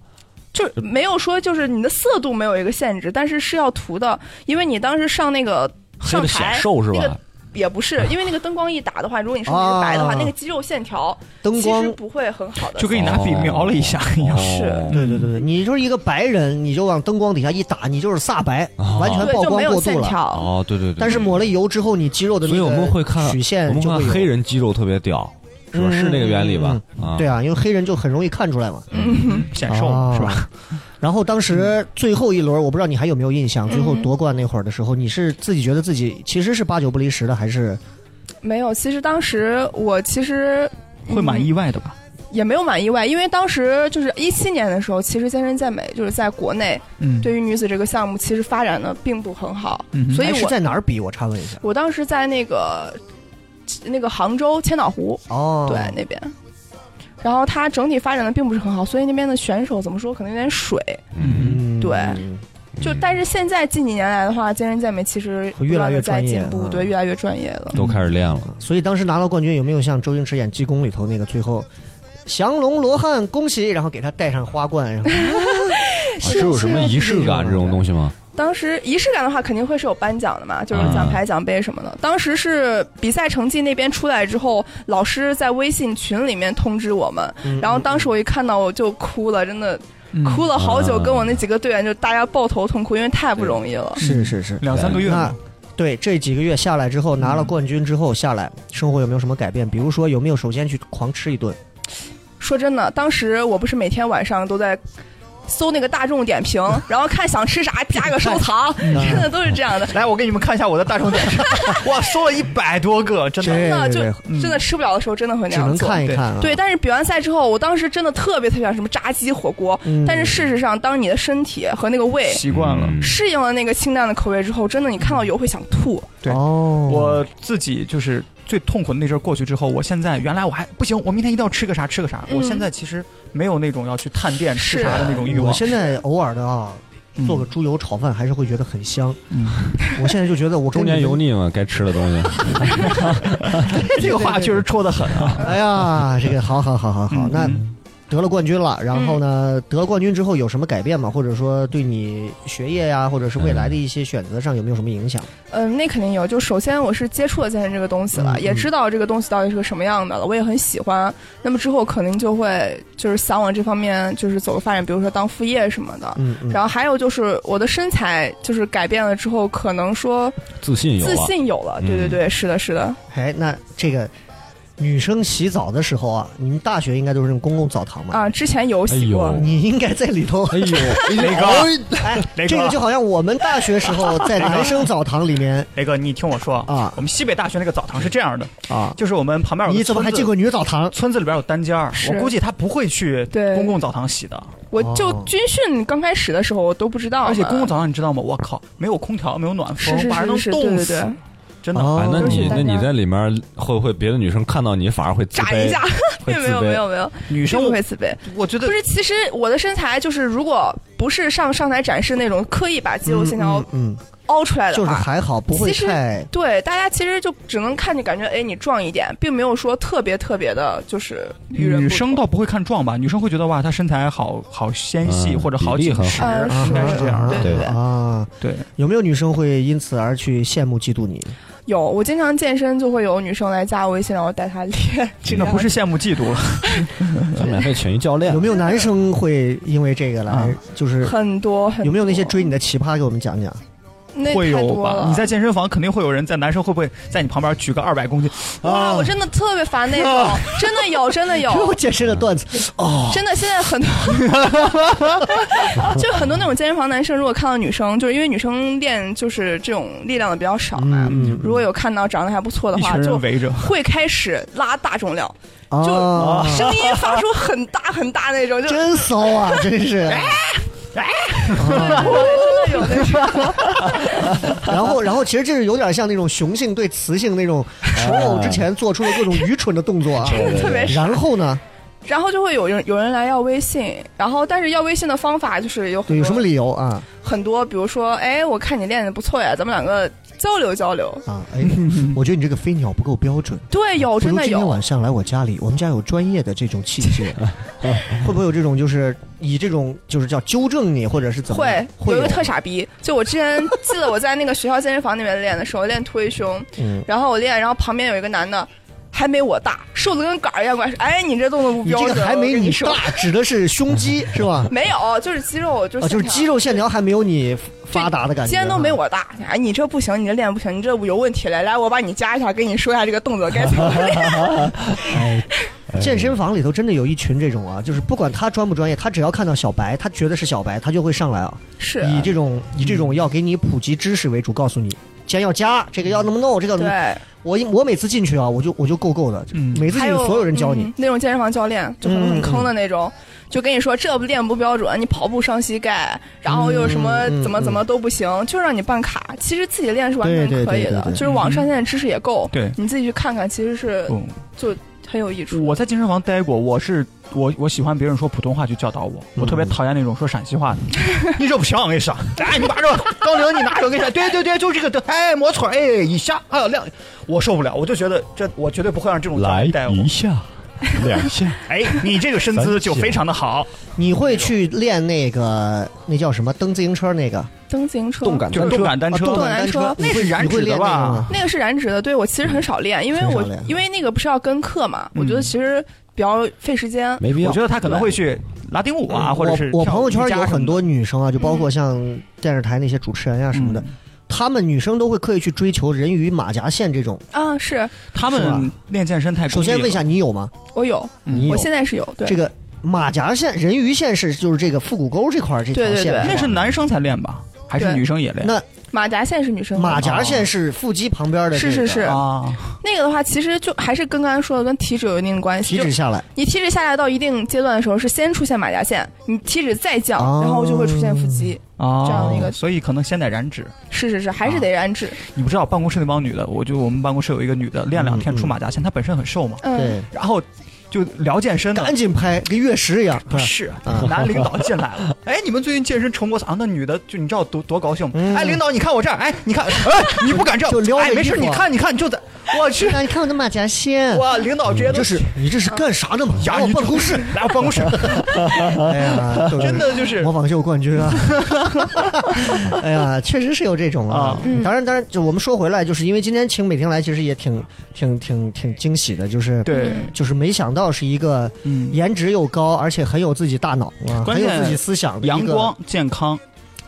Speaker 5: 就是没有说就是你的色度没有一个限制，但是是要涂的，因为你当时上那个
Speaker 3: 黑
Speaker 5: 上
Speaker 3: 的显
Speaker 5: 台
Speaker 3: 瘦是吧？
Speaker 5: 那个也不是，因为那个灯光一打的话，如果你身体是白的话，
Speaker 2: 啊
Speaker 5: 那个肌肉线条
Speaker 2: 灯
Speaker 5: 其
Speaker 2: 光
Speaker 5: 实不会很好的。
Speaker 4: 就跟你拿笔描了一下一样。
Speaker 5: 是
Speaker 3: 哦
Speaker 2: 对对对对，你就是一个白人，你就往灯光底下一打，你就是煞白，
Speaker 3: 哦
Speaker 2: 完全
Speaker 5: 对
Speaker 2: 曝
Speaker 5: 就
Speaker 2: 光
Speaker 5: 没有
Speaker 2: 过度
Speaker 5: 线
Speaker 2: 了。
Speaker 5: 条。
Speaker 3: 哦，对对对。
Speaker 2: 但是抹了油之后，你肌肉的那
Speaker 3: 所
Speaker 2: 个
Speaker 3: 以我们会看
Speaker 2: 曲
Speaker 3: 我
Speaker 2: 线
Speaker 3: 们
Speaker 2: 就
Speaker 3: 看
Speaker 2: 会有
Speaker 3: 黑。人肌肉特别屌，是吧？
Speaker 2: 嗯
Speaker 3: 是那个原理吧？啊，
Speaker 2: 对，啊，因为黑人就很容易看出来嘛，
Speaker 5: 嗯，
Speaker 4: 显瘦嘛
Speaker 2: 哦
Speaker 4: 是吧？
Speaker 2: <laughs> 然后当时最后一轮，我不知道你还有没有印象，最后
Speaker 5: 嗯
Speaker 2: 夺冠那会儿的时候，你是自己觉得自己其实是八九不离十的，还是
Speaker 5: 没有。其实当时我其实嗯
Speaker 4: 会蛮意外的吧？
Speaker 5: 也没有蛮意外，因为当时就是一七年的时候，其实健身健美就是在国内
Speaker 4: 嗯，
Speaker 5: 对于女子这个项目其实发展的并不很好，
Speaker 4: 嗯哼
Speaker 5: 所以
Speaker 2: 哎是
Speaker 5: 我
Speaker 2: 在哪儿比？我插问一下。
Speaker 5: 我当时在那个那个杭州千岛湖
Speaker 2: 哦，
Speaker 5: 对那边，然后它整体发展的并不是很好，所以那边的选手怎么说可能有点水，
Speaker 3: 嗯，
Speaker 2: 嗯，
Speaker 5: 对就但
Speaker 3: 是
Speaker 5: 是现在近几年来的话，健身健美其实
Speaker 2: 会越来越
Speaker 5: 不断地在进
Speaker 2: 专业
Speaker 5: 步，
Speaker 2: 嗯
Speaker 5: 对，越来越专业了。
Speaker 3: 都开始练了，
Speaker 2: 所以当时拿到冠军，有没有像周星驰演《济公》里头那个最后降龙罗汉恭喜，然后给他戴上花冠，然后
Speaker 3: 啊这有什么仪式感这种东西吗？
Speaker 5: 当时仪式感的话，肯定会是有颁奖的嘛，就是
Speaker 2: 嗯
Speaker 5: 奖牌、奖杯什么的。当时是比赛成绩那边出来之后，老师在微信群里面通知我们，
Speaker 2: 嗯
Speaker 5: 然后当时我一看到我就哭了，真的
Speaker 4: 嗯
Speaker 5: 哭了好久，
Speaker 3: 啊
Speaker 5: 跟我那几个队员就大家抱头痛哭，因为太不容易了。
Speaker 2: 嗯是是是，
Speaker 4: 两三个月嗯
Speaker 2: 那
Speaker 4: 嘛，
Speaker 2: 对这几个月下来之后，拿了冠军之后下来，生活有没有什么改变？比如说有没有首先去狂吃一顿？
Speaker 5: 说真的，当时我不是每天晚上都在。搜那个大众
Speaker 2: <laughs>
Speaker 5: 点评，然后看想吃啥加个收藏，
Speaker 4: 嗯
Speaker 2: 啊嗯
Speaker 5: 真的都是这样的。
Speaker 4: 来，我给你们看一下我的大众点 <laughs> 评，哇，搜了一百多个，真的。
Speaker 5: 真的就
Speaker 2: 对
Speaker 4: 嗯
Speaker 5: 真的吃不了的时候，真的会那
Speaker 2: 只能
Speaker 5: 样做。
Speaker 2: 看一看啊。
Speaker 5: 对，但是比完赛之后，我当时真的特别特别想什么炸鸡火锅，
Speaker 2: 嗯
Speaker 5: 但是事实上，当你的身体和那个胃
Speaker 4: 习惯了。
Speaker 3: 嗯
Speaker 5: 适应了那个清淡的口味之后，真的你看到油会想吐。
Speaker 4: 对
Speaker 2: 哦，
Speaker 4: 我自己就是最痛苦的那阵儿过去之后，我现在原来我还不行，我明天一定要吃个啥吃个啥。
Speaker 5: 嗯
Speaker 4: 我现在其实没有那种要去探店吃
Speaker 5: 是
Speaker 4: 啥的那种欲望
Speaker 2: 我。现在偶尔的啊，
Speaker 4: 嗯
Speaker 2: 做个猪油炒饭还是会觉得很香。
Speaker 4: 嗯
Speaker 2: 我现在就觉得我跟
Speaker 3: 中
Speaker 2: 你
Speaker 3: 年
Speaker 2: 们
Speaker 3: 油，腻嘛，该吃的东西。
Speaker 4: 这个话确实戳得很 <laughs> 啊。
Speaker 2: 哎呀，这个好好好好好，那
Speaker 4: 嗯
Speaker 2: 得了冠军了，然后
Speaker 5: 嗯
Speaker 2: 呢，得了冠军之后有什么改变吗？或者说对你学业呀，或者是未来的
Speaker 4: 嗯
Speaker 2: 一些选择上有没有什么影响？
Speaker 5: 嗯，那肯定有。就首先我是接触了健身这个东西了，
Speaker 2: 嗯
Speaker 5: 也知道这个东西到底是个什么样的了，我也很喜欢。那么之后肯定就会就是想往这方面就是走个发展，比如说当副业什么的。
Speaker 2: 嗯嗯。
Speaker 5: 然后还有就是我的身材就是改变了之后，可能说
Speaker 3: 自信有啊
Speaker 5: 自
Speaker 3: 了，
Speaker 5: 信有了。对对
Speaker 3: 嗯
Speaker 5: 对，是的，是的。
Speaker 2: 哎，那这个女生洗澡的时候啊，你们大学应该都是那种公共澡堂嘛？
Speaker 5: 啊，之前有洗过。
Speaker 3: 哎呦
Speaker 2: 你应该在里头。 <laughs>
Speaker 3: 哎呦，
Speaker 4: 雷哥，
Speaker 2: 哎，
Speaker 4: 雷哥
Speaker 2: 这个就好像我们大学时候在男生澡堂里面
Speaker 4: 雷哥，你听我说
Speaker 2: 啊
Speaker 4: 我们西北大学那个澡堂是这样的，
Speaker 2: 啊，
Speaker 4: 就是我们旁边有个
Speaker 2: 你怎么还
Speaker 4: 村子
Speaker 2: 进过女澡堂？
Speaker 4: 村子里边有单间儿，
Speaker 5: 是
Speaker 4: 我估计他不会去
Speaker 5: 对
Speaker 4: 公共澡堂洗的。
Speaker 5: 我就
Speaker 2: 哦
Speaker 5: 军训刚开始的时候，我都不知道呢，
Speaker 4: 而且公共澡堂你知道吗？我靠，没有空调，没有暖
Speaker 5: 是
Speaker 4: 风，
Speaker 5: 是
Speaker 4: 把人
Speaker 5: 是
Speaker 4: 能
Speaker 5: 是，对
Speaker 4: 冻
Speaker 5: 对
Speaker 4: 死，
Speaker 5: 对，
Speaker 4: 真的。
Speaker 2: 哦
Speaker 3: 哎，那你
Speaker 5: 都
Speaker 3: 那
Speaker 5: 是
Speaker 3: 你
Speaker 5: 单间
Speaker 3: 在里面会不会别的女生看到你反而会自
Speaker 5: 炸一
Speaker 3: 卑？
Speaker 5: 下，
Speaker 3: 会
Speaker 5: 并
Speaker 3: 自
Speaker 5: 没有没
Speaker 3: 卑
Speaker 5: 有没有，
Speaker 4: 女
Speaker 5: 并
Speaker 4: 生
Speaker 5: 不
Speaker 4: 我
Speaker 5: 会自卑。
Speaker 4: 我觉得
Speaker 5: 不是，其实我的身材就是，如果不是上上台展示那种刻意把肌肉线条
Speaker 2: 嗯，
Speaker 5: 凹出啊来的
Speaker 2: 就是
Speaker 5: 话，
Speaker 2: 还好，不会
Speaker 5: 其实
Speaker 2: 太
Speaker 5: 对大家其实就只能看着感觉，哎，你壮一点，并没有说特别特别的，就是与人
Speaker 4: 女
Speaker 5: 不
Speaker 4: 生
Speaker 5: 同
Speaker 4: 倒不会看壮吧，女生会觉得哇，她身材好好纤细
Speaker 3: 嗯
Speaker 4: 或者好
Speaker 3: 比例
Speaker 4: 紧
Speaker 3: 很
Speaker 4: 实
Speaker 5: 好嗯，
Speaker 4: 应该
Speaker 5: 是
Speaker 4: 是这样
Speaker 5: 对
Speaker 4: 的。
Speaker 5: 对对
Speaker 2: 啊。
Speaker 4: 对，
Speaker 2: 有没有女生会因此而去羡慕嫉妒你？
Speaker 5: 有，我经常健身就会有女生来加我微信，让我带她练。
Speaker 4: 这个
Speaker 5: 样
Speaker 4: 不是羡慕嫉妒了，
Speaker 3: 咱免费请一教练
Speaker 2: 有，没有男生会因为这个来
Speaker 4: 啊
Speaker 2: 就是？
Speaker 5: <laughs> 很多很多
Speaker 2: 有没有那些追你的奇葩给我们讲讲？
Speaker 4: <laughs>
Speaker 5: 那
Speaker 4: 会
Speaker 5: 太
Speaker 4: 有
Speaker 5: 多
Speaker 4: 吧
Speaker 5: 了？
Speaker 4: 你在健身房肯定会有人在，男生会不会在你旁边举个二百公斤？啊
Speaker 5: 哇，我真的特别烦那种，
Speaker 4: <laughs>
Speaker 5: 真的有，真的
Speaker 2: 又
Speaker 5: 有，
Speaker 2: 健身的段子哦，
Speaker 5: 真的现在很多，就很多那种健身房男生，如果看到女生，就是因为女生练就是这种力量的比较少嘛，如果有看到长得还不错的
Speaker 4: 一
Speaker 5: 话，
Speaker 4: 群
Speaker 5: 就
Speaker 4: 人围着，
Speaker 5: 会开始拉大重量，就
Speaker 2: 啊
Speaker 5: 声音发出很大很大那种，就
Speaker 2: 真骚啊，真是。
Speaker 5: 哎对真的有那种。 <laughs>
Speaker 2: 然后，然后其实这是有点像那种雄性对雌性那种求偶之前做出的各种愚蠢的动作
Speaker 5: <laughs>
Speaker 2: 啊。
Speaker 5: 真的特别傻
Speaker 2: 然后呢，
Speaker 5: 然后就会有人有人来要微信，然后但是要微信的方法就是有很
Speaker 2: 对，
Speaker 5: 多
Speaker 2: 有什么理由啊？
Speaker 5: 很多，比如说，哎，我看你练的不错呀，咱们两个交流交流。
Speaker 2: 啊，
Speaker 5: <laughs>
Speaker 2: 哎，我觉得你这个飞鸟不够标准。
Speaker 5: 对，有
Speaker 2: 不
Speaker 5: 真
Speaker 2: 如
Speaker 5: 的
Speaker 2: 今天
Speaker 5: 有，
Speaker 2: 晚上来我家里，我们家有专业的这种器
Speaker 5: <laughs>
Speaker 2: 械，会不会有这种就是以这种就是叫纠正你，或者是怎么
Speaker 5: 会
Speaker 2: 会啊
Speaker 5: 有一个特傻逼，就我之前记得我在那个学校健身房里面练的时候练推胸，
Speaker 2: 嗯，
Speaker 5: 然后我练，然后旁边有一个男的。还没我大，瘦的跟杆儿一样，过来说：“哎，你这动作不
Speaker 2: 你
Speaker 5: 标
Speaker 2: 这
Speaker 5: 准。”
Speaker 2: 个还没
Speaker 5: 我跟
Speaker 2: 你
Speaker 5: 你说，
Speaker 2: 大，指的是胸
Speaker 5: <laughs>
Speaker 2: 肌是吧？
Speaker 5: 没有，就是肌肉，就
Speaker 2: 啊，就是
Speaker 5: 线条
Speaker 2: 肌肉线条还没有你发达的感觉，啊
Speaker 5: 肩都没。我大。哎，你这不行，你这练不行，你这有问题了。来，我把你加一下，跟你说一下这个动作该怎么
Speaker 2: <laughs>
Speaker 5: 练。
Speaker 4: 哎
Speaker 2: 健身房里头真的有一群这种啊，就是不管他专不专业，他只要看到小白，他觉得是小白，他就会上来啊，
Speaker 5: 是
Speaker 2: 以这种以这种要给你普及知识为主，告诉你。
Speaker 4: 嗯
Speaker 2: 肩要加这个要那么弄，这个
Speaker 5: 对，
Speaker 2: 我我每次进去啊，我就我就够够的，
Speaker 4: 嗯
Speaker 2: 每次进
Speaker 5: 还
Speaker 2: 去
Speaker 5: 有
Speaker 2: 所有人教你
Speaker 5: 嗯，那种健身房教练，就很
Speaker 2: 嗯
Speaker 5: 很坑的那种，就跟你说这不练不标准，你跑步伤膝盖，然后又什么
Speaker 2: 嗯嗯
Speaker 5: 怎么怎么都不行，就让你办卡。其实自己练是完全
Speaker 2: 对对对
Speaker 5: 可以的
Speaker 2: 对对，对嗯
Speaker 5: 就是网上现在知识也够，
Speaker 4: 对
Speaker 5: 你自己去看看，其实是
Speaker 4: 嗯，
Speaker 5: 就很有益处。
Speaker 4: 我在健身房待过，我是我我喜欢别人说普通话去教导我，我特别讨厌那种说陕西话的。嗯 <laughs> 你这不行，我跟你说，哎，你把这杠铃你拿着，我跟你说，对对对，就这个的，哎，没错，哎，一下，哎呀，两，我受不了，我就觉得这我绝对不会让这种教
Speaker 3: 来
Speaker 4: 练带我。
Speaker 3: 一下，两下，
Speaker 4: 哎，你这个身姿就非常的好，
Speaker 2: 你会去练那个那叫什么蹬自行车那个
Speaker 5: 蹬自行车，
Speaker 3: 动感
Speaker 4: 就是动感单
Speaker 2: 啊
Speaker 4: 车，
Speaker 2: 动
Speaker 5: 动
Speaker 2: 感
Speaker 5: 感
Speaker 2: 单
Speaker 5: 单车
Speaker 2: 车，你
Speaker 4: 那
Speaker 2: 会
Speaker 4: 是燃
Speaker 2: 你会
Speaker 4: 脂的
Speaker 2: 练那
Speaker 4: 吧
Speaker 2: 个吗？
Speaker 5: 那个是燃脂的，对我其实很少练，因为
Speaker 2: 嗯很少
Speaker 5: 我
Speaker 2: 练嗯
Speaker 5: 因为那个不是要跟课嘛，我觉得其实比较费时间。
Speaker 3: 没必要。
Speaker 4: 我觉得他可能会去拉丁舞啊，或者是
Speaker 2: 嗯我我
Speaker 4: 跳
Speaker 2: 朋友圈
Speaker 4: 瑜伽
Speaker 2: 有
Speaker 4: 什么
Speaker 2: 很
Speaker 4: 的嗯
Speaker 2: 多女生啊，就包括像电视台那些主持人呀、啊什么的，她们女生都会刻意去追求人鱼马甲线这种。
Speaker 5: 啊，是
Speaker 4: 他
Speaker 2: 是吧
Speaker 4: 们练健身太
Speaker 2: 首先
Speaker 4: 功利
Speaker 2: 问一下，
Speaker 4: 了，
Speaker 2: 你有吗？
Speaker 5: 我有，
Speaker 2: 你有
Speaker 5: 我现在是有，对
Speaker 2: 这，个马甲线、人鱼线是就是这个腹股沟这块儿这条
Speaker 5: 对对
Speaker 2: 线吧，
Speaker 5: 对
Speaker 4: 那是男生才练吧，还是
Speaker 5: 对
Speaker 4: 女生也练？
Speaker 2: 那
Speaker 5: 马甲线是女生的
Speaker 2: 马甲线是腹肌旁边的这
Speaker 5: 是
Speaker 2: 个，
Speaker 5: 是是
Speaker 4: 啊，
Speaker 5: 那个的话，其实就还是跟刚才说的，跟体脂有一定关系。
Speaker 2: 体
Speaker 5: 就
Speaker 2: 脂下来。
Speaker 5: 你体脂下来到一定阶段的时候，是先出现马甲线，你体脂再降，
Speaker 2: 哦
Speaker 5: 然后就会出现腹肌。
Speaker 4: 啊，
Speaker 5: 这样的一个
Speaker 4: 所以可能先得燃脂。
Speaker 5: 是是是，还是得燃
Speaker 2: 啊
Speaker 5: 脂。
Speaker 4: 你不知道办公室那帮女的，我就我们办公室有一个女的练两天
Speaker 2: 嗯嗯
Speaker 4: 出马甲线，她本身很瘦嘛，
Speaker 5: 嗯，
Speaker 2: 对，
Speaker 4: 然后就聊健身的
Speaker 2: 赶。紧拍，跟月食一样。
Speaker 4: 不是
Speaker 2: 啊，
Speaker 4: 男领导进来了。
Speaker 2: <laughs>
Speaker 4: 哎，你们最近健身成果啊咋样？那女的就你知道多多高兴吗
Speaker 2: 嗯？
Speaker 4: 哎，领导，你看我这儿，哎，你看， <laughs> 哎，你不敢这样，
Speaker 2: 就撩着
Speaker 4: 哎，没事，
Speaker 2: 衣服
Speaker 4: 你
Speaker 2: 啊
Speaker 4: 看，你看，你就在，
Speaker 2: <laughs>
Speaker 4: 我去，
Speaker 2: 啊，你看我的马甲线。
Speaker 4: 哇，领导直接
Speaker 2: 你
Speaker 4: 都
Speaker 2: 这是你这是干啥的嘛？
Speaker 4: 呀
Speaker 2: 来我
Speaker 4: 你
Speaker 2: 办公室。
Speaker 4: 来我办公室，
Speaker 2: 哎
Speaker 4: <laughs>
Speaker 2: 呀， <laughs> 都是
Speaker 4: 真的就是
Speaker 2: 模仿秀冠军啊！ <laughs> 哎呀，确实是有这种啊
Speaker 4: 啊。
Speaker 2: 当然，当然，就我们说回来，就是因为今天请美婷来，其实也挺挺挺挺惊喜的，就是
Speaker 4: 对，
Speaker 2: 就是没想到是一个
Speaker 4: 嗯，
Speaker 2: 颜值又高，而且很有自己大脑啊，
Speaker 4: 关
Speaker 2: 很有
Speaker 4: 键
Speaker 2: 自己思想的一个
Speaker 4: 阳光。健康，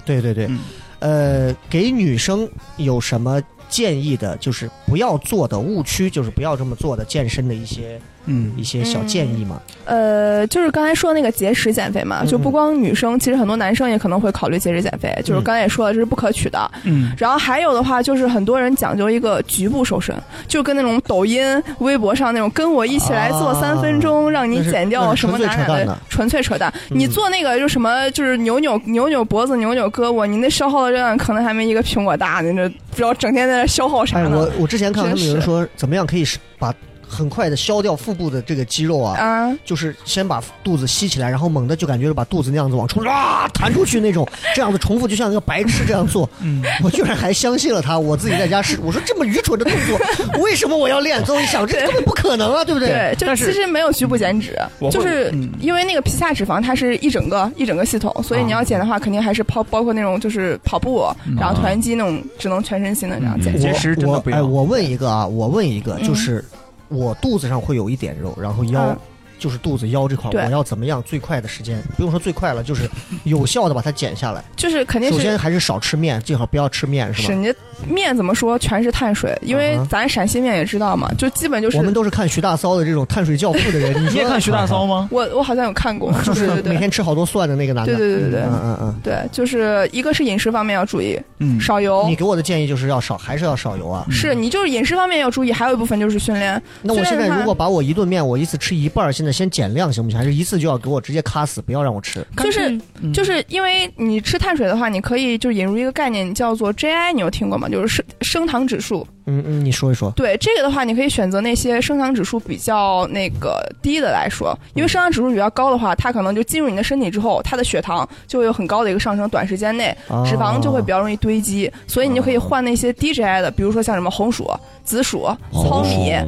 Speaker 2: 对对对
Speaker 4: 嗯，
Speaker 2: 呃，给女生有什么建议的？就是不要做的误区，就是不要这么做的健身的一些
Speaker 4: 嗯
Speaker 2: 一些小建议嘛。
Speaker 5: 呃，就是刚才说那个节食减肥嘛，
Speaker 2: 嗯嗯
Speaker 5: 就不光女生，其实很多男生也可能会考虑节食减肥，就是刚才也说了，这是不可取的。
Speaker 4: 嗯，
Speaker 5: 然后还有的话，就是很多人讲究一个局部瘦身，就跟那种抖音、微博上那种“跟我一起来做
Speaker 2: 啊
Speaker 5: 三分钟，让你
Speaker 2: 那是
Speaker 5: 减
Speaker 2: 那
Speaker 5: 掉
Speaker 2: 是
Speaker 5: 什么
Speaker 2: 纯粹
Speaker 5: 哪
Speaker 2: 扯
Speaker 5: 哪
Speaker 2: 淡
Speaker 5: 的
Speaker 2: 的”，
Speaker 5: 纯粹扯淡。
Speaker 2: 嗯
Speaker 5: 你做那个就什么，就是扭扭扭扭脖子、扭扭胳膊，你那消耗的热量可能还没一个苹果大，你这不知道整天在那消耗啥
Speaker 2: 哎，
Speaker 5: 呢
Speaker 2: 我？我之前看到他们有人
Speaker 5: 真是
Speaker 2: 说，怎么样可以是把很快的消掉腹部的这个肌肉啊？
Speaker 5: 啊，
Speaker 2: 就是先把肚子吸起来，然后猛地就感觉把肚子那样子往出啦弹出去那种，这样子重复就像一个白痴这样做。
Speaker 4: 嗯，
Speaker 2: <laughs> 我居然还相信了他，我自己在家试，我说这么愚蠢的动作，为什么我要练？最后一想，这根本不可能啊，对不对？
Speaker 5: 对，就
Speaker 4: 但是
Speaker 5: 其实没有局部减脂
Speaker 4: 我，会
Speaker 5: 就是
Speaker 4: 嗯
Speaker 5: 因为那个皮下脂肪它是一整个一整个系统，所以你
Speaker 2: 啊
Speaker 5: 要减的话，肯定还是包包括那种就是跑步，
Speaker 2: 嗯
Speaker 5: 然后团肌那种，只能全身心的这样
Speaker 4: 嗯。
Speaker 5: 减
Speaker 4: 节食真的
Speaker 2: 我
Speaker 4: 不
Speaker 2: 我
Speaker 4: 要
Speaker 2: 哎，我问一个啊，我问一个，
Speaker 5: 嗯
Speaker 2: 就是我肚子上会有一点肉，然后腰
Speaker 5: 嗯
Speaker 2: 就是肚子腰这块儿，
Speaker 5: 对
Speaker 2: 我要怎么样最快的时间，不用说最快了，就是有效的把它减下来。
Speaker 5: 就是肯定
Speaker 2: 首
Speaker 5: 是
Speaker 2: 先还是少吃面，最好不要吃面，是吧？
Speaker 5: 人家面怎么说全是碳水，因为
Speaker 2: 啊哈
Speaker 5: 咱陕西面也知道嘛，就基本就是
Speaker 2: 我们都是看徐大骚的这种碳水教父的人，你
Speaker 4: 你
Speaker 2: 说
Speaker 4: 也看徐大骚吗？
Speaker 5: 我我好像有
Speaker 2: <laughs>
Speaker 5: 看过，
Speaker 2: 就
Speaker 5: 对
Speaker 2: 是
Speaker 5: 对
Speaker 2: <laughs> 每
Speaker 5: 对
Speaker 2: 天吃好多蒜的那个男的，
Speaker 5: 对对对对对
Speaker 2: 嗯嗯嗯。
Speaker 5: 对，就是一个是饮食方面要注意，
Speaker 4: 嗯
Speaker 5: 少油
Speaker 2: 你。给我的建议就是要少，还是要少油啊？
Speaker 5: 是你就是饮食方面要注意，还有一部分就是训练。
Speaker 2: 那我
Speaker 5: 虽然
Speaker 2: 现在
Speaker 5: 它
Speaker 2: 如果把我一顿面，我一次吃一半儿，现在先减量行不行？还是一次就要给我直接卡死，不要让我吃？
Speaker 5: 就是
Speaker 4: 嗯
Speaker 5: 就是因为你吃碳水的话，你可以就是引入一个概念叫做 GI，你有听过吗？就是升升糖指数。
Speaker 2: 嗯嗯，你说一说。
Speaker 5: 对这个的话，你可以选择那些升糖指数比较那个低的来说，因为升糖指数比较高的话，它可能就进入你的身体之后，它的血糖就会有很高的一个上升，短时间内
Speaker 3: 哦
Speaker 2: 啊
Speaker 5: 脂肪就会比较容易堆积，所以你就可以换那些低 GI 的，比如说像什么红薯、紫薯、糙米、
Speaker 3: 哦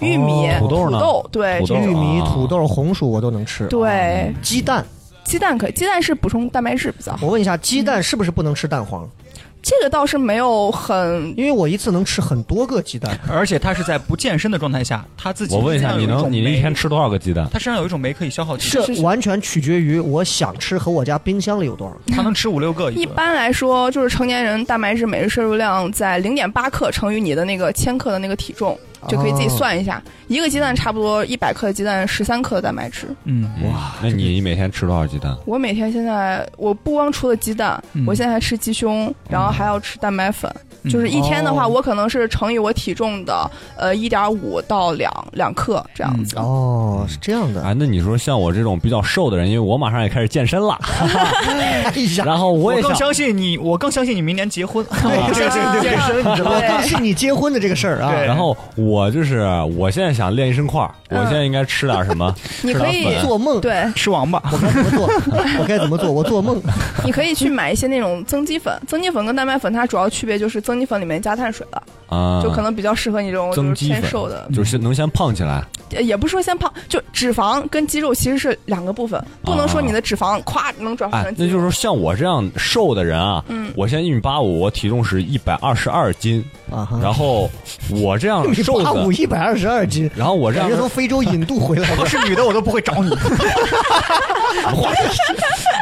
Speaker 5: 玉米、
Speaker 2: 哦
Speaker 3: 土豆呢
Speaker 5: 对
Speaker 3: 土豆
Speaker 5: 这
Speaker 2: 玉
Speaker 5: 种
Speaker 2: 米、
Speaker 3: 啊
Speaker 2: 土豆、红薯我都能吃。啊
Speaker 5: 对
Speaker 2: 鸡蛋，
Speaker 5: 鸡蛋可以，鸡蛋是补充蛋白质比较好，
Speaker 2: 我问一下，鸡蛋是不是不能吃蛋黄？
Speaker 5: 这个倒是没有很
Speaker 2: 因为我一次能吃很多个鸡蛋。
Speaker 4: 而且他是在不健身的状态下，他自己
Speaker 3: 我问一下，
Speaker 4: 身上
Speaker 3: 你
Speaker 4: 有种
Speaker 3: 能你
Speaker 4: 酶
Speaker 3: 一天吃多少个鸡蛋？
Speaker 4: 他身上有一种酶可以消耗体
Speaker 2: 这
Speaker 4: 力，
Speaker 2: 完全取决于我想吃和我家冰箱里有多少。
Speaker 4: 他能吃五六个
Speaker 5: 一
Speaker 4: 个。
Speaker 5: 般来说，就是成年人蛋白质每日摄入量在零点八克乘以你的那个千克的那个体重，
Speaker 2: 哦
Speaker 5: 就可以自己算一下。一个鸡蛋差不多一百克的鸡蛋，十三克的蛋白质。
Speaker 4: 嗯，
Speaker 3: 哇，那你每天吃多少鸡蛋？
Speaker 5: 我每天现在我不光除了鸡蛋，
Speaker 4: 嗯
Speaker 5: 我现在还吃鸡胸，然后还要吃蛋白粉。
Speaker 4: 嗯
Speaker 5: 就是一天的话，
Speaker 2: 哦
Speaker 5: 我可能是乘以我体重的呃一点五到两两克这样子。
Speaker 2: 哦，是这样的。
Speaker 3: 啊，那你说像我这种比较瘦的人，因为我马上也开始健身了，
Speaker 2: 哎呀，
Speaker 3: 然后我
Speaker 4: 我
Speaker 3: 也想
Speaker 4: 更相信你，我更相信你明年结
Speaker 2: <laughs>
Speaker 4: 婚。
Speaker 2: 对
Speaker 4: 对对对，
Speaker 5: 健身
Speaker 2: <laughs>
Speaker 5: 你知道
Speaker 2: 我更信你结婚的这个事儿啊。
Speaker 4: 对
Speaker 3: 然后我就是，我现在想练一身块儿，我
Speaker 5: 嗯
Speaker 3: 现在应该吃点什么？
Speaker 5: 你
Speaker 3: 吃
Speaker 5: 可
Speaker 3: 点
Speaker 5: 以
Speaker 3: 粉。
Speaker 2: 做梦，
Speaker 5: 对，
Speaker 4: <laughs> 吃王八，
Speaker 2: 我该怎么做？我该怎么做？我做梦。
Speaker 5: 你可以去买一些那种增肌粉，增肌粉跟蛋白粉它主要区别就是增肌粉里面加碳水了，
Speaker 3: 啊，
Speaker 5: 就可能比较适合你这种就
Speaker 3: 增
Speaker 5: 是
Speaker 3: 肌
Speaker 5: 偏
Speaker 3: 粉
Speaker 5: 瘦的，
Speaker 3: 就是能先胖起来。
Speaker 5: 呃也不是说先胖，就脂肪跟肌肉其实是两个部分，不能说你的脂肪咵能转化
Speaker 3: 哎
Speaker 5: 成，肌
Speaker 3: 那
Speaker 5: 肉。
Speaker 3: 就是说像我这样瘦的人啊，
Speaker 5: 嗯
Speaker 3: 我现在一米八五，我体重是一百二十二斤，
Speaker 2: 啊哈，
Speaker 3: 然后我这样
Speaker 2: <laughs> 你
Speaker 3: 瘦
Speaker 2: 八五
Speaker 3: 子，
Speaker 2: 一百二十二斤，
Speaker 3: <laughs> 然后我这
Speaker 2: 感
Speaker 3: 样
Speaker 2: 觉从非洲引渡回来的。
Speaker 4: 我是女的我都不会找你。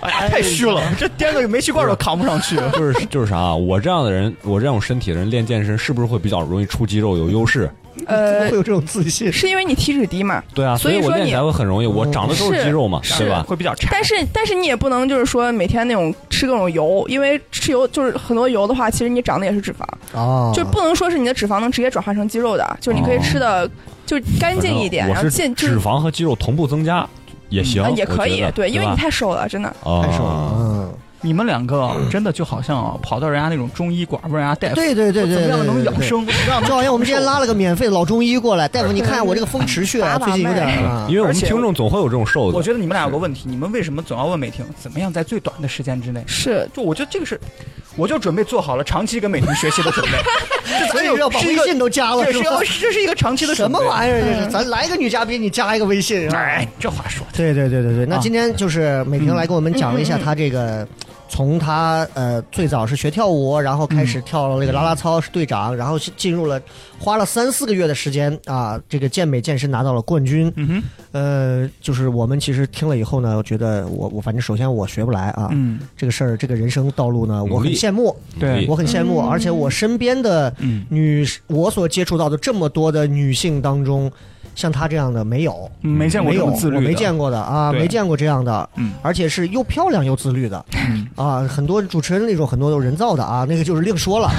Speaker 4: 哎呀， <laughs> 太虚了，这颠个煤气罐都扛不上去。
Speaker 3: <laughs> 就是就是啥啊，我这样的人，我这种身体的人练健身，是不是会比较容易出肌肉，有优势？
Speaker 2: 怎么
Speaker 5: 呃
Speaker 2: 会，有这种自信？
Speaker 5: 是因为你体脂低嘛，
Speaker 3: 对啊，
Speaker 5: 所
Speaker 3: 所
Speaker 5: 以
Speaker 3: 我
Speaker 5: 说
Speaker 3: 练
Speaker 5: 你
Speaker 3: 起来会很容易，
Speaker 2: 嗯
Speaker 3: 我长的都是
Speaker 5: 是
Speaker 3: 肌肉嘛，
Speaker 5: 是
Speaker 3: 对吧？
Speaker 4: 会比较差。
Speaker 5: 但是但是你也不能就是说每天那种吃各种油，因为吃油就是很多油的话，其实你长的也是脂肪，
Speaker 2: 哦，
Speaker 5: 就不能说是你的脂肪能直接转化成肌肉的，就是你可以吃的
Speaker 3: 哦
Speaker 5: 就干净一点，
Speaker 3: 我
Speaker 5: 然后
Speaker 3: 是
Speaker 5: 健就
Speaker 3: 脂肪和肌肉同步增加也行
Speaker 5: 啊，也
Speaker 3: 我
Speaker 5: 可以
Speaker 3: 觉得
Speaker 5: 对，因为你
Speaker 3: 吧
Speaker 5: 太瘦了，真的。
Speaker 3: 哦
Speaker 2: 太瘦了。嗯，
Speaker 4: 你们两个真的就好像啊跑到人家那种中医馆问人家大夫，
Speaker 2: 对对对对
Speaker 4: 我
Speaker 2: 对
Speaker 4: 怎么
Speaker 2: 对
Speaker 4: 样能养
Speaker 2: 对。
Speaker 4: 生？我怎么样能
Speaker 2: 就好像我们今天拉了个免费的老中医过来，大夫，你看我这个风池穴啊，
Speaker 5: 把把
Speaker 2: 最近有点
Speaker 5: 脉
Speaker 2: 啊
Speaker 3: 嗯因，为我们
Speaker 4: 而且
Speaker 3: 听众总会有这种瘦
Speaker 4: 我
Speaker 3: 子，
Speaker 4: 觉得你们俩有个问题，你们为什么总要问美婷怎么样在最短的时间之内？
Speaker 5: 是，
Speaker 4: 就我觉得这个是，我就准备做好了长期跟美婷学习的准 <laughs> 备。这
Speaker 2: 咱
Speaker 4: 咱
Speaker 2: 有
Speaker 4: 有
Speaker 2: 要把微信都加了
Speaker 4: 这
Speaker 2: 是
Speaker 4: 是
Speaker 2: 吧
Speaker 4: 个这是一个长期的
Speaker 2: 什
Speaker 4: 准备
Speaker 2: 么玩意儿这是？咱来个女嘉宾，你加一个微信，是吧
Speaker 4: 哎，这话说的，
Speaker 2: 对对对对对，那今天就是美婷来给我们讲了一下她这个，从她呃最早是学跳舞，然后开始跳了那个啦啦操是队长，然后是进入了花了三四个月的时间啊，这个健美健身拿到了冠军。
Speaker 4: 嗯哼，
Speaker 2: 呃，就是我们其实听了以后呢，我觉得我我反正首先我学不来啊，
Speaker 4: 嗯，
Speaker 2: 这个事儿这个人生道路呢，我
Speaker 3: 努
Speaker 2: 很
Speaker 3: 力
Speaker 2: 羡慕，
Speaker 4: 对
Speaker 2: 我很羡慕，而且我身边的
Speaker 4: 嗯
Speaker 2: 女，我所接触到的这么多的女性当中，像她这样的没有。
Speaker 4: 嗯没见过
Speaker 2: 没
Speaker 4: 这
Speaker 2: 有，
Speaker 4: 么自律
Speaker 2: 我
Speaker 4: 的，
Speaker 2: 没见过的啊，
Speaker 4: 对
Speaker 2: 没见过这样的，
Speaker 4: 嗯
Speaker 2: 而且是又漂亮又自律的，啊，很多主持人那种很多都是人造的啊，那个就是另说
Speaker 4: <laughs>
Speaker 2: 了。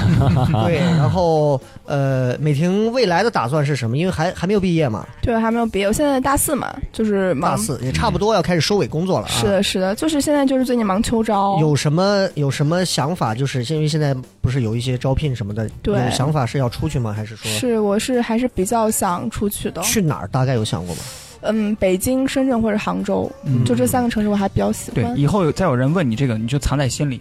Speaker 2: 对，然后呃，美婷未来的打算是什么？因为还还没有毕业嘛，
Speaker 5: 对，还没有毕业，我现在大四嘛，就是忙
Speaker 2: 大四
Speaker 4: 嗯
Speaker 2: 也差不多要开始收尾工作了啊。
Speaker 5: 是的，是的，就是现在就是最近忙秋招，
Speaker 2: 有什么有什么想法？就是因为现在不是有一些招聘什么的，
Speaker 5: 对
Speaker 2: 有想法是要出去吗？还是说
Speaker 5: 是我是还是比较想出去的，
Speaker 2: 去哪儿？大概有想
Speaker 5: <laughs>
Speaker 2: 过吗？
Speaker 5: 嗯，北京、深圳或者杭州，
Speaker 4: 嗯
Speaker 5: 就这三个城市我还比较喜
Speaker 4: 对，
Speaker 5: 欢。
Speaker 4: 以后再有人问你这个，你就藏在心里，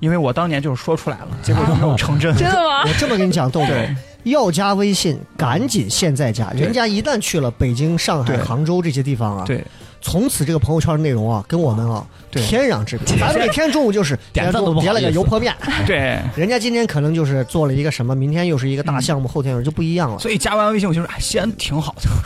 Speaker 4: 因为我当年就是说出来 <laughs> 了，结果就没有成真。
Speaker 5: 真的吗？
Speaker 2: 我这么跟你讲，豆豆
Speaker 4: 对，
Speaker 2: 要加微信，赶紧现在加。
Speaker 4: 对
Speaker 2: 人家一旦去了北京、上海、
Speaker 4: 对 <laughs>
Speaker 2: 杭州这些地方啊，
Speaker 4: 对，
Speaker 2: 从此这个朋友圈的内容啊，跟我们啊
Speaker 4: 对
Speaker 2: 天壤之别。咱们每天中午就是
Speaker 3: 点赞都不好
Speaker 2: 别了个
Speaker 3: 意思
Speaker 2: 油泼面，
Speaker 4: 对，
Speaker 2: 人家今天可能就是做了一个什么，明天又是一个大项目，后天又是就不一
Speaker 4: <laughs>
Speaker 2: 样了。
Speaker 4: 所以加完微信我就说，哎，西安挺好的， <laughs>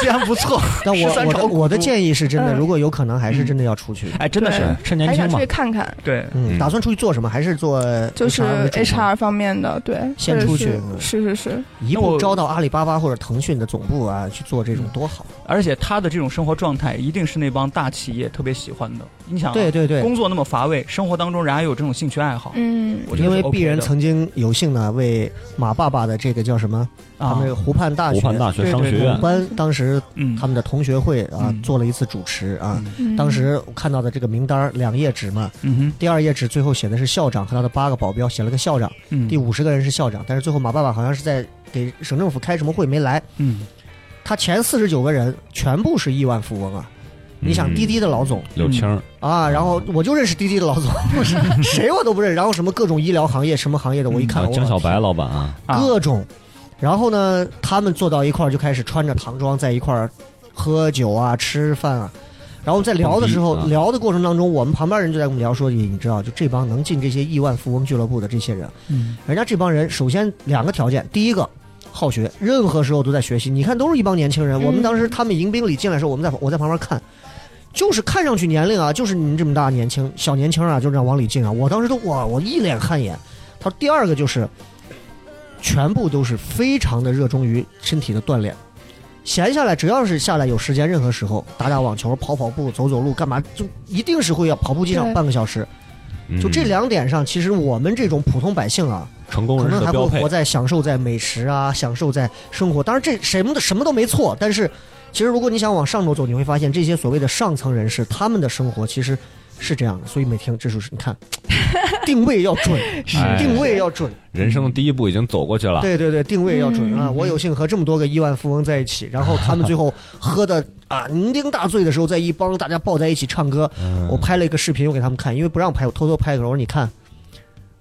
Speaker 4: 西安不错。
Speaker 2: 但我
Speaker 4: 13
Speaker 2: 我的
Speaker 4: 朝古
Speaker 2: 我的建议是真的，
Speaker 5: 嗯
Speaker 2: 如果有可能，还是真的要出去。
Speaker 4: <laughs> 哎，真的是，
Speaker 3: 趁
Speaker 5: 还
Speaker 3: 年轻
Speaker 5: 想出
Speaker 3: 嘛
Speaker 5: 去，看看，
Speaker 4: <laughs> 对，
Speaker 2: 嗯，
Speaker 3: 嗯
Speaker 2: 打算出去做什么？还是做
Speaker 5: 就是
Speaker 2: HR 为主吗
Speaker 5: HR 方面的，对，
Speaker 2: 先
Speaker 5: 或者
Speaker 2: 出去
Speaker 5: 是是是是，
Speaker 2: 一
Speaker 4: 那
Speaker 2: 步
Speaker 4: 我
Speaker 2: 招到阿里巴巴或者腾讯的总部啊，去做这种多好。
Speaker 4: 而且他的这种生活状态一定是那帮大企业特别喜欢的。你想啊，
Speaker 2: 对对对，
Speaker 4: 工作那么乏味，生活当中人还有这种兴趣爱好，
Speaker 5: 嗯，
Speaker 4: 我觉得
Speaker 2: 因为
Speaker 4: 是 OK
Speaker 2: 鄙人
Speaker 4: 的
Speaker 2: 曾经有幸呢，为马爸爸的这个叫什么？他
Speaker 4: 啊
Speaker 2: 们，湖畔大学
Speaker 3: 湖畔大
Speaker 4: 对
Speaker 3: 学商
Speaker 4: 对
Speaker 3: 学
Speaker 4: 对
Speaker 3: 院
Speaker 2: 鲁，班当时
Speaker 4: 嗯
Speaker 2: 他，们的同学会啊
Speaker 4: 嗯
Speaker 2: 做了一次主持啊。
Speaker 5: 嗯
Speaker 2: 当时我看到的这个名单儿两页纸嘛，
Speaker 4: 嗯
Speaker 2: 第二页纸最后写的是校长和他的八个保镖，写了个校长，
Speaker 4: 哼，嗯，
Speaker 2: 第五十个人是校长，但是最后马爸爸好像是在给省政府开什么会没来，
Speaker 4: 嗯，
Speaker 2: 他前四十九个人全部是亿万富翁啊！你想
Speaker 3: 嗯
Speaker 2: 滴滴的老总
Speaker 3: 柳青儿，
Speaker 2: 啊，然后我就认识滴滴的老总，
Speaker 3: <laughs>
Speaker 2: 谁我都不认识，然后什么各种医疗行业什么行业的，嗯我一看
Speaker 3: 啊，江小白
Speaker 2: 了
Speaker 3: 老板啊，
Speaker 4: 啊
Speaker 2: 各种，然后呢，他们坐到一块儿就开始穿着唐装在一块儿喝酒啊、吃饭啊。然后在聊的时候，
Speaker 3: 蹦迪啊
Speaker 2: 聊的过程当中，我们旁边人就在跟我们聊说，你你知道，就这帮能进这些亿万富翁俱乐部的这些人，
Speaker 4: 嗯
Speaker 2: 人家这帮人首先两个条件，第一个好学，任何时候都在学习。你看，都是一帮年轻人。
Speaker 5: 嗯
Speaker 2: 我们当时他们迎宾礼进来的时候，我们在我在旁边看，就是看上去年龄啊，就是你们这么大年轻小年轻啊，就这样往里进啊。我当时都哇，我一脸汗颜。他说第二个就是，全部都是非常的热衷于身体的锻炼。闲下来，只要是下来有时间，任何时候打打网球、跑跑步、走走路，干嘛就一定是会要跑步机上
Speaker 5: 对
Speaker 2: 半个小时。就这
Speaker 3: 嗯
Speaker 2: 两点上，其实我们这种普通百姓啊，
Speaker 3: 成功
Speaker 2: 可
Speaker 3: 人士
Speaker 2: 能
Speaker 3: 的
Speaker 2: 还
Speaker 3: 标
Speaker 2: 会
Speaker 3: 配
Speaker 2: 活，在享受在美食啊，享受在生活。当然，这什么的什么都没错，但是其实如果你想往上头走，你会发现这些所谓的上层人士，他们的生活其实是这样的。所以每天这就是你
Speaker 3: <laughs>
Speaker 2: 看，定位要准，
Speaker 3: 哎
Speaker 2: 定位要准，
Speaker 3: 人生的第一步已经走过去
Speaker 4: 啊
Speaker 3: 了，
Speaker 2: 对对对，定位要准啊！我有幸和这么多个亿万富翁在一
Speaker 4: <laughs>
Speaker 2: 起，然后他们最后喝的啊酩酊大醉的时候，在一帮大家抱在一起唱歌。
Speaker 4: 嗯
Speaker 2: 我拍了一个视频，我给他们看，因为不让拍，我偷偷拍一个。我说你看。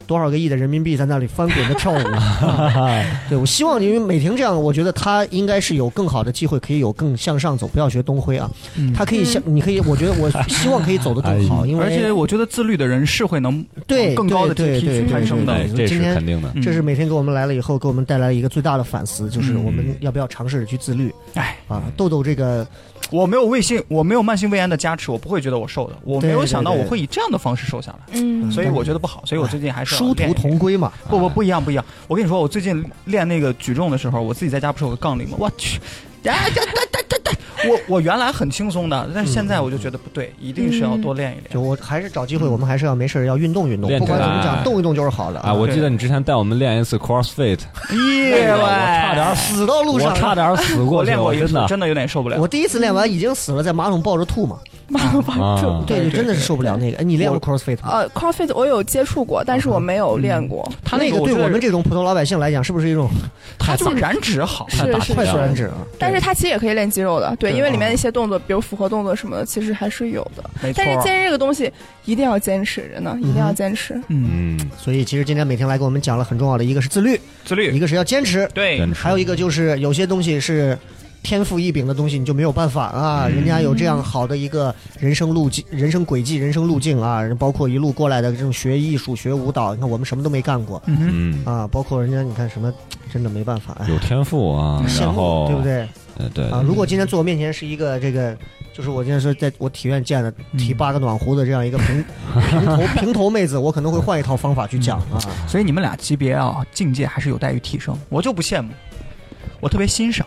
Speaker 2: 多少个亿的人民币在那里翻滚着跳舞？啊
Speaker 4: <laughs>
Speaker 2: 对，我希望因为美婷这样，我觉得她应该是有更好的机会，可以有更向上走，不要学东辉啊，她可以向，你可以，我觉得我希望可以走得更好，因为
Speaker 4: 嗯 <laughs> 而且我觉得自律的人是会能
Speaker 2: 对
Speaker 4: 往更高的
Speaker 2: 对对
Speaker 4: 阶梯去
Speaker 2: 对
Speaker 4: 攀升
Speaker 2: 对
Speaker 4: 的
Speaker 3: 哎，
Speaker 2: 对。
Speaker 3: 这
Speaker 2: 今
Speaker 3: 是
Speaker 2: 天
Speaker 3: 肯定的。
Speaker 4: 嗯
Speaker 2: 这是每天给我们来了以后，给我们带来一个最大的反思，就是
Speaker 4: 嗯
Speaker 2: 我们要不要尝试着去自律
Speaker 4: 哎，
Speaker 2: 啊？豆豆这个
Speaker 4: 我没有胃性，我没有慢性胃炎的加持，我不会觉得我瘦的，我没
Speaker 2: 对
Speaker 4: 有
Speaker 2: 对
Speaker 4: 想到
Speaker 2: 对
Speaker 4: 我会以这样的方式瘦下来，
Speaker 5: 嗯，
Speaker 4: 所以我觉得不好，所以我最近还是
Speaker 2: 啊
Speaker 4: 要
Speaker 2: 殊
Speaker 4: 练
Speaker 2: 途
Speaker 4: 一练
Speaker 2: 同归嘛，
Speaker 4: 不不不一样不一样，我跟你说，我最近练那个举重的时候，我自己在家不是有个杠铃吗？我去，呀呀呀呀呀呀！我我原来很轻松的，但是现在我就觉得不对，一定是要多练一练。
Speaker 2: 嗯就我还是找机会，我们还是要没事儿要运动运动，
Speaker 3: 练
Speaker 2: 不管
Speaker 3: 起
Speaker 2: 怎
Speaker 3: 来
Speaker 2: 么讲，动一动就是好的
Speaker 3: 啊，我记得你之前带我们练一次 CrossFit，
Speaker 4: 哎耶
Speaker 3: 我差点死，
Speaker 2: 死到路
Speaker 3: 我
Speaker 2: 上，
Speaker 3: 差点死
Speaker 4: 我
Speaker 3: 过去，
Speaker 4: 练过一
Speaker 3: 真
Speaker 4: 次
Speaker 3: 的，
Speaker 4: 真的有点受不了
Speaker 2: 我。第一次练完已经死了，在马桶抱着吐嘛，
Speaker 3: 啊，
Speaker 2: 对，
Speaker 4: 对啊
Speaker 2: 真的是受不了那个。哎你练过 CrossFit 吗？
Speaker 5: 呃，CrossFit 我有接触过，但是我没有练过，
Speaker 4: 他
Speaker 2: 那
Speaker 4: 那
Speaker 2: 个对
Speaker 4: 觉得
Speaker 2: 我们这种普通老百姓来讲，是不是一种
Speaker 4: 他就是燃脂好，
Speaker 5: 是
Speaker 3: 打
Speaker 5: 是
Speaker 2: 快速
Speaker 5: 是，
Speaker 2: 燃脂啊？
Speaker 5: 但是它其实也可以练肌肉的，对，
Speaker 2: 对
Speaker 5: 因为里面
Speaker 2: 啊
Speaker 5: 一些动作，比如复合动作什么的，其实还是有的。
Speaker 4: 没错
Speaker 5: 但。是健身这个东西一定要坚持着呢，一定要坚持。
Speaker 4: 嗯，
Speaker 3: 嗯，
Speaker 2: 所以其实今天每天来给我们讲了很重要的一个是自律，
Speaker 4: 自
Speaker 2: 一
Speaker 4: 律
Speaker 2: 个是要坚持，
Speaker 4: 对
Speaker 3: 真
Speaker 2: 还有一个就是有些东西是天赋异禀的东西，你就没有办法啊。
Speaker 3: 嗯
Speaker 2: 人家有这样好的一个人生路径、人生轨迹、人生路径啊，包括一路过来的这种学艺术、学舞蹈，你看我们什么都没干过
Speaker 3: 嗯，
Speaker 2: 啊，包括人家你看什么，真的没办法哎。
Speaker 3: 有天赋啊，
Speaker 2: 羡
Speaker 3: 然
Speaker 2: 慕
Speaker 3: 后
Speaker 2: 对不？对
Speaker 3: 呃，对
Speaker 2: 啊？如果今天坐我面前是一个这个，就是我今天说在我体院见的
Speaker 3: 嗯
Speaker 2: 提八个暖壶的这样一个平平头平头妹子，我可能会换一套方法去讲
Speaker 3: 嗯
Speaker 2: 啊。
Speaker 4: 所以你们俩级别啊，境界还是有待于提升。我就不羡慕，我特别欣赏。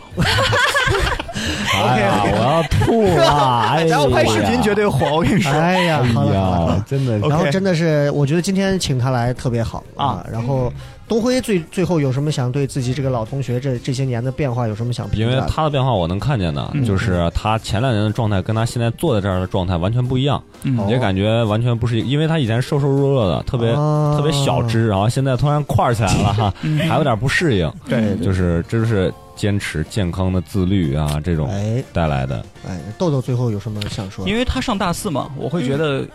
Speaker 3: 哎呀，我要吐了，哎呀，
Speaker 4: 然后拍视频绝对火，我跟你说。
Speaker 2: 哎呀，好
Speaker 3: 哎
Speaker 2: 了好了
Speaker 3: 呀，，真的
Speaker 4: OK
Speaker 2: 然后真的是，我觉得今天请他来特别好啊。然后东辉最最后有什么想对自己这个老同学这这些年的变化有什么想
Speaker 3: 因
Speaker 2: 评价
Speaker 3: 为
Speaker 2: 的？
Speaker 3: 他的变化我能看见的，就是他前两年的状态跟他现在坐在这儿的状态完全不一样，
Speaker 2: 哦
Speaker 4: 嗯
Speaker 3: 也感觉完全不是一，因为他以前瘦瘦弱弱的，特别
Speaker 2: 啊
Speaker 3: 特别小只，然后现在突然块儿起来了哈，还有点不适应，
Speaker 2: 嗯
Speaker 4: 对，
Speaker 3: 嗯就是这就是坚持健康的自律啊这种
Speaker 2: 哎
Speaker 3: 带来的，啊
Speaker 2: 哎，豆豆最后有什么想说的？
Speaker 4: 因为他上大四嘛，我会觉得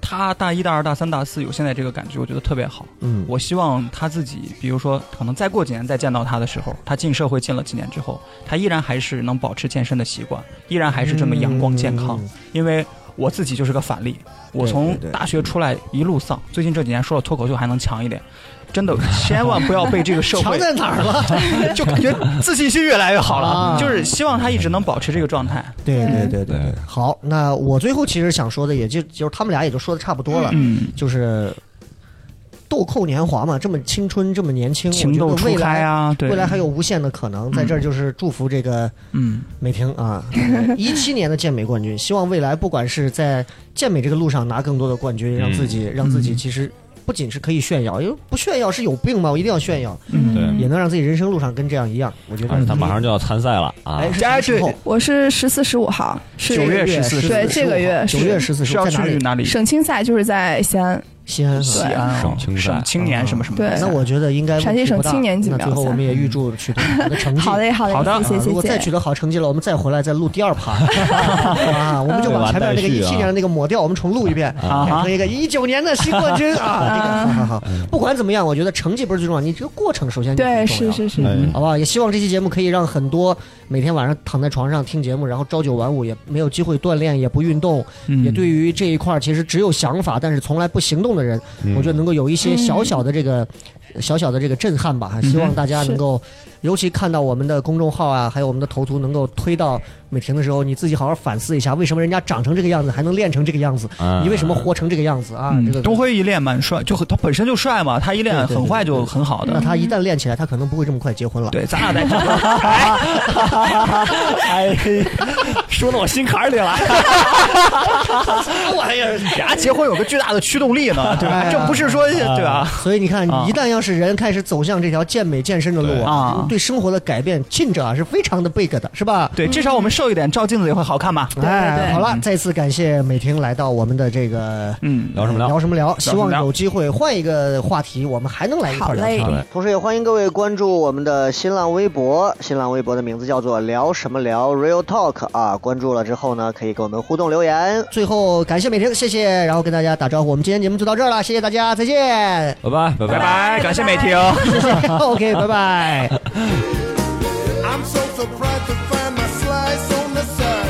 Speaker 4: 他大一大二大三大四有现在这个感觉，我觉得特别好。
Speaker 2: 嗯，
Speaker 4: 我希望他自己，比如说，可能再过几年再见到他的时候，他进社会进了几年之后，他依然还是能保持健身的习惯，依然还是这么阳光健康。
Speaker 2: 嗯
Speaker 4: 因为我自己就是个反例，我
Speaker 2: 对
Speaker 4: 从
Speaker 2: 对对
Speaker 4: 大学出来一路丧，最近这几年说了脱口秀还能强一点，真的 <laughs> 千万不要被这个社
Speaker 2: 强
Speaker 4: 会
Speaker 2: 在哪儿了？
Speaker 4: <laughs> 就感觉自信心越来越好了，
Speaker 2: 啊
Speaker 4: 就是希望他一直能保持这个状态。
Speaker 2: 对对对对
Speaker 3: 对，
Speaker 2: 好，那我最后其实想说的，也就就是他们俩也就说的差不多了，
Speaker 4: 嗯，
Speaker 2: 就是豆蔻年华嘛，这么青春，这么年轻，
Speaker 4: 嗯情
Speaker 2: 我
Speaker 4: 窦
Speaker 2: 觉得
Speaker 4: 初
Speaker 2: 未
Speaker 4: 开
Speaker 2: 来、
Speaker 4: 啊，对，
Speaker 2: 未来还有无限的可能，在这儿就是祝福这个
Speaker 4: 嗯，
Speaker 2: 美萍啊， <laughs> 一七年的健美冠军，希望未来不管是在健美这个路上拿更多的冠军，让自己让自己其实不仅是可以炫耀，因为不炫耀是有病嘛，我一定要炫耀，
Speaker 4: 嗯
Speaker 3: 对
Speaker 2: 也能让自己人生路上跟这样一样，我觉
Speaker 3: 而
Speaker 2: 得
Speaker 3: 且他马上就要参赛了啊
Speaker 2: 哎，，是什么时候
Speaker 5: 我是十四十五号，是
Speaker 4: 九月14
Speaker 5: 对这个月
Speaker 2: 九
Speaker 5: 是
Speaker 2: 月十四
Speaker 4: 是
Speaker 2: 号
Speaker 4: 要
Speaker 2: 在哪
Speaker 4: 去
Speaker 2: 里？
Speaker 4: 哪里？
Speaker 5: 省青赛，就是在西安。
Speaker 2: 西安
Speaker 4: 西
Speaker 2: 啊。
Speaker 4: 安啊
Speaker 3: 省青赛
Speaker 4: 省青年什么什么的。
Speaker 5: 对
Speaker 2: 那我觉得应该
Speaker 5: 陕西省
Speaker 2: 问题不大
Speaker 5: 青年锦标
Speaker 2: 那
Speaker 5: 赛
Speaker 2: 最后我们也预祝取得好的成绩。
Speaker 5: 好嘞，好嘞，
Speaker 4: 好的
Speaker 5: 谢
Speaker 2: 啊
Speaker 5: 谢
Speaker 2: 如果再
Speaker 5: 谢
Speaker 2: 取
Speaker 5: 谢。
Speaker 2: 得好成绩了，我们再回来再录第二
Speaker 5: <laughs>
Speaker 2: 趴啊，我们就把前面那个
Speaker 3: 对
Speaker 2: 一
Speaker 3: 完待续啊
Speaker 2: 七年的那个抹掉，我们重录一遍，
Speaker 4: 啊
Speaker 2: 改
Speaker 4: 哈
Speaker 2: 成一个一九年的新冠军啊。这个好好好，不管怎么样，我觉得成绩不是最重要，你这个过程首先就很
Speaker 5: 对，
Speaker 2: 重
Speaker 5: 是
Speaker 2: 要
Speaker 5: 是是，
Speaker 3: 哎
Speaker 2: 好不好？也希望这期节目可以让很多每天晚上躺在床上听节目，然后朝九晚五，也没有机会锻炼，也不运动，
Speaker 4: 嗯
Speaker 2: 也对于这一块儿其实只有想法，但是从来不行动的人，
Speaker 3: 嗯
Speaker 2: 我觉得能够有一些小小的这个、小小的这个震撼吧。
Speaker 4: 嗯
Speaker 2: 希望大家能够，尤其看到我们的公众号啊，还有我们的头图，能够推到美婷的时候，你自己好好反思一下，为什么人家长成这个样子，还能练成这个样子，
Speaker 3: 嗯
Speaker 2: 你为什么活成这个样子啊？这个
Speaker 4: 啊嗯，东辉一练蛮帅，就很他本身就帅嘛，他一练很快就很好
Speaker 2: 那
Speaker 4: 的。
Speaker 2: 他一旦练起来，他可能不会这么快结
Speaker 4: <laughs>
Speaker 2: 婚了。啊
Speaker 4: 对，咱俩在这儿
Speaker 3: 哎，说到我心坎里了。
Speaker 4: 俩结婚有个巨大的驱动力呢，对
Speaker 2: 哎
Speaker 4: 吧？
Speaker 2: 呀
Speaker 4: 这不是说对啊吧？
Speaker 2: 所以你看，
Speaker 4: 啊
Speaker 2: 一旦要是人开始走向这条健美健身的路
Speaker 4: 对啊
Speaker 2: 对生活的改变，进者啊是非常的 big 的，是吧？
Speaker 4: 对，至少我们瘦一点，照镜子也会好看吧？
Speaker 2: 哎，
Speaker 5: 对
Speaker 2: 好了，再次感谢美婷来到我们的这个
Speaker 4: 嗯，
Speaker 3: 聊什么聊
Speaker 2: 聊什么聊，
Speaker 4: 什
Speaker 2: 希
Speaker 4: 么聊
Speaker 2: 望有机会换一个话题，我们还能来一块儿聊天
Speaker 5: 好
Speaker 3: 嘞。
Speaker 2: 同时也欢迎各位关注我们的呃新浪微博，新浪微博的名字叫做“聊什么聊 Real Talk” 啊，关注了之后呢，可以给我们互动留言。最后感谢美婷，谢谢，然后跟大家打招呼，我们今天节目就到这儿了，谢谢大家，再
Speaker 3: <laughs>
Speaker 2: 见 <laughs>
Speaker 3: 拜拜，拜
Speaker 4: 拜拜，感谢美婷。
Speaker 2: ，OK，拜拜。
Speaker 6: I'm so surprised to find my slice on the side. Oh,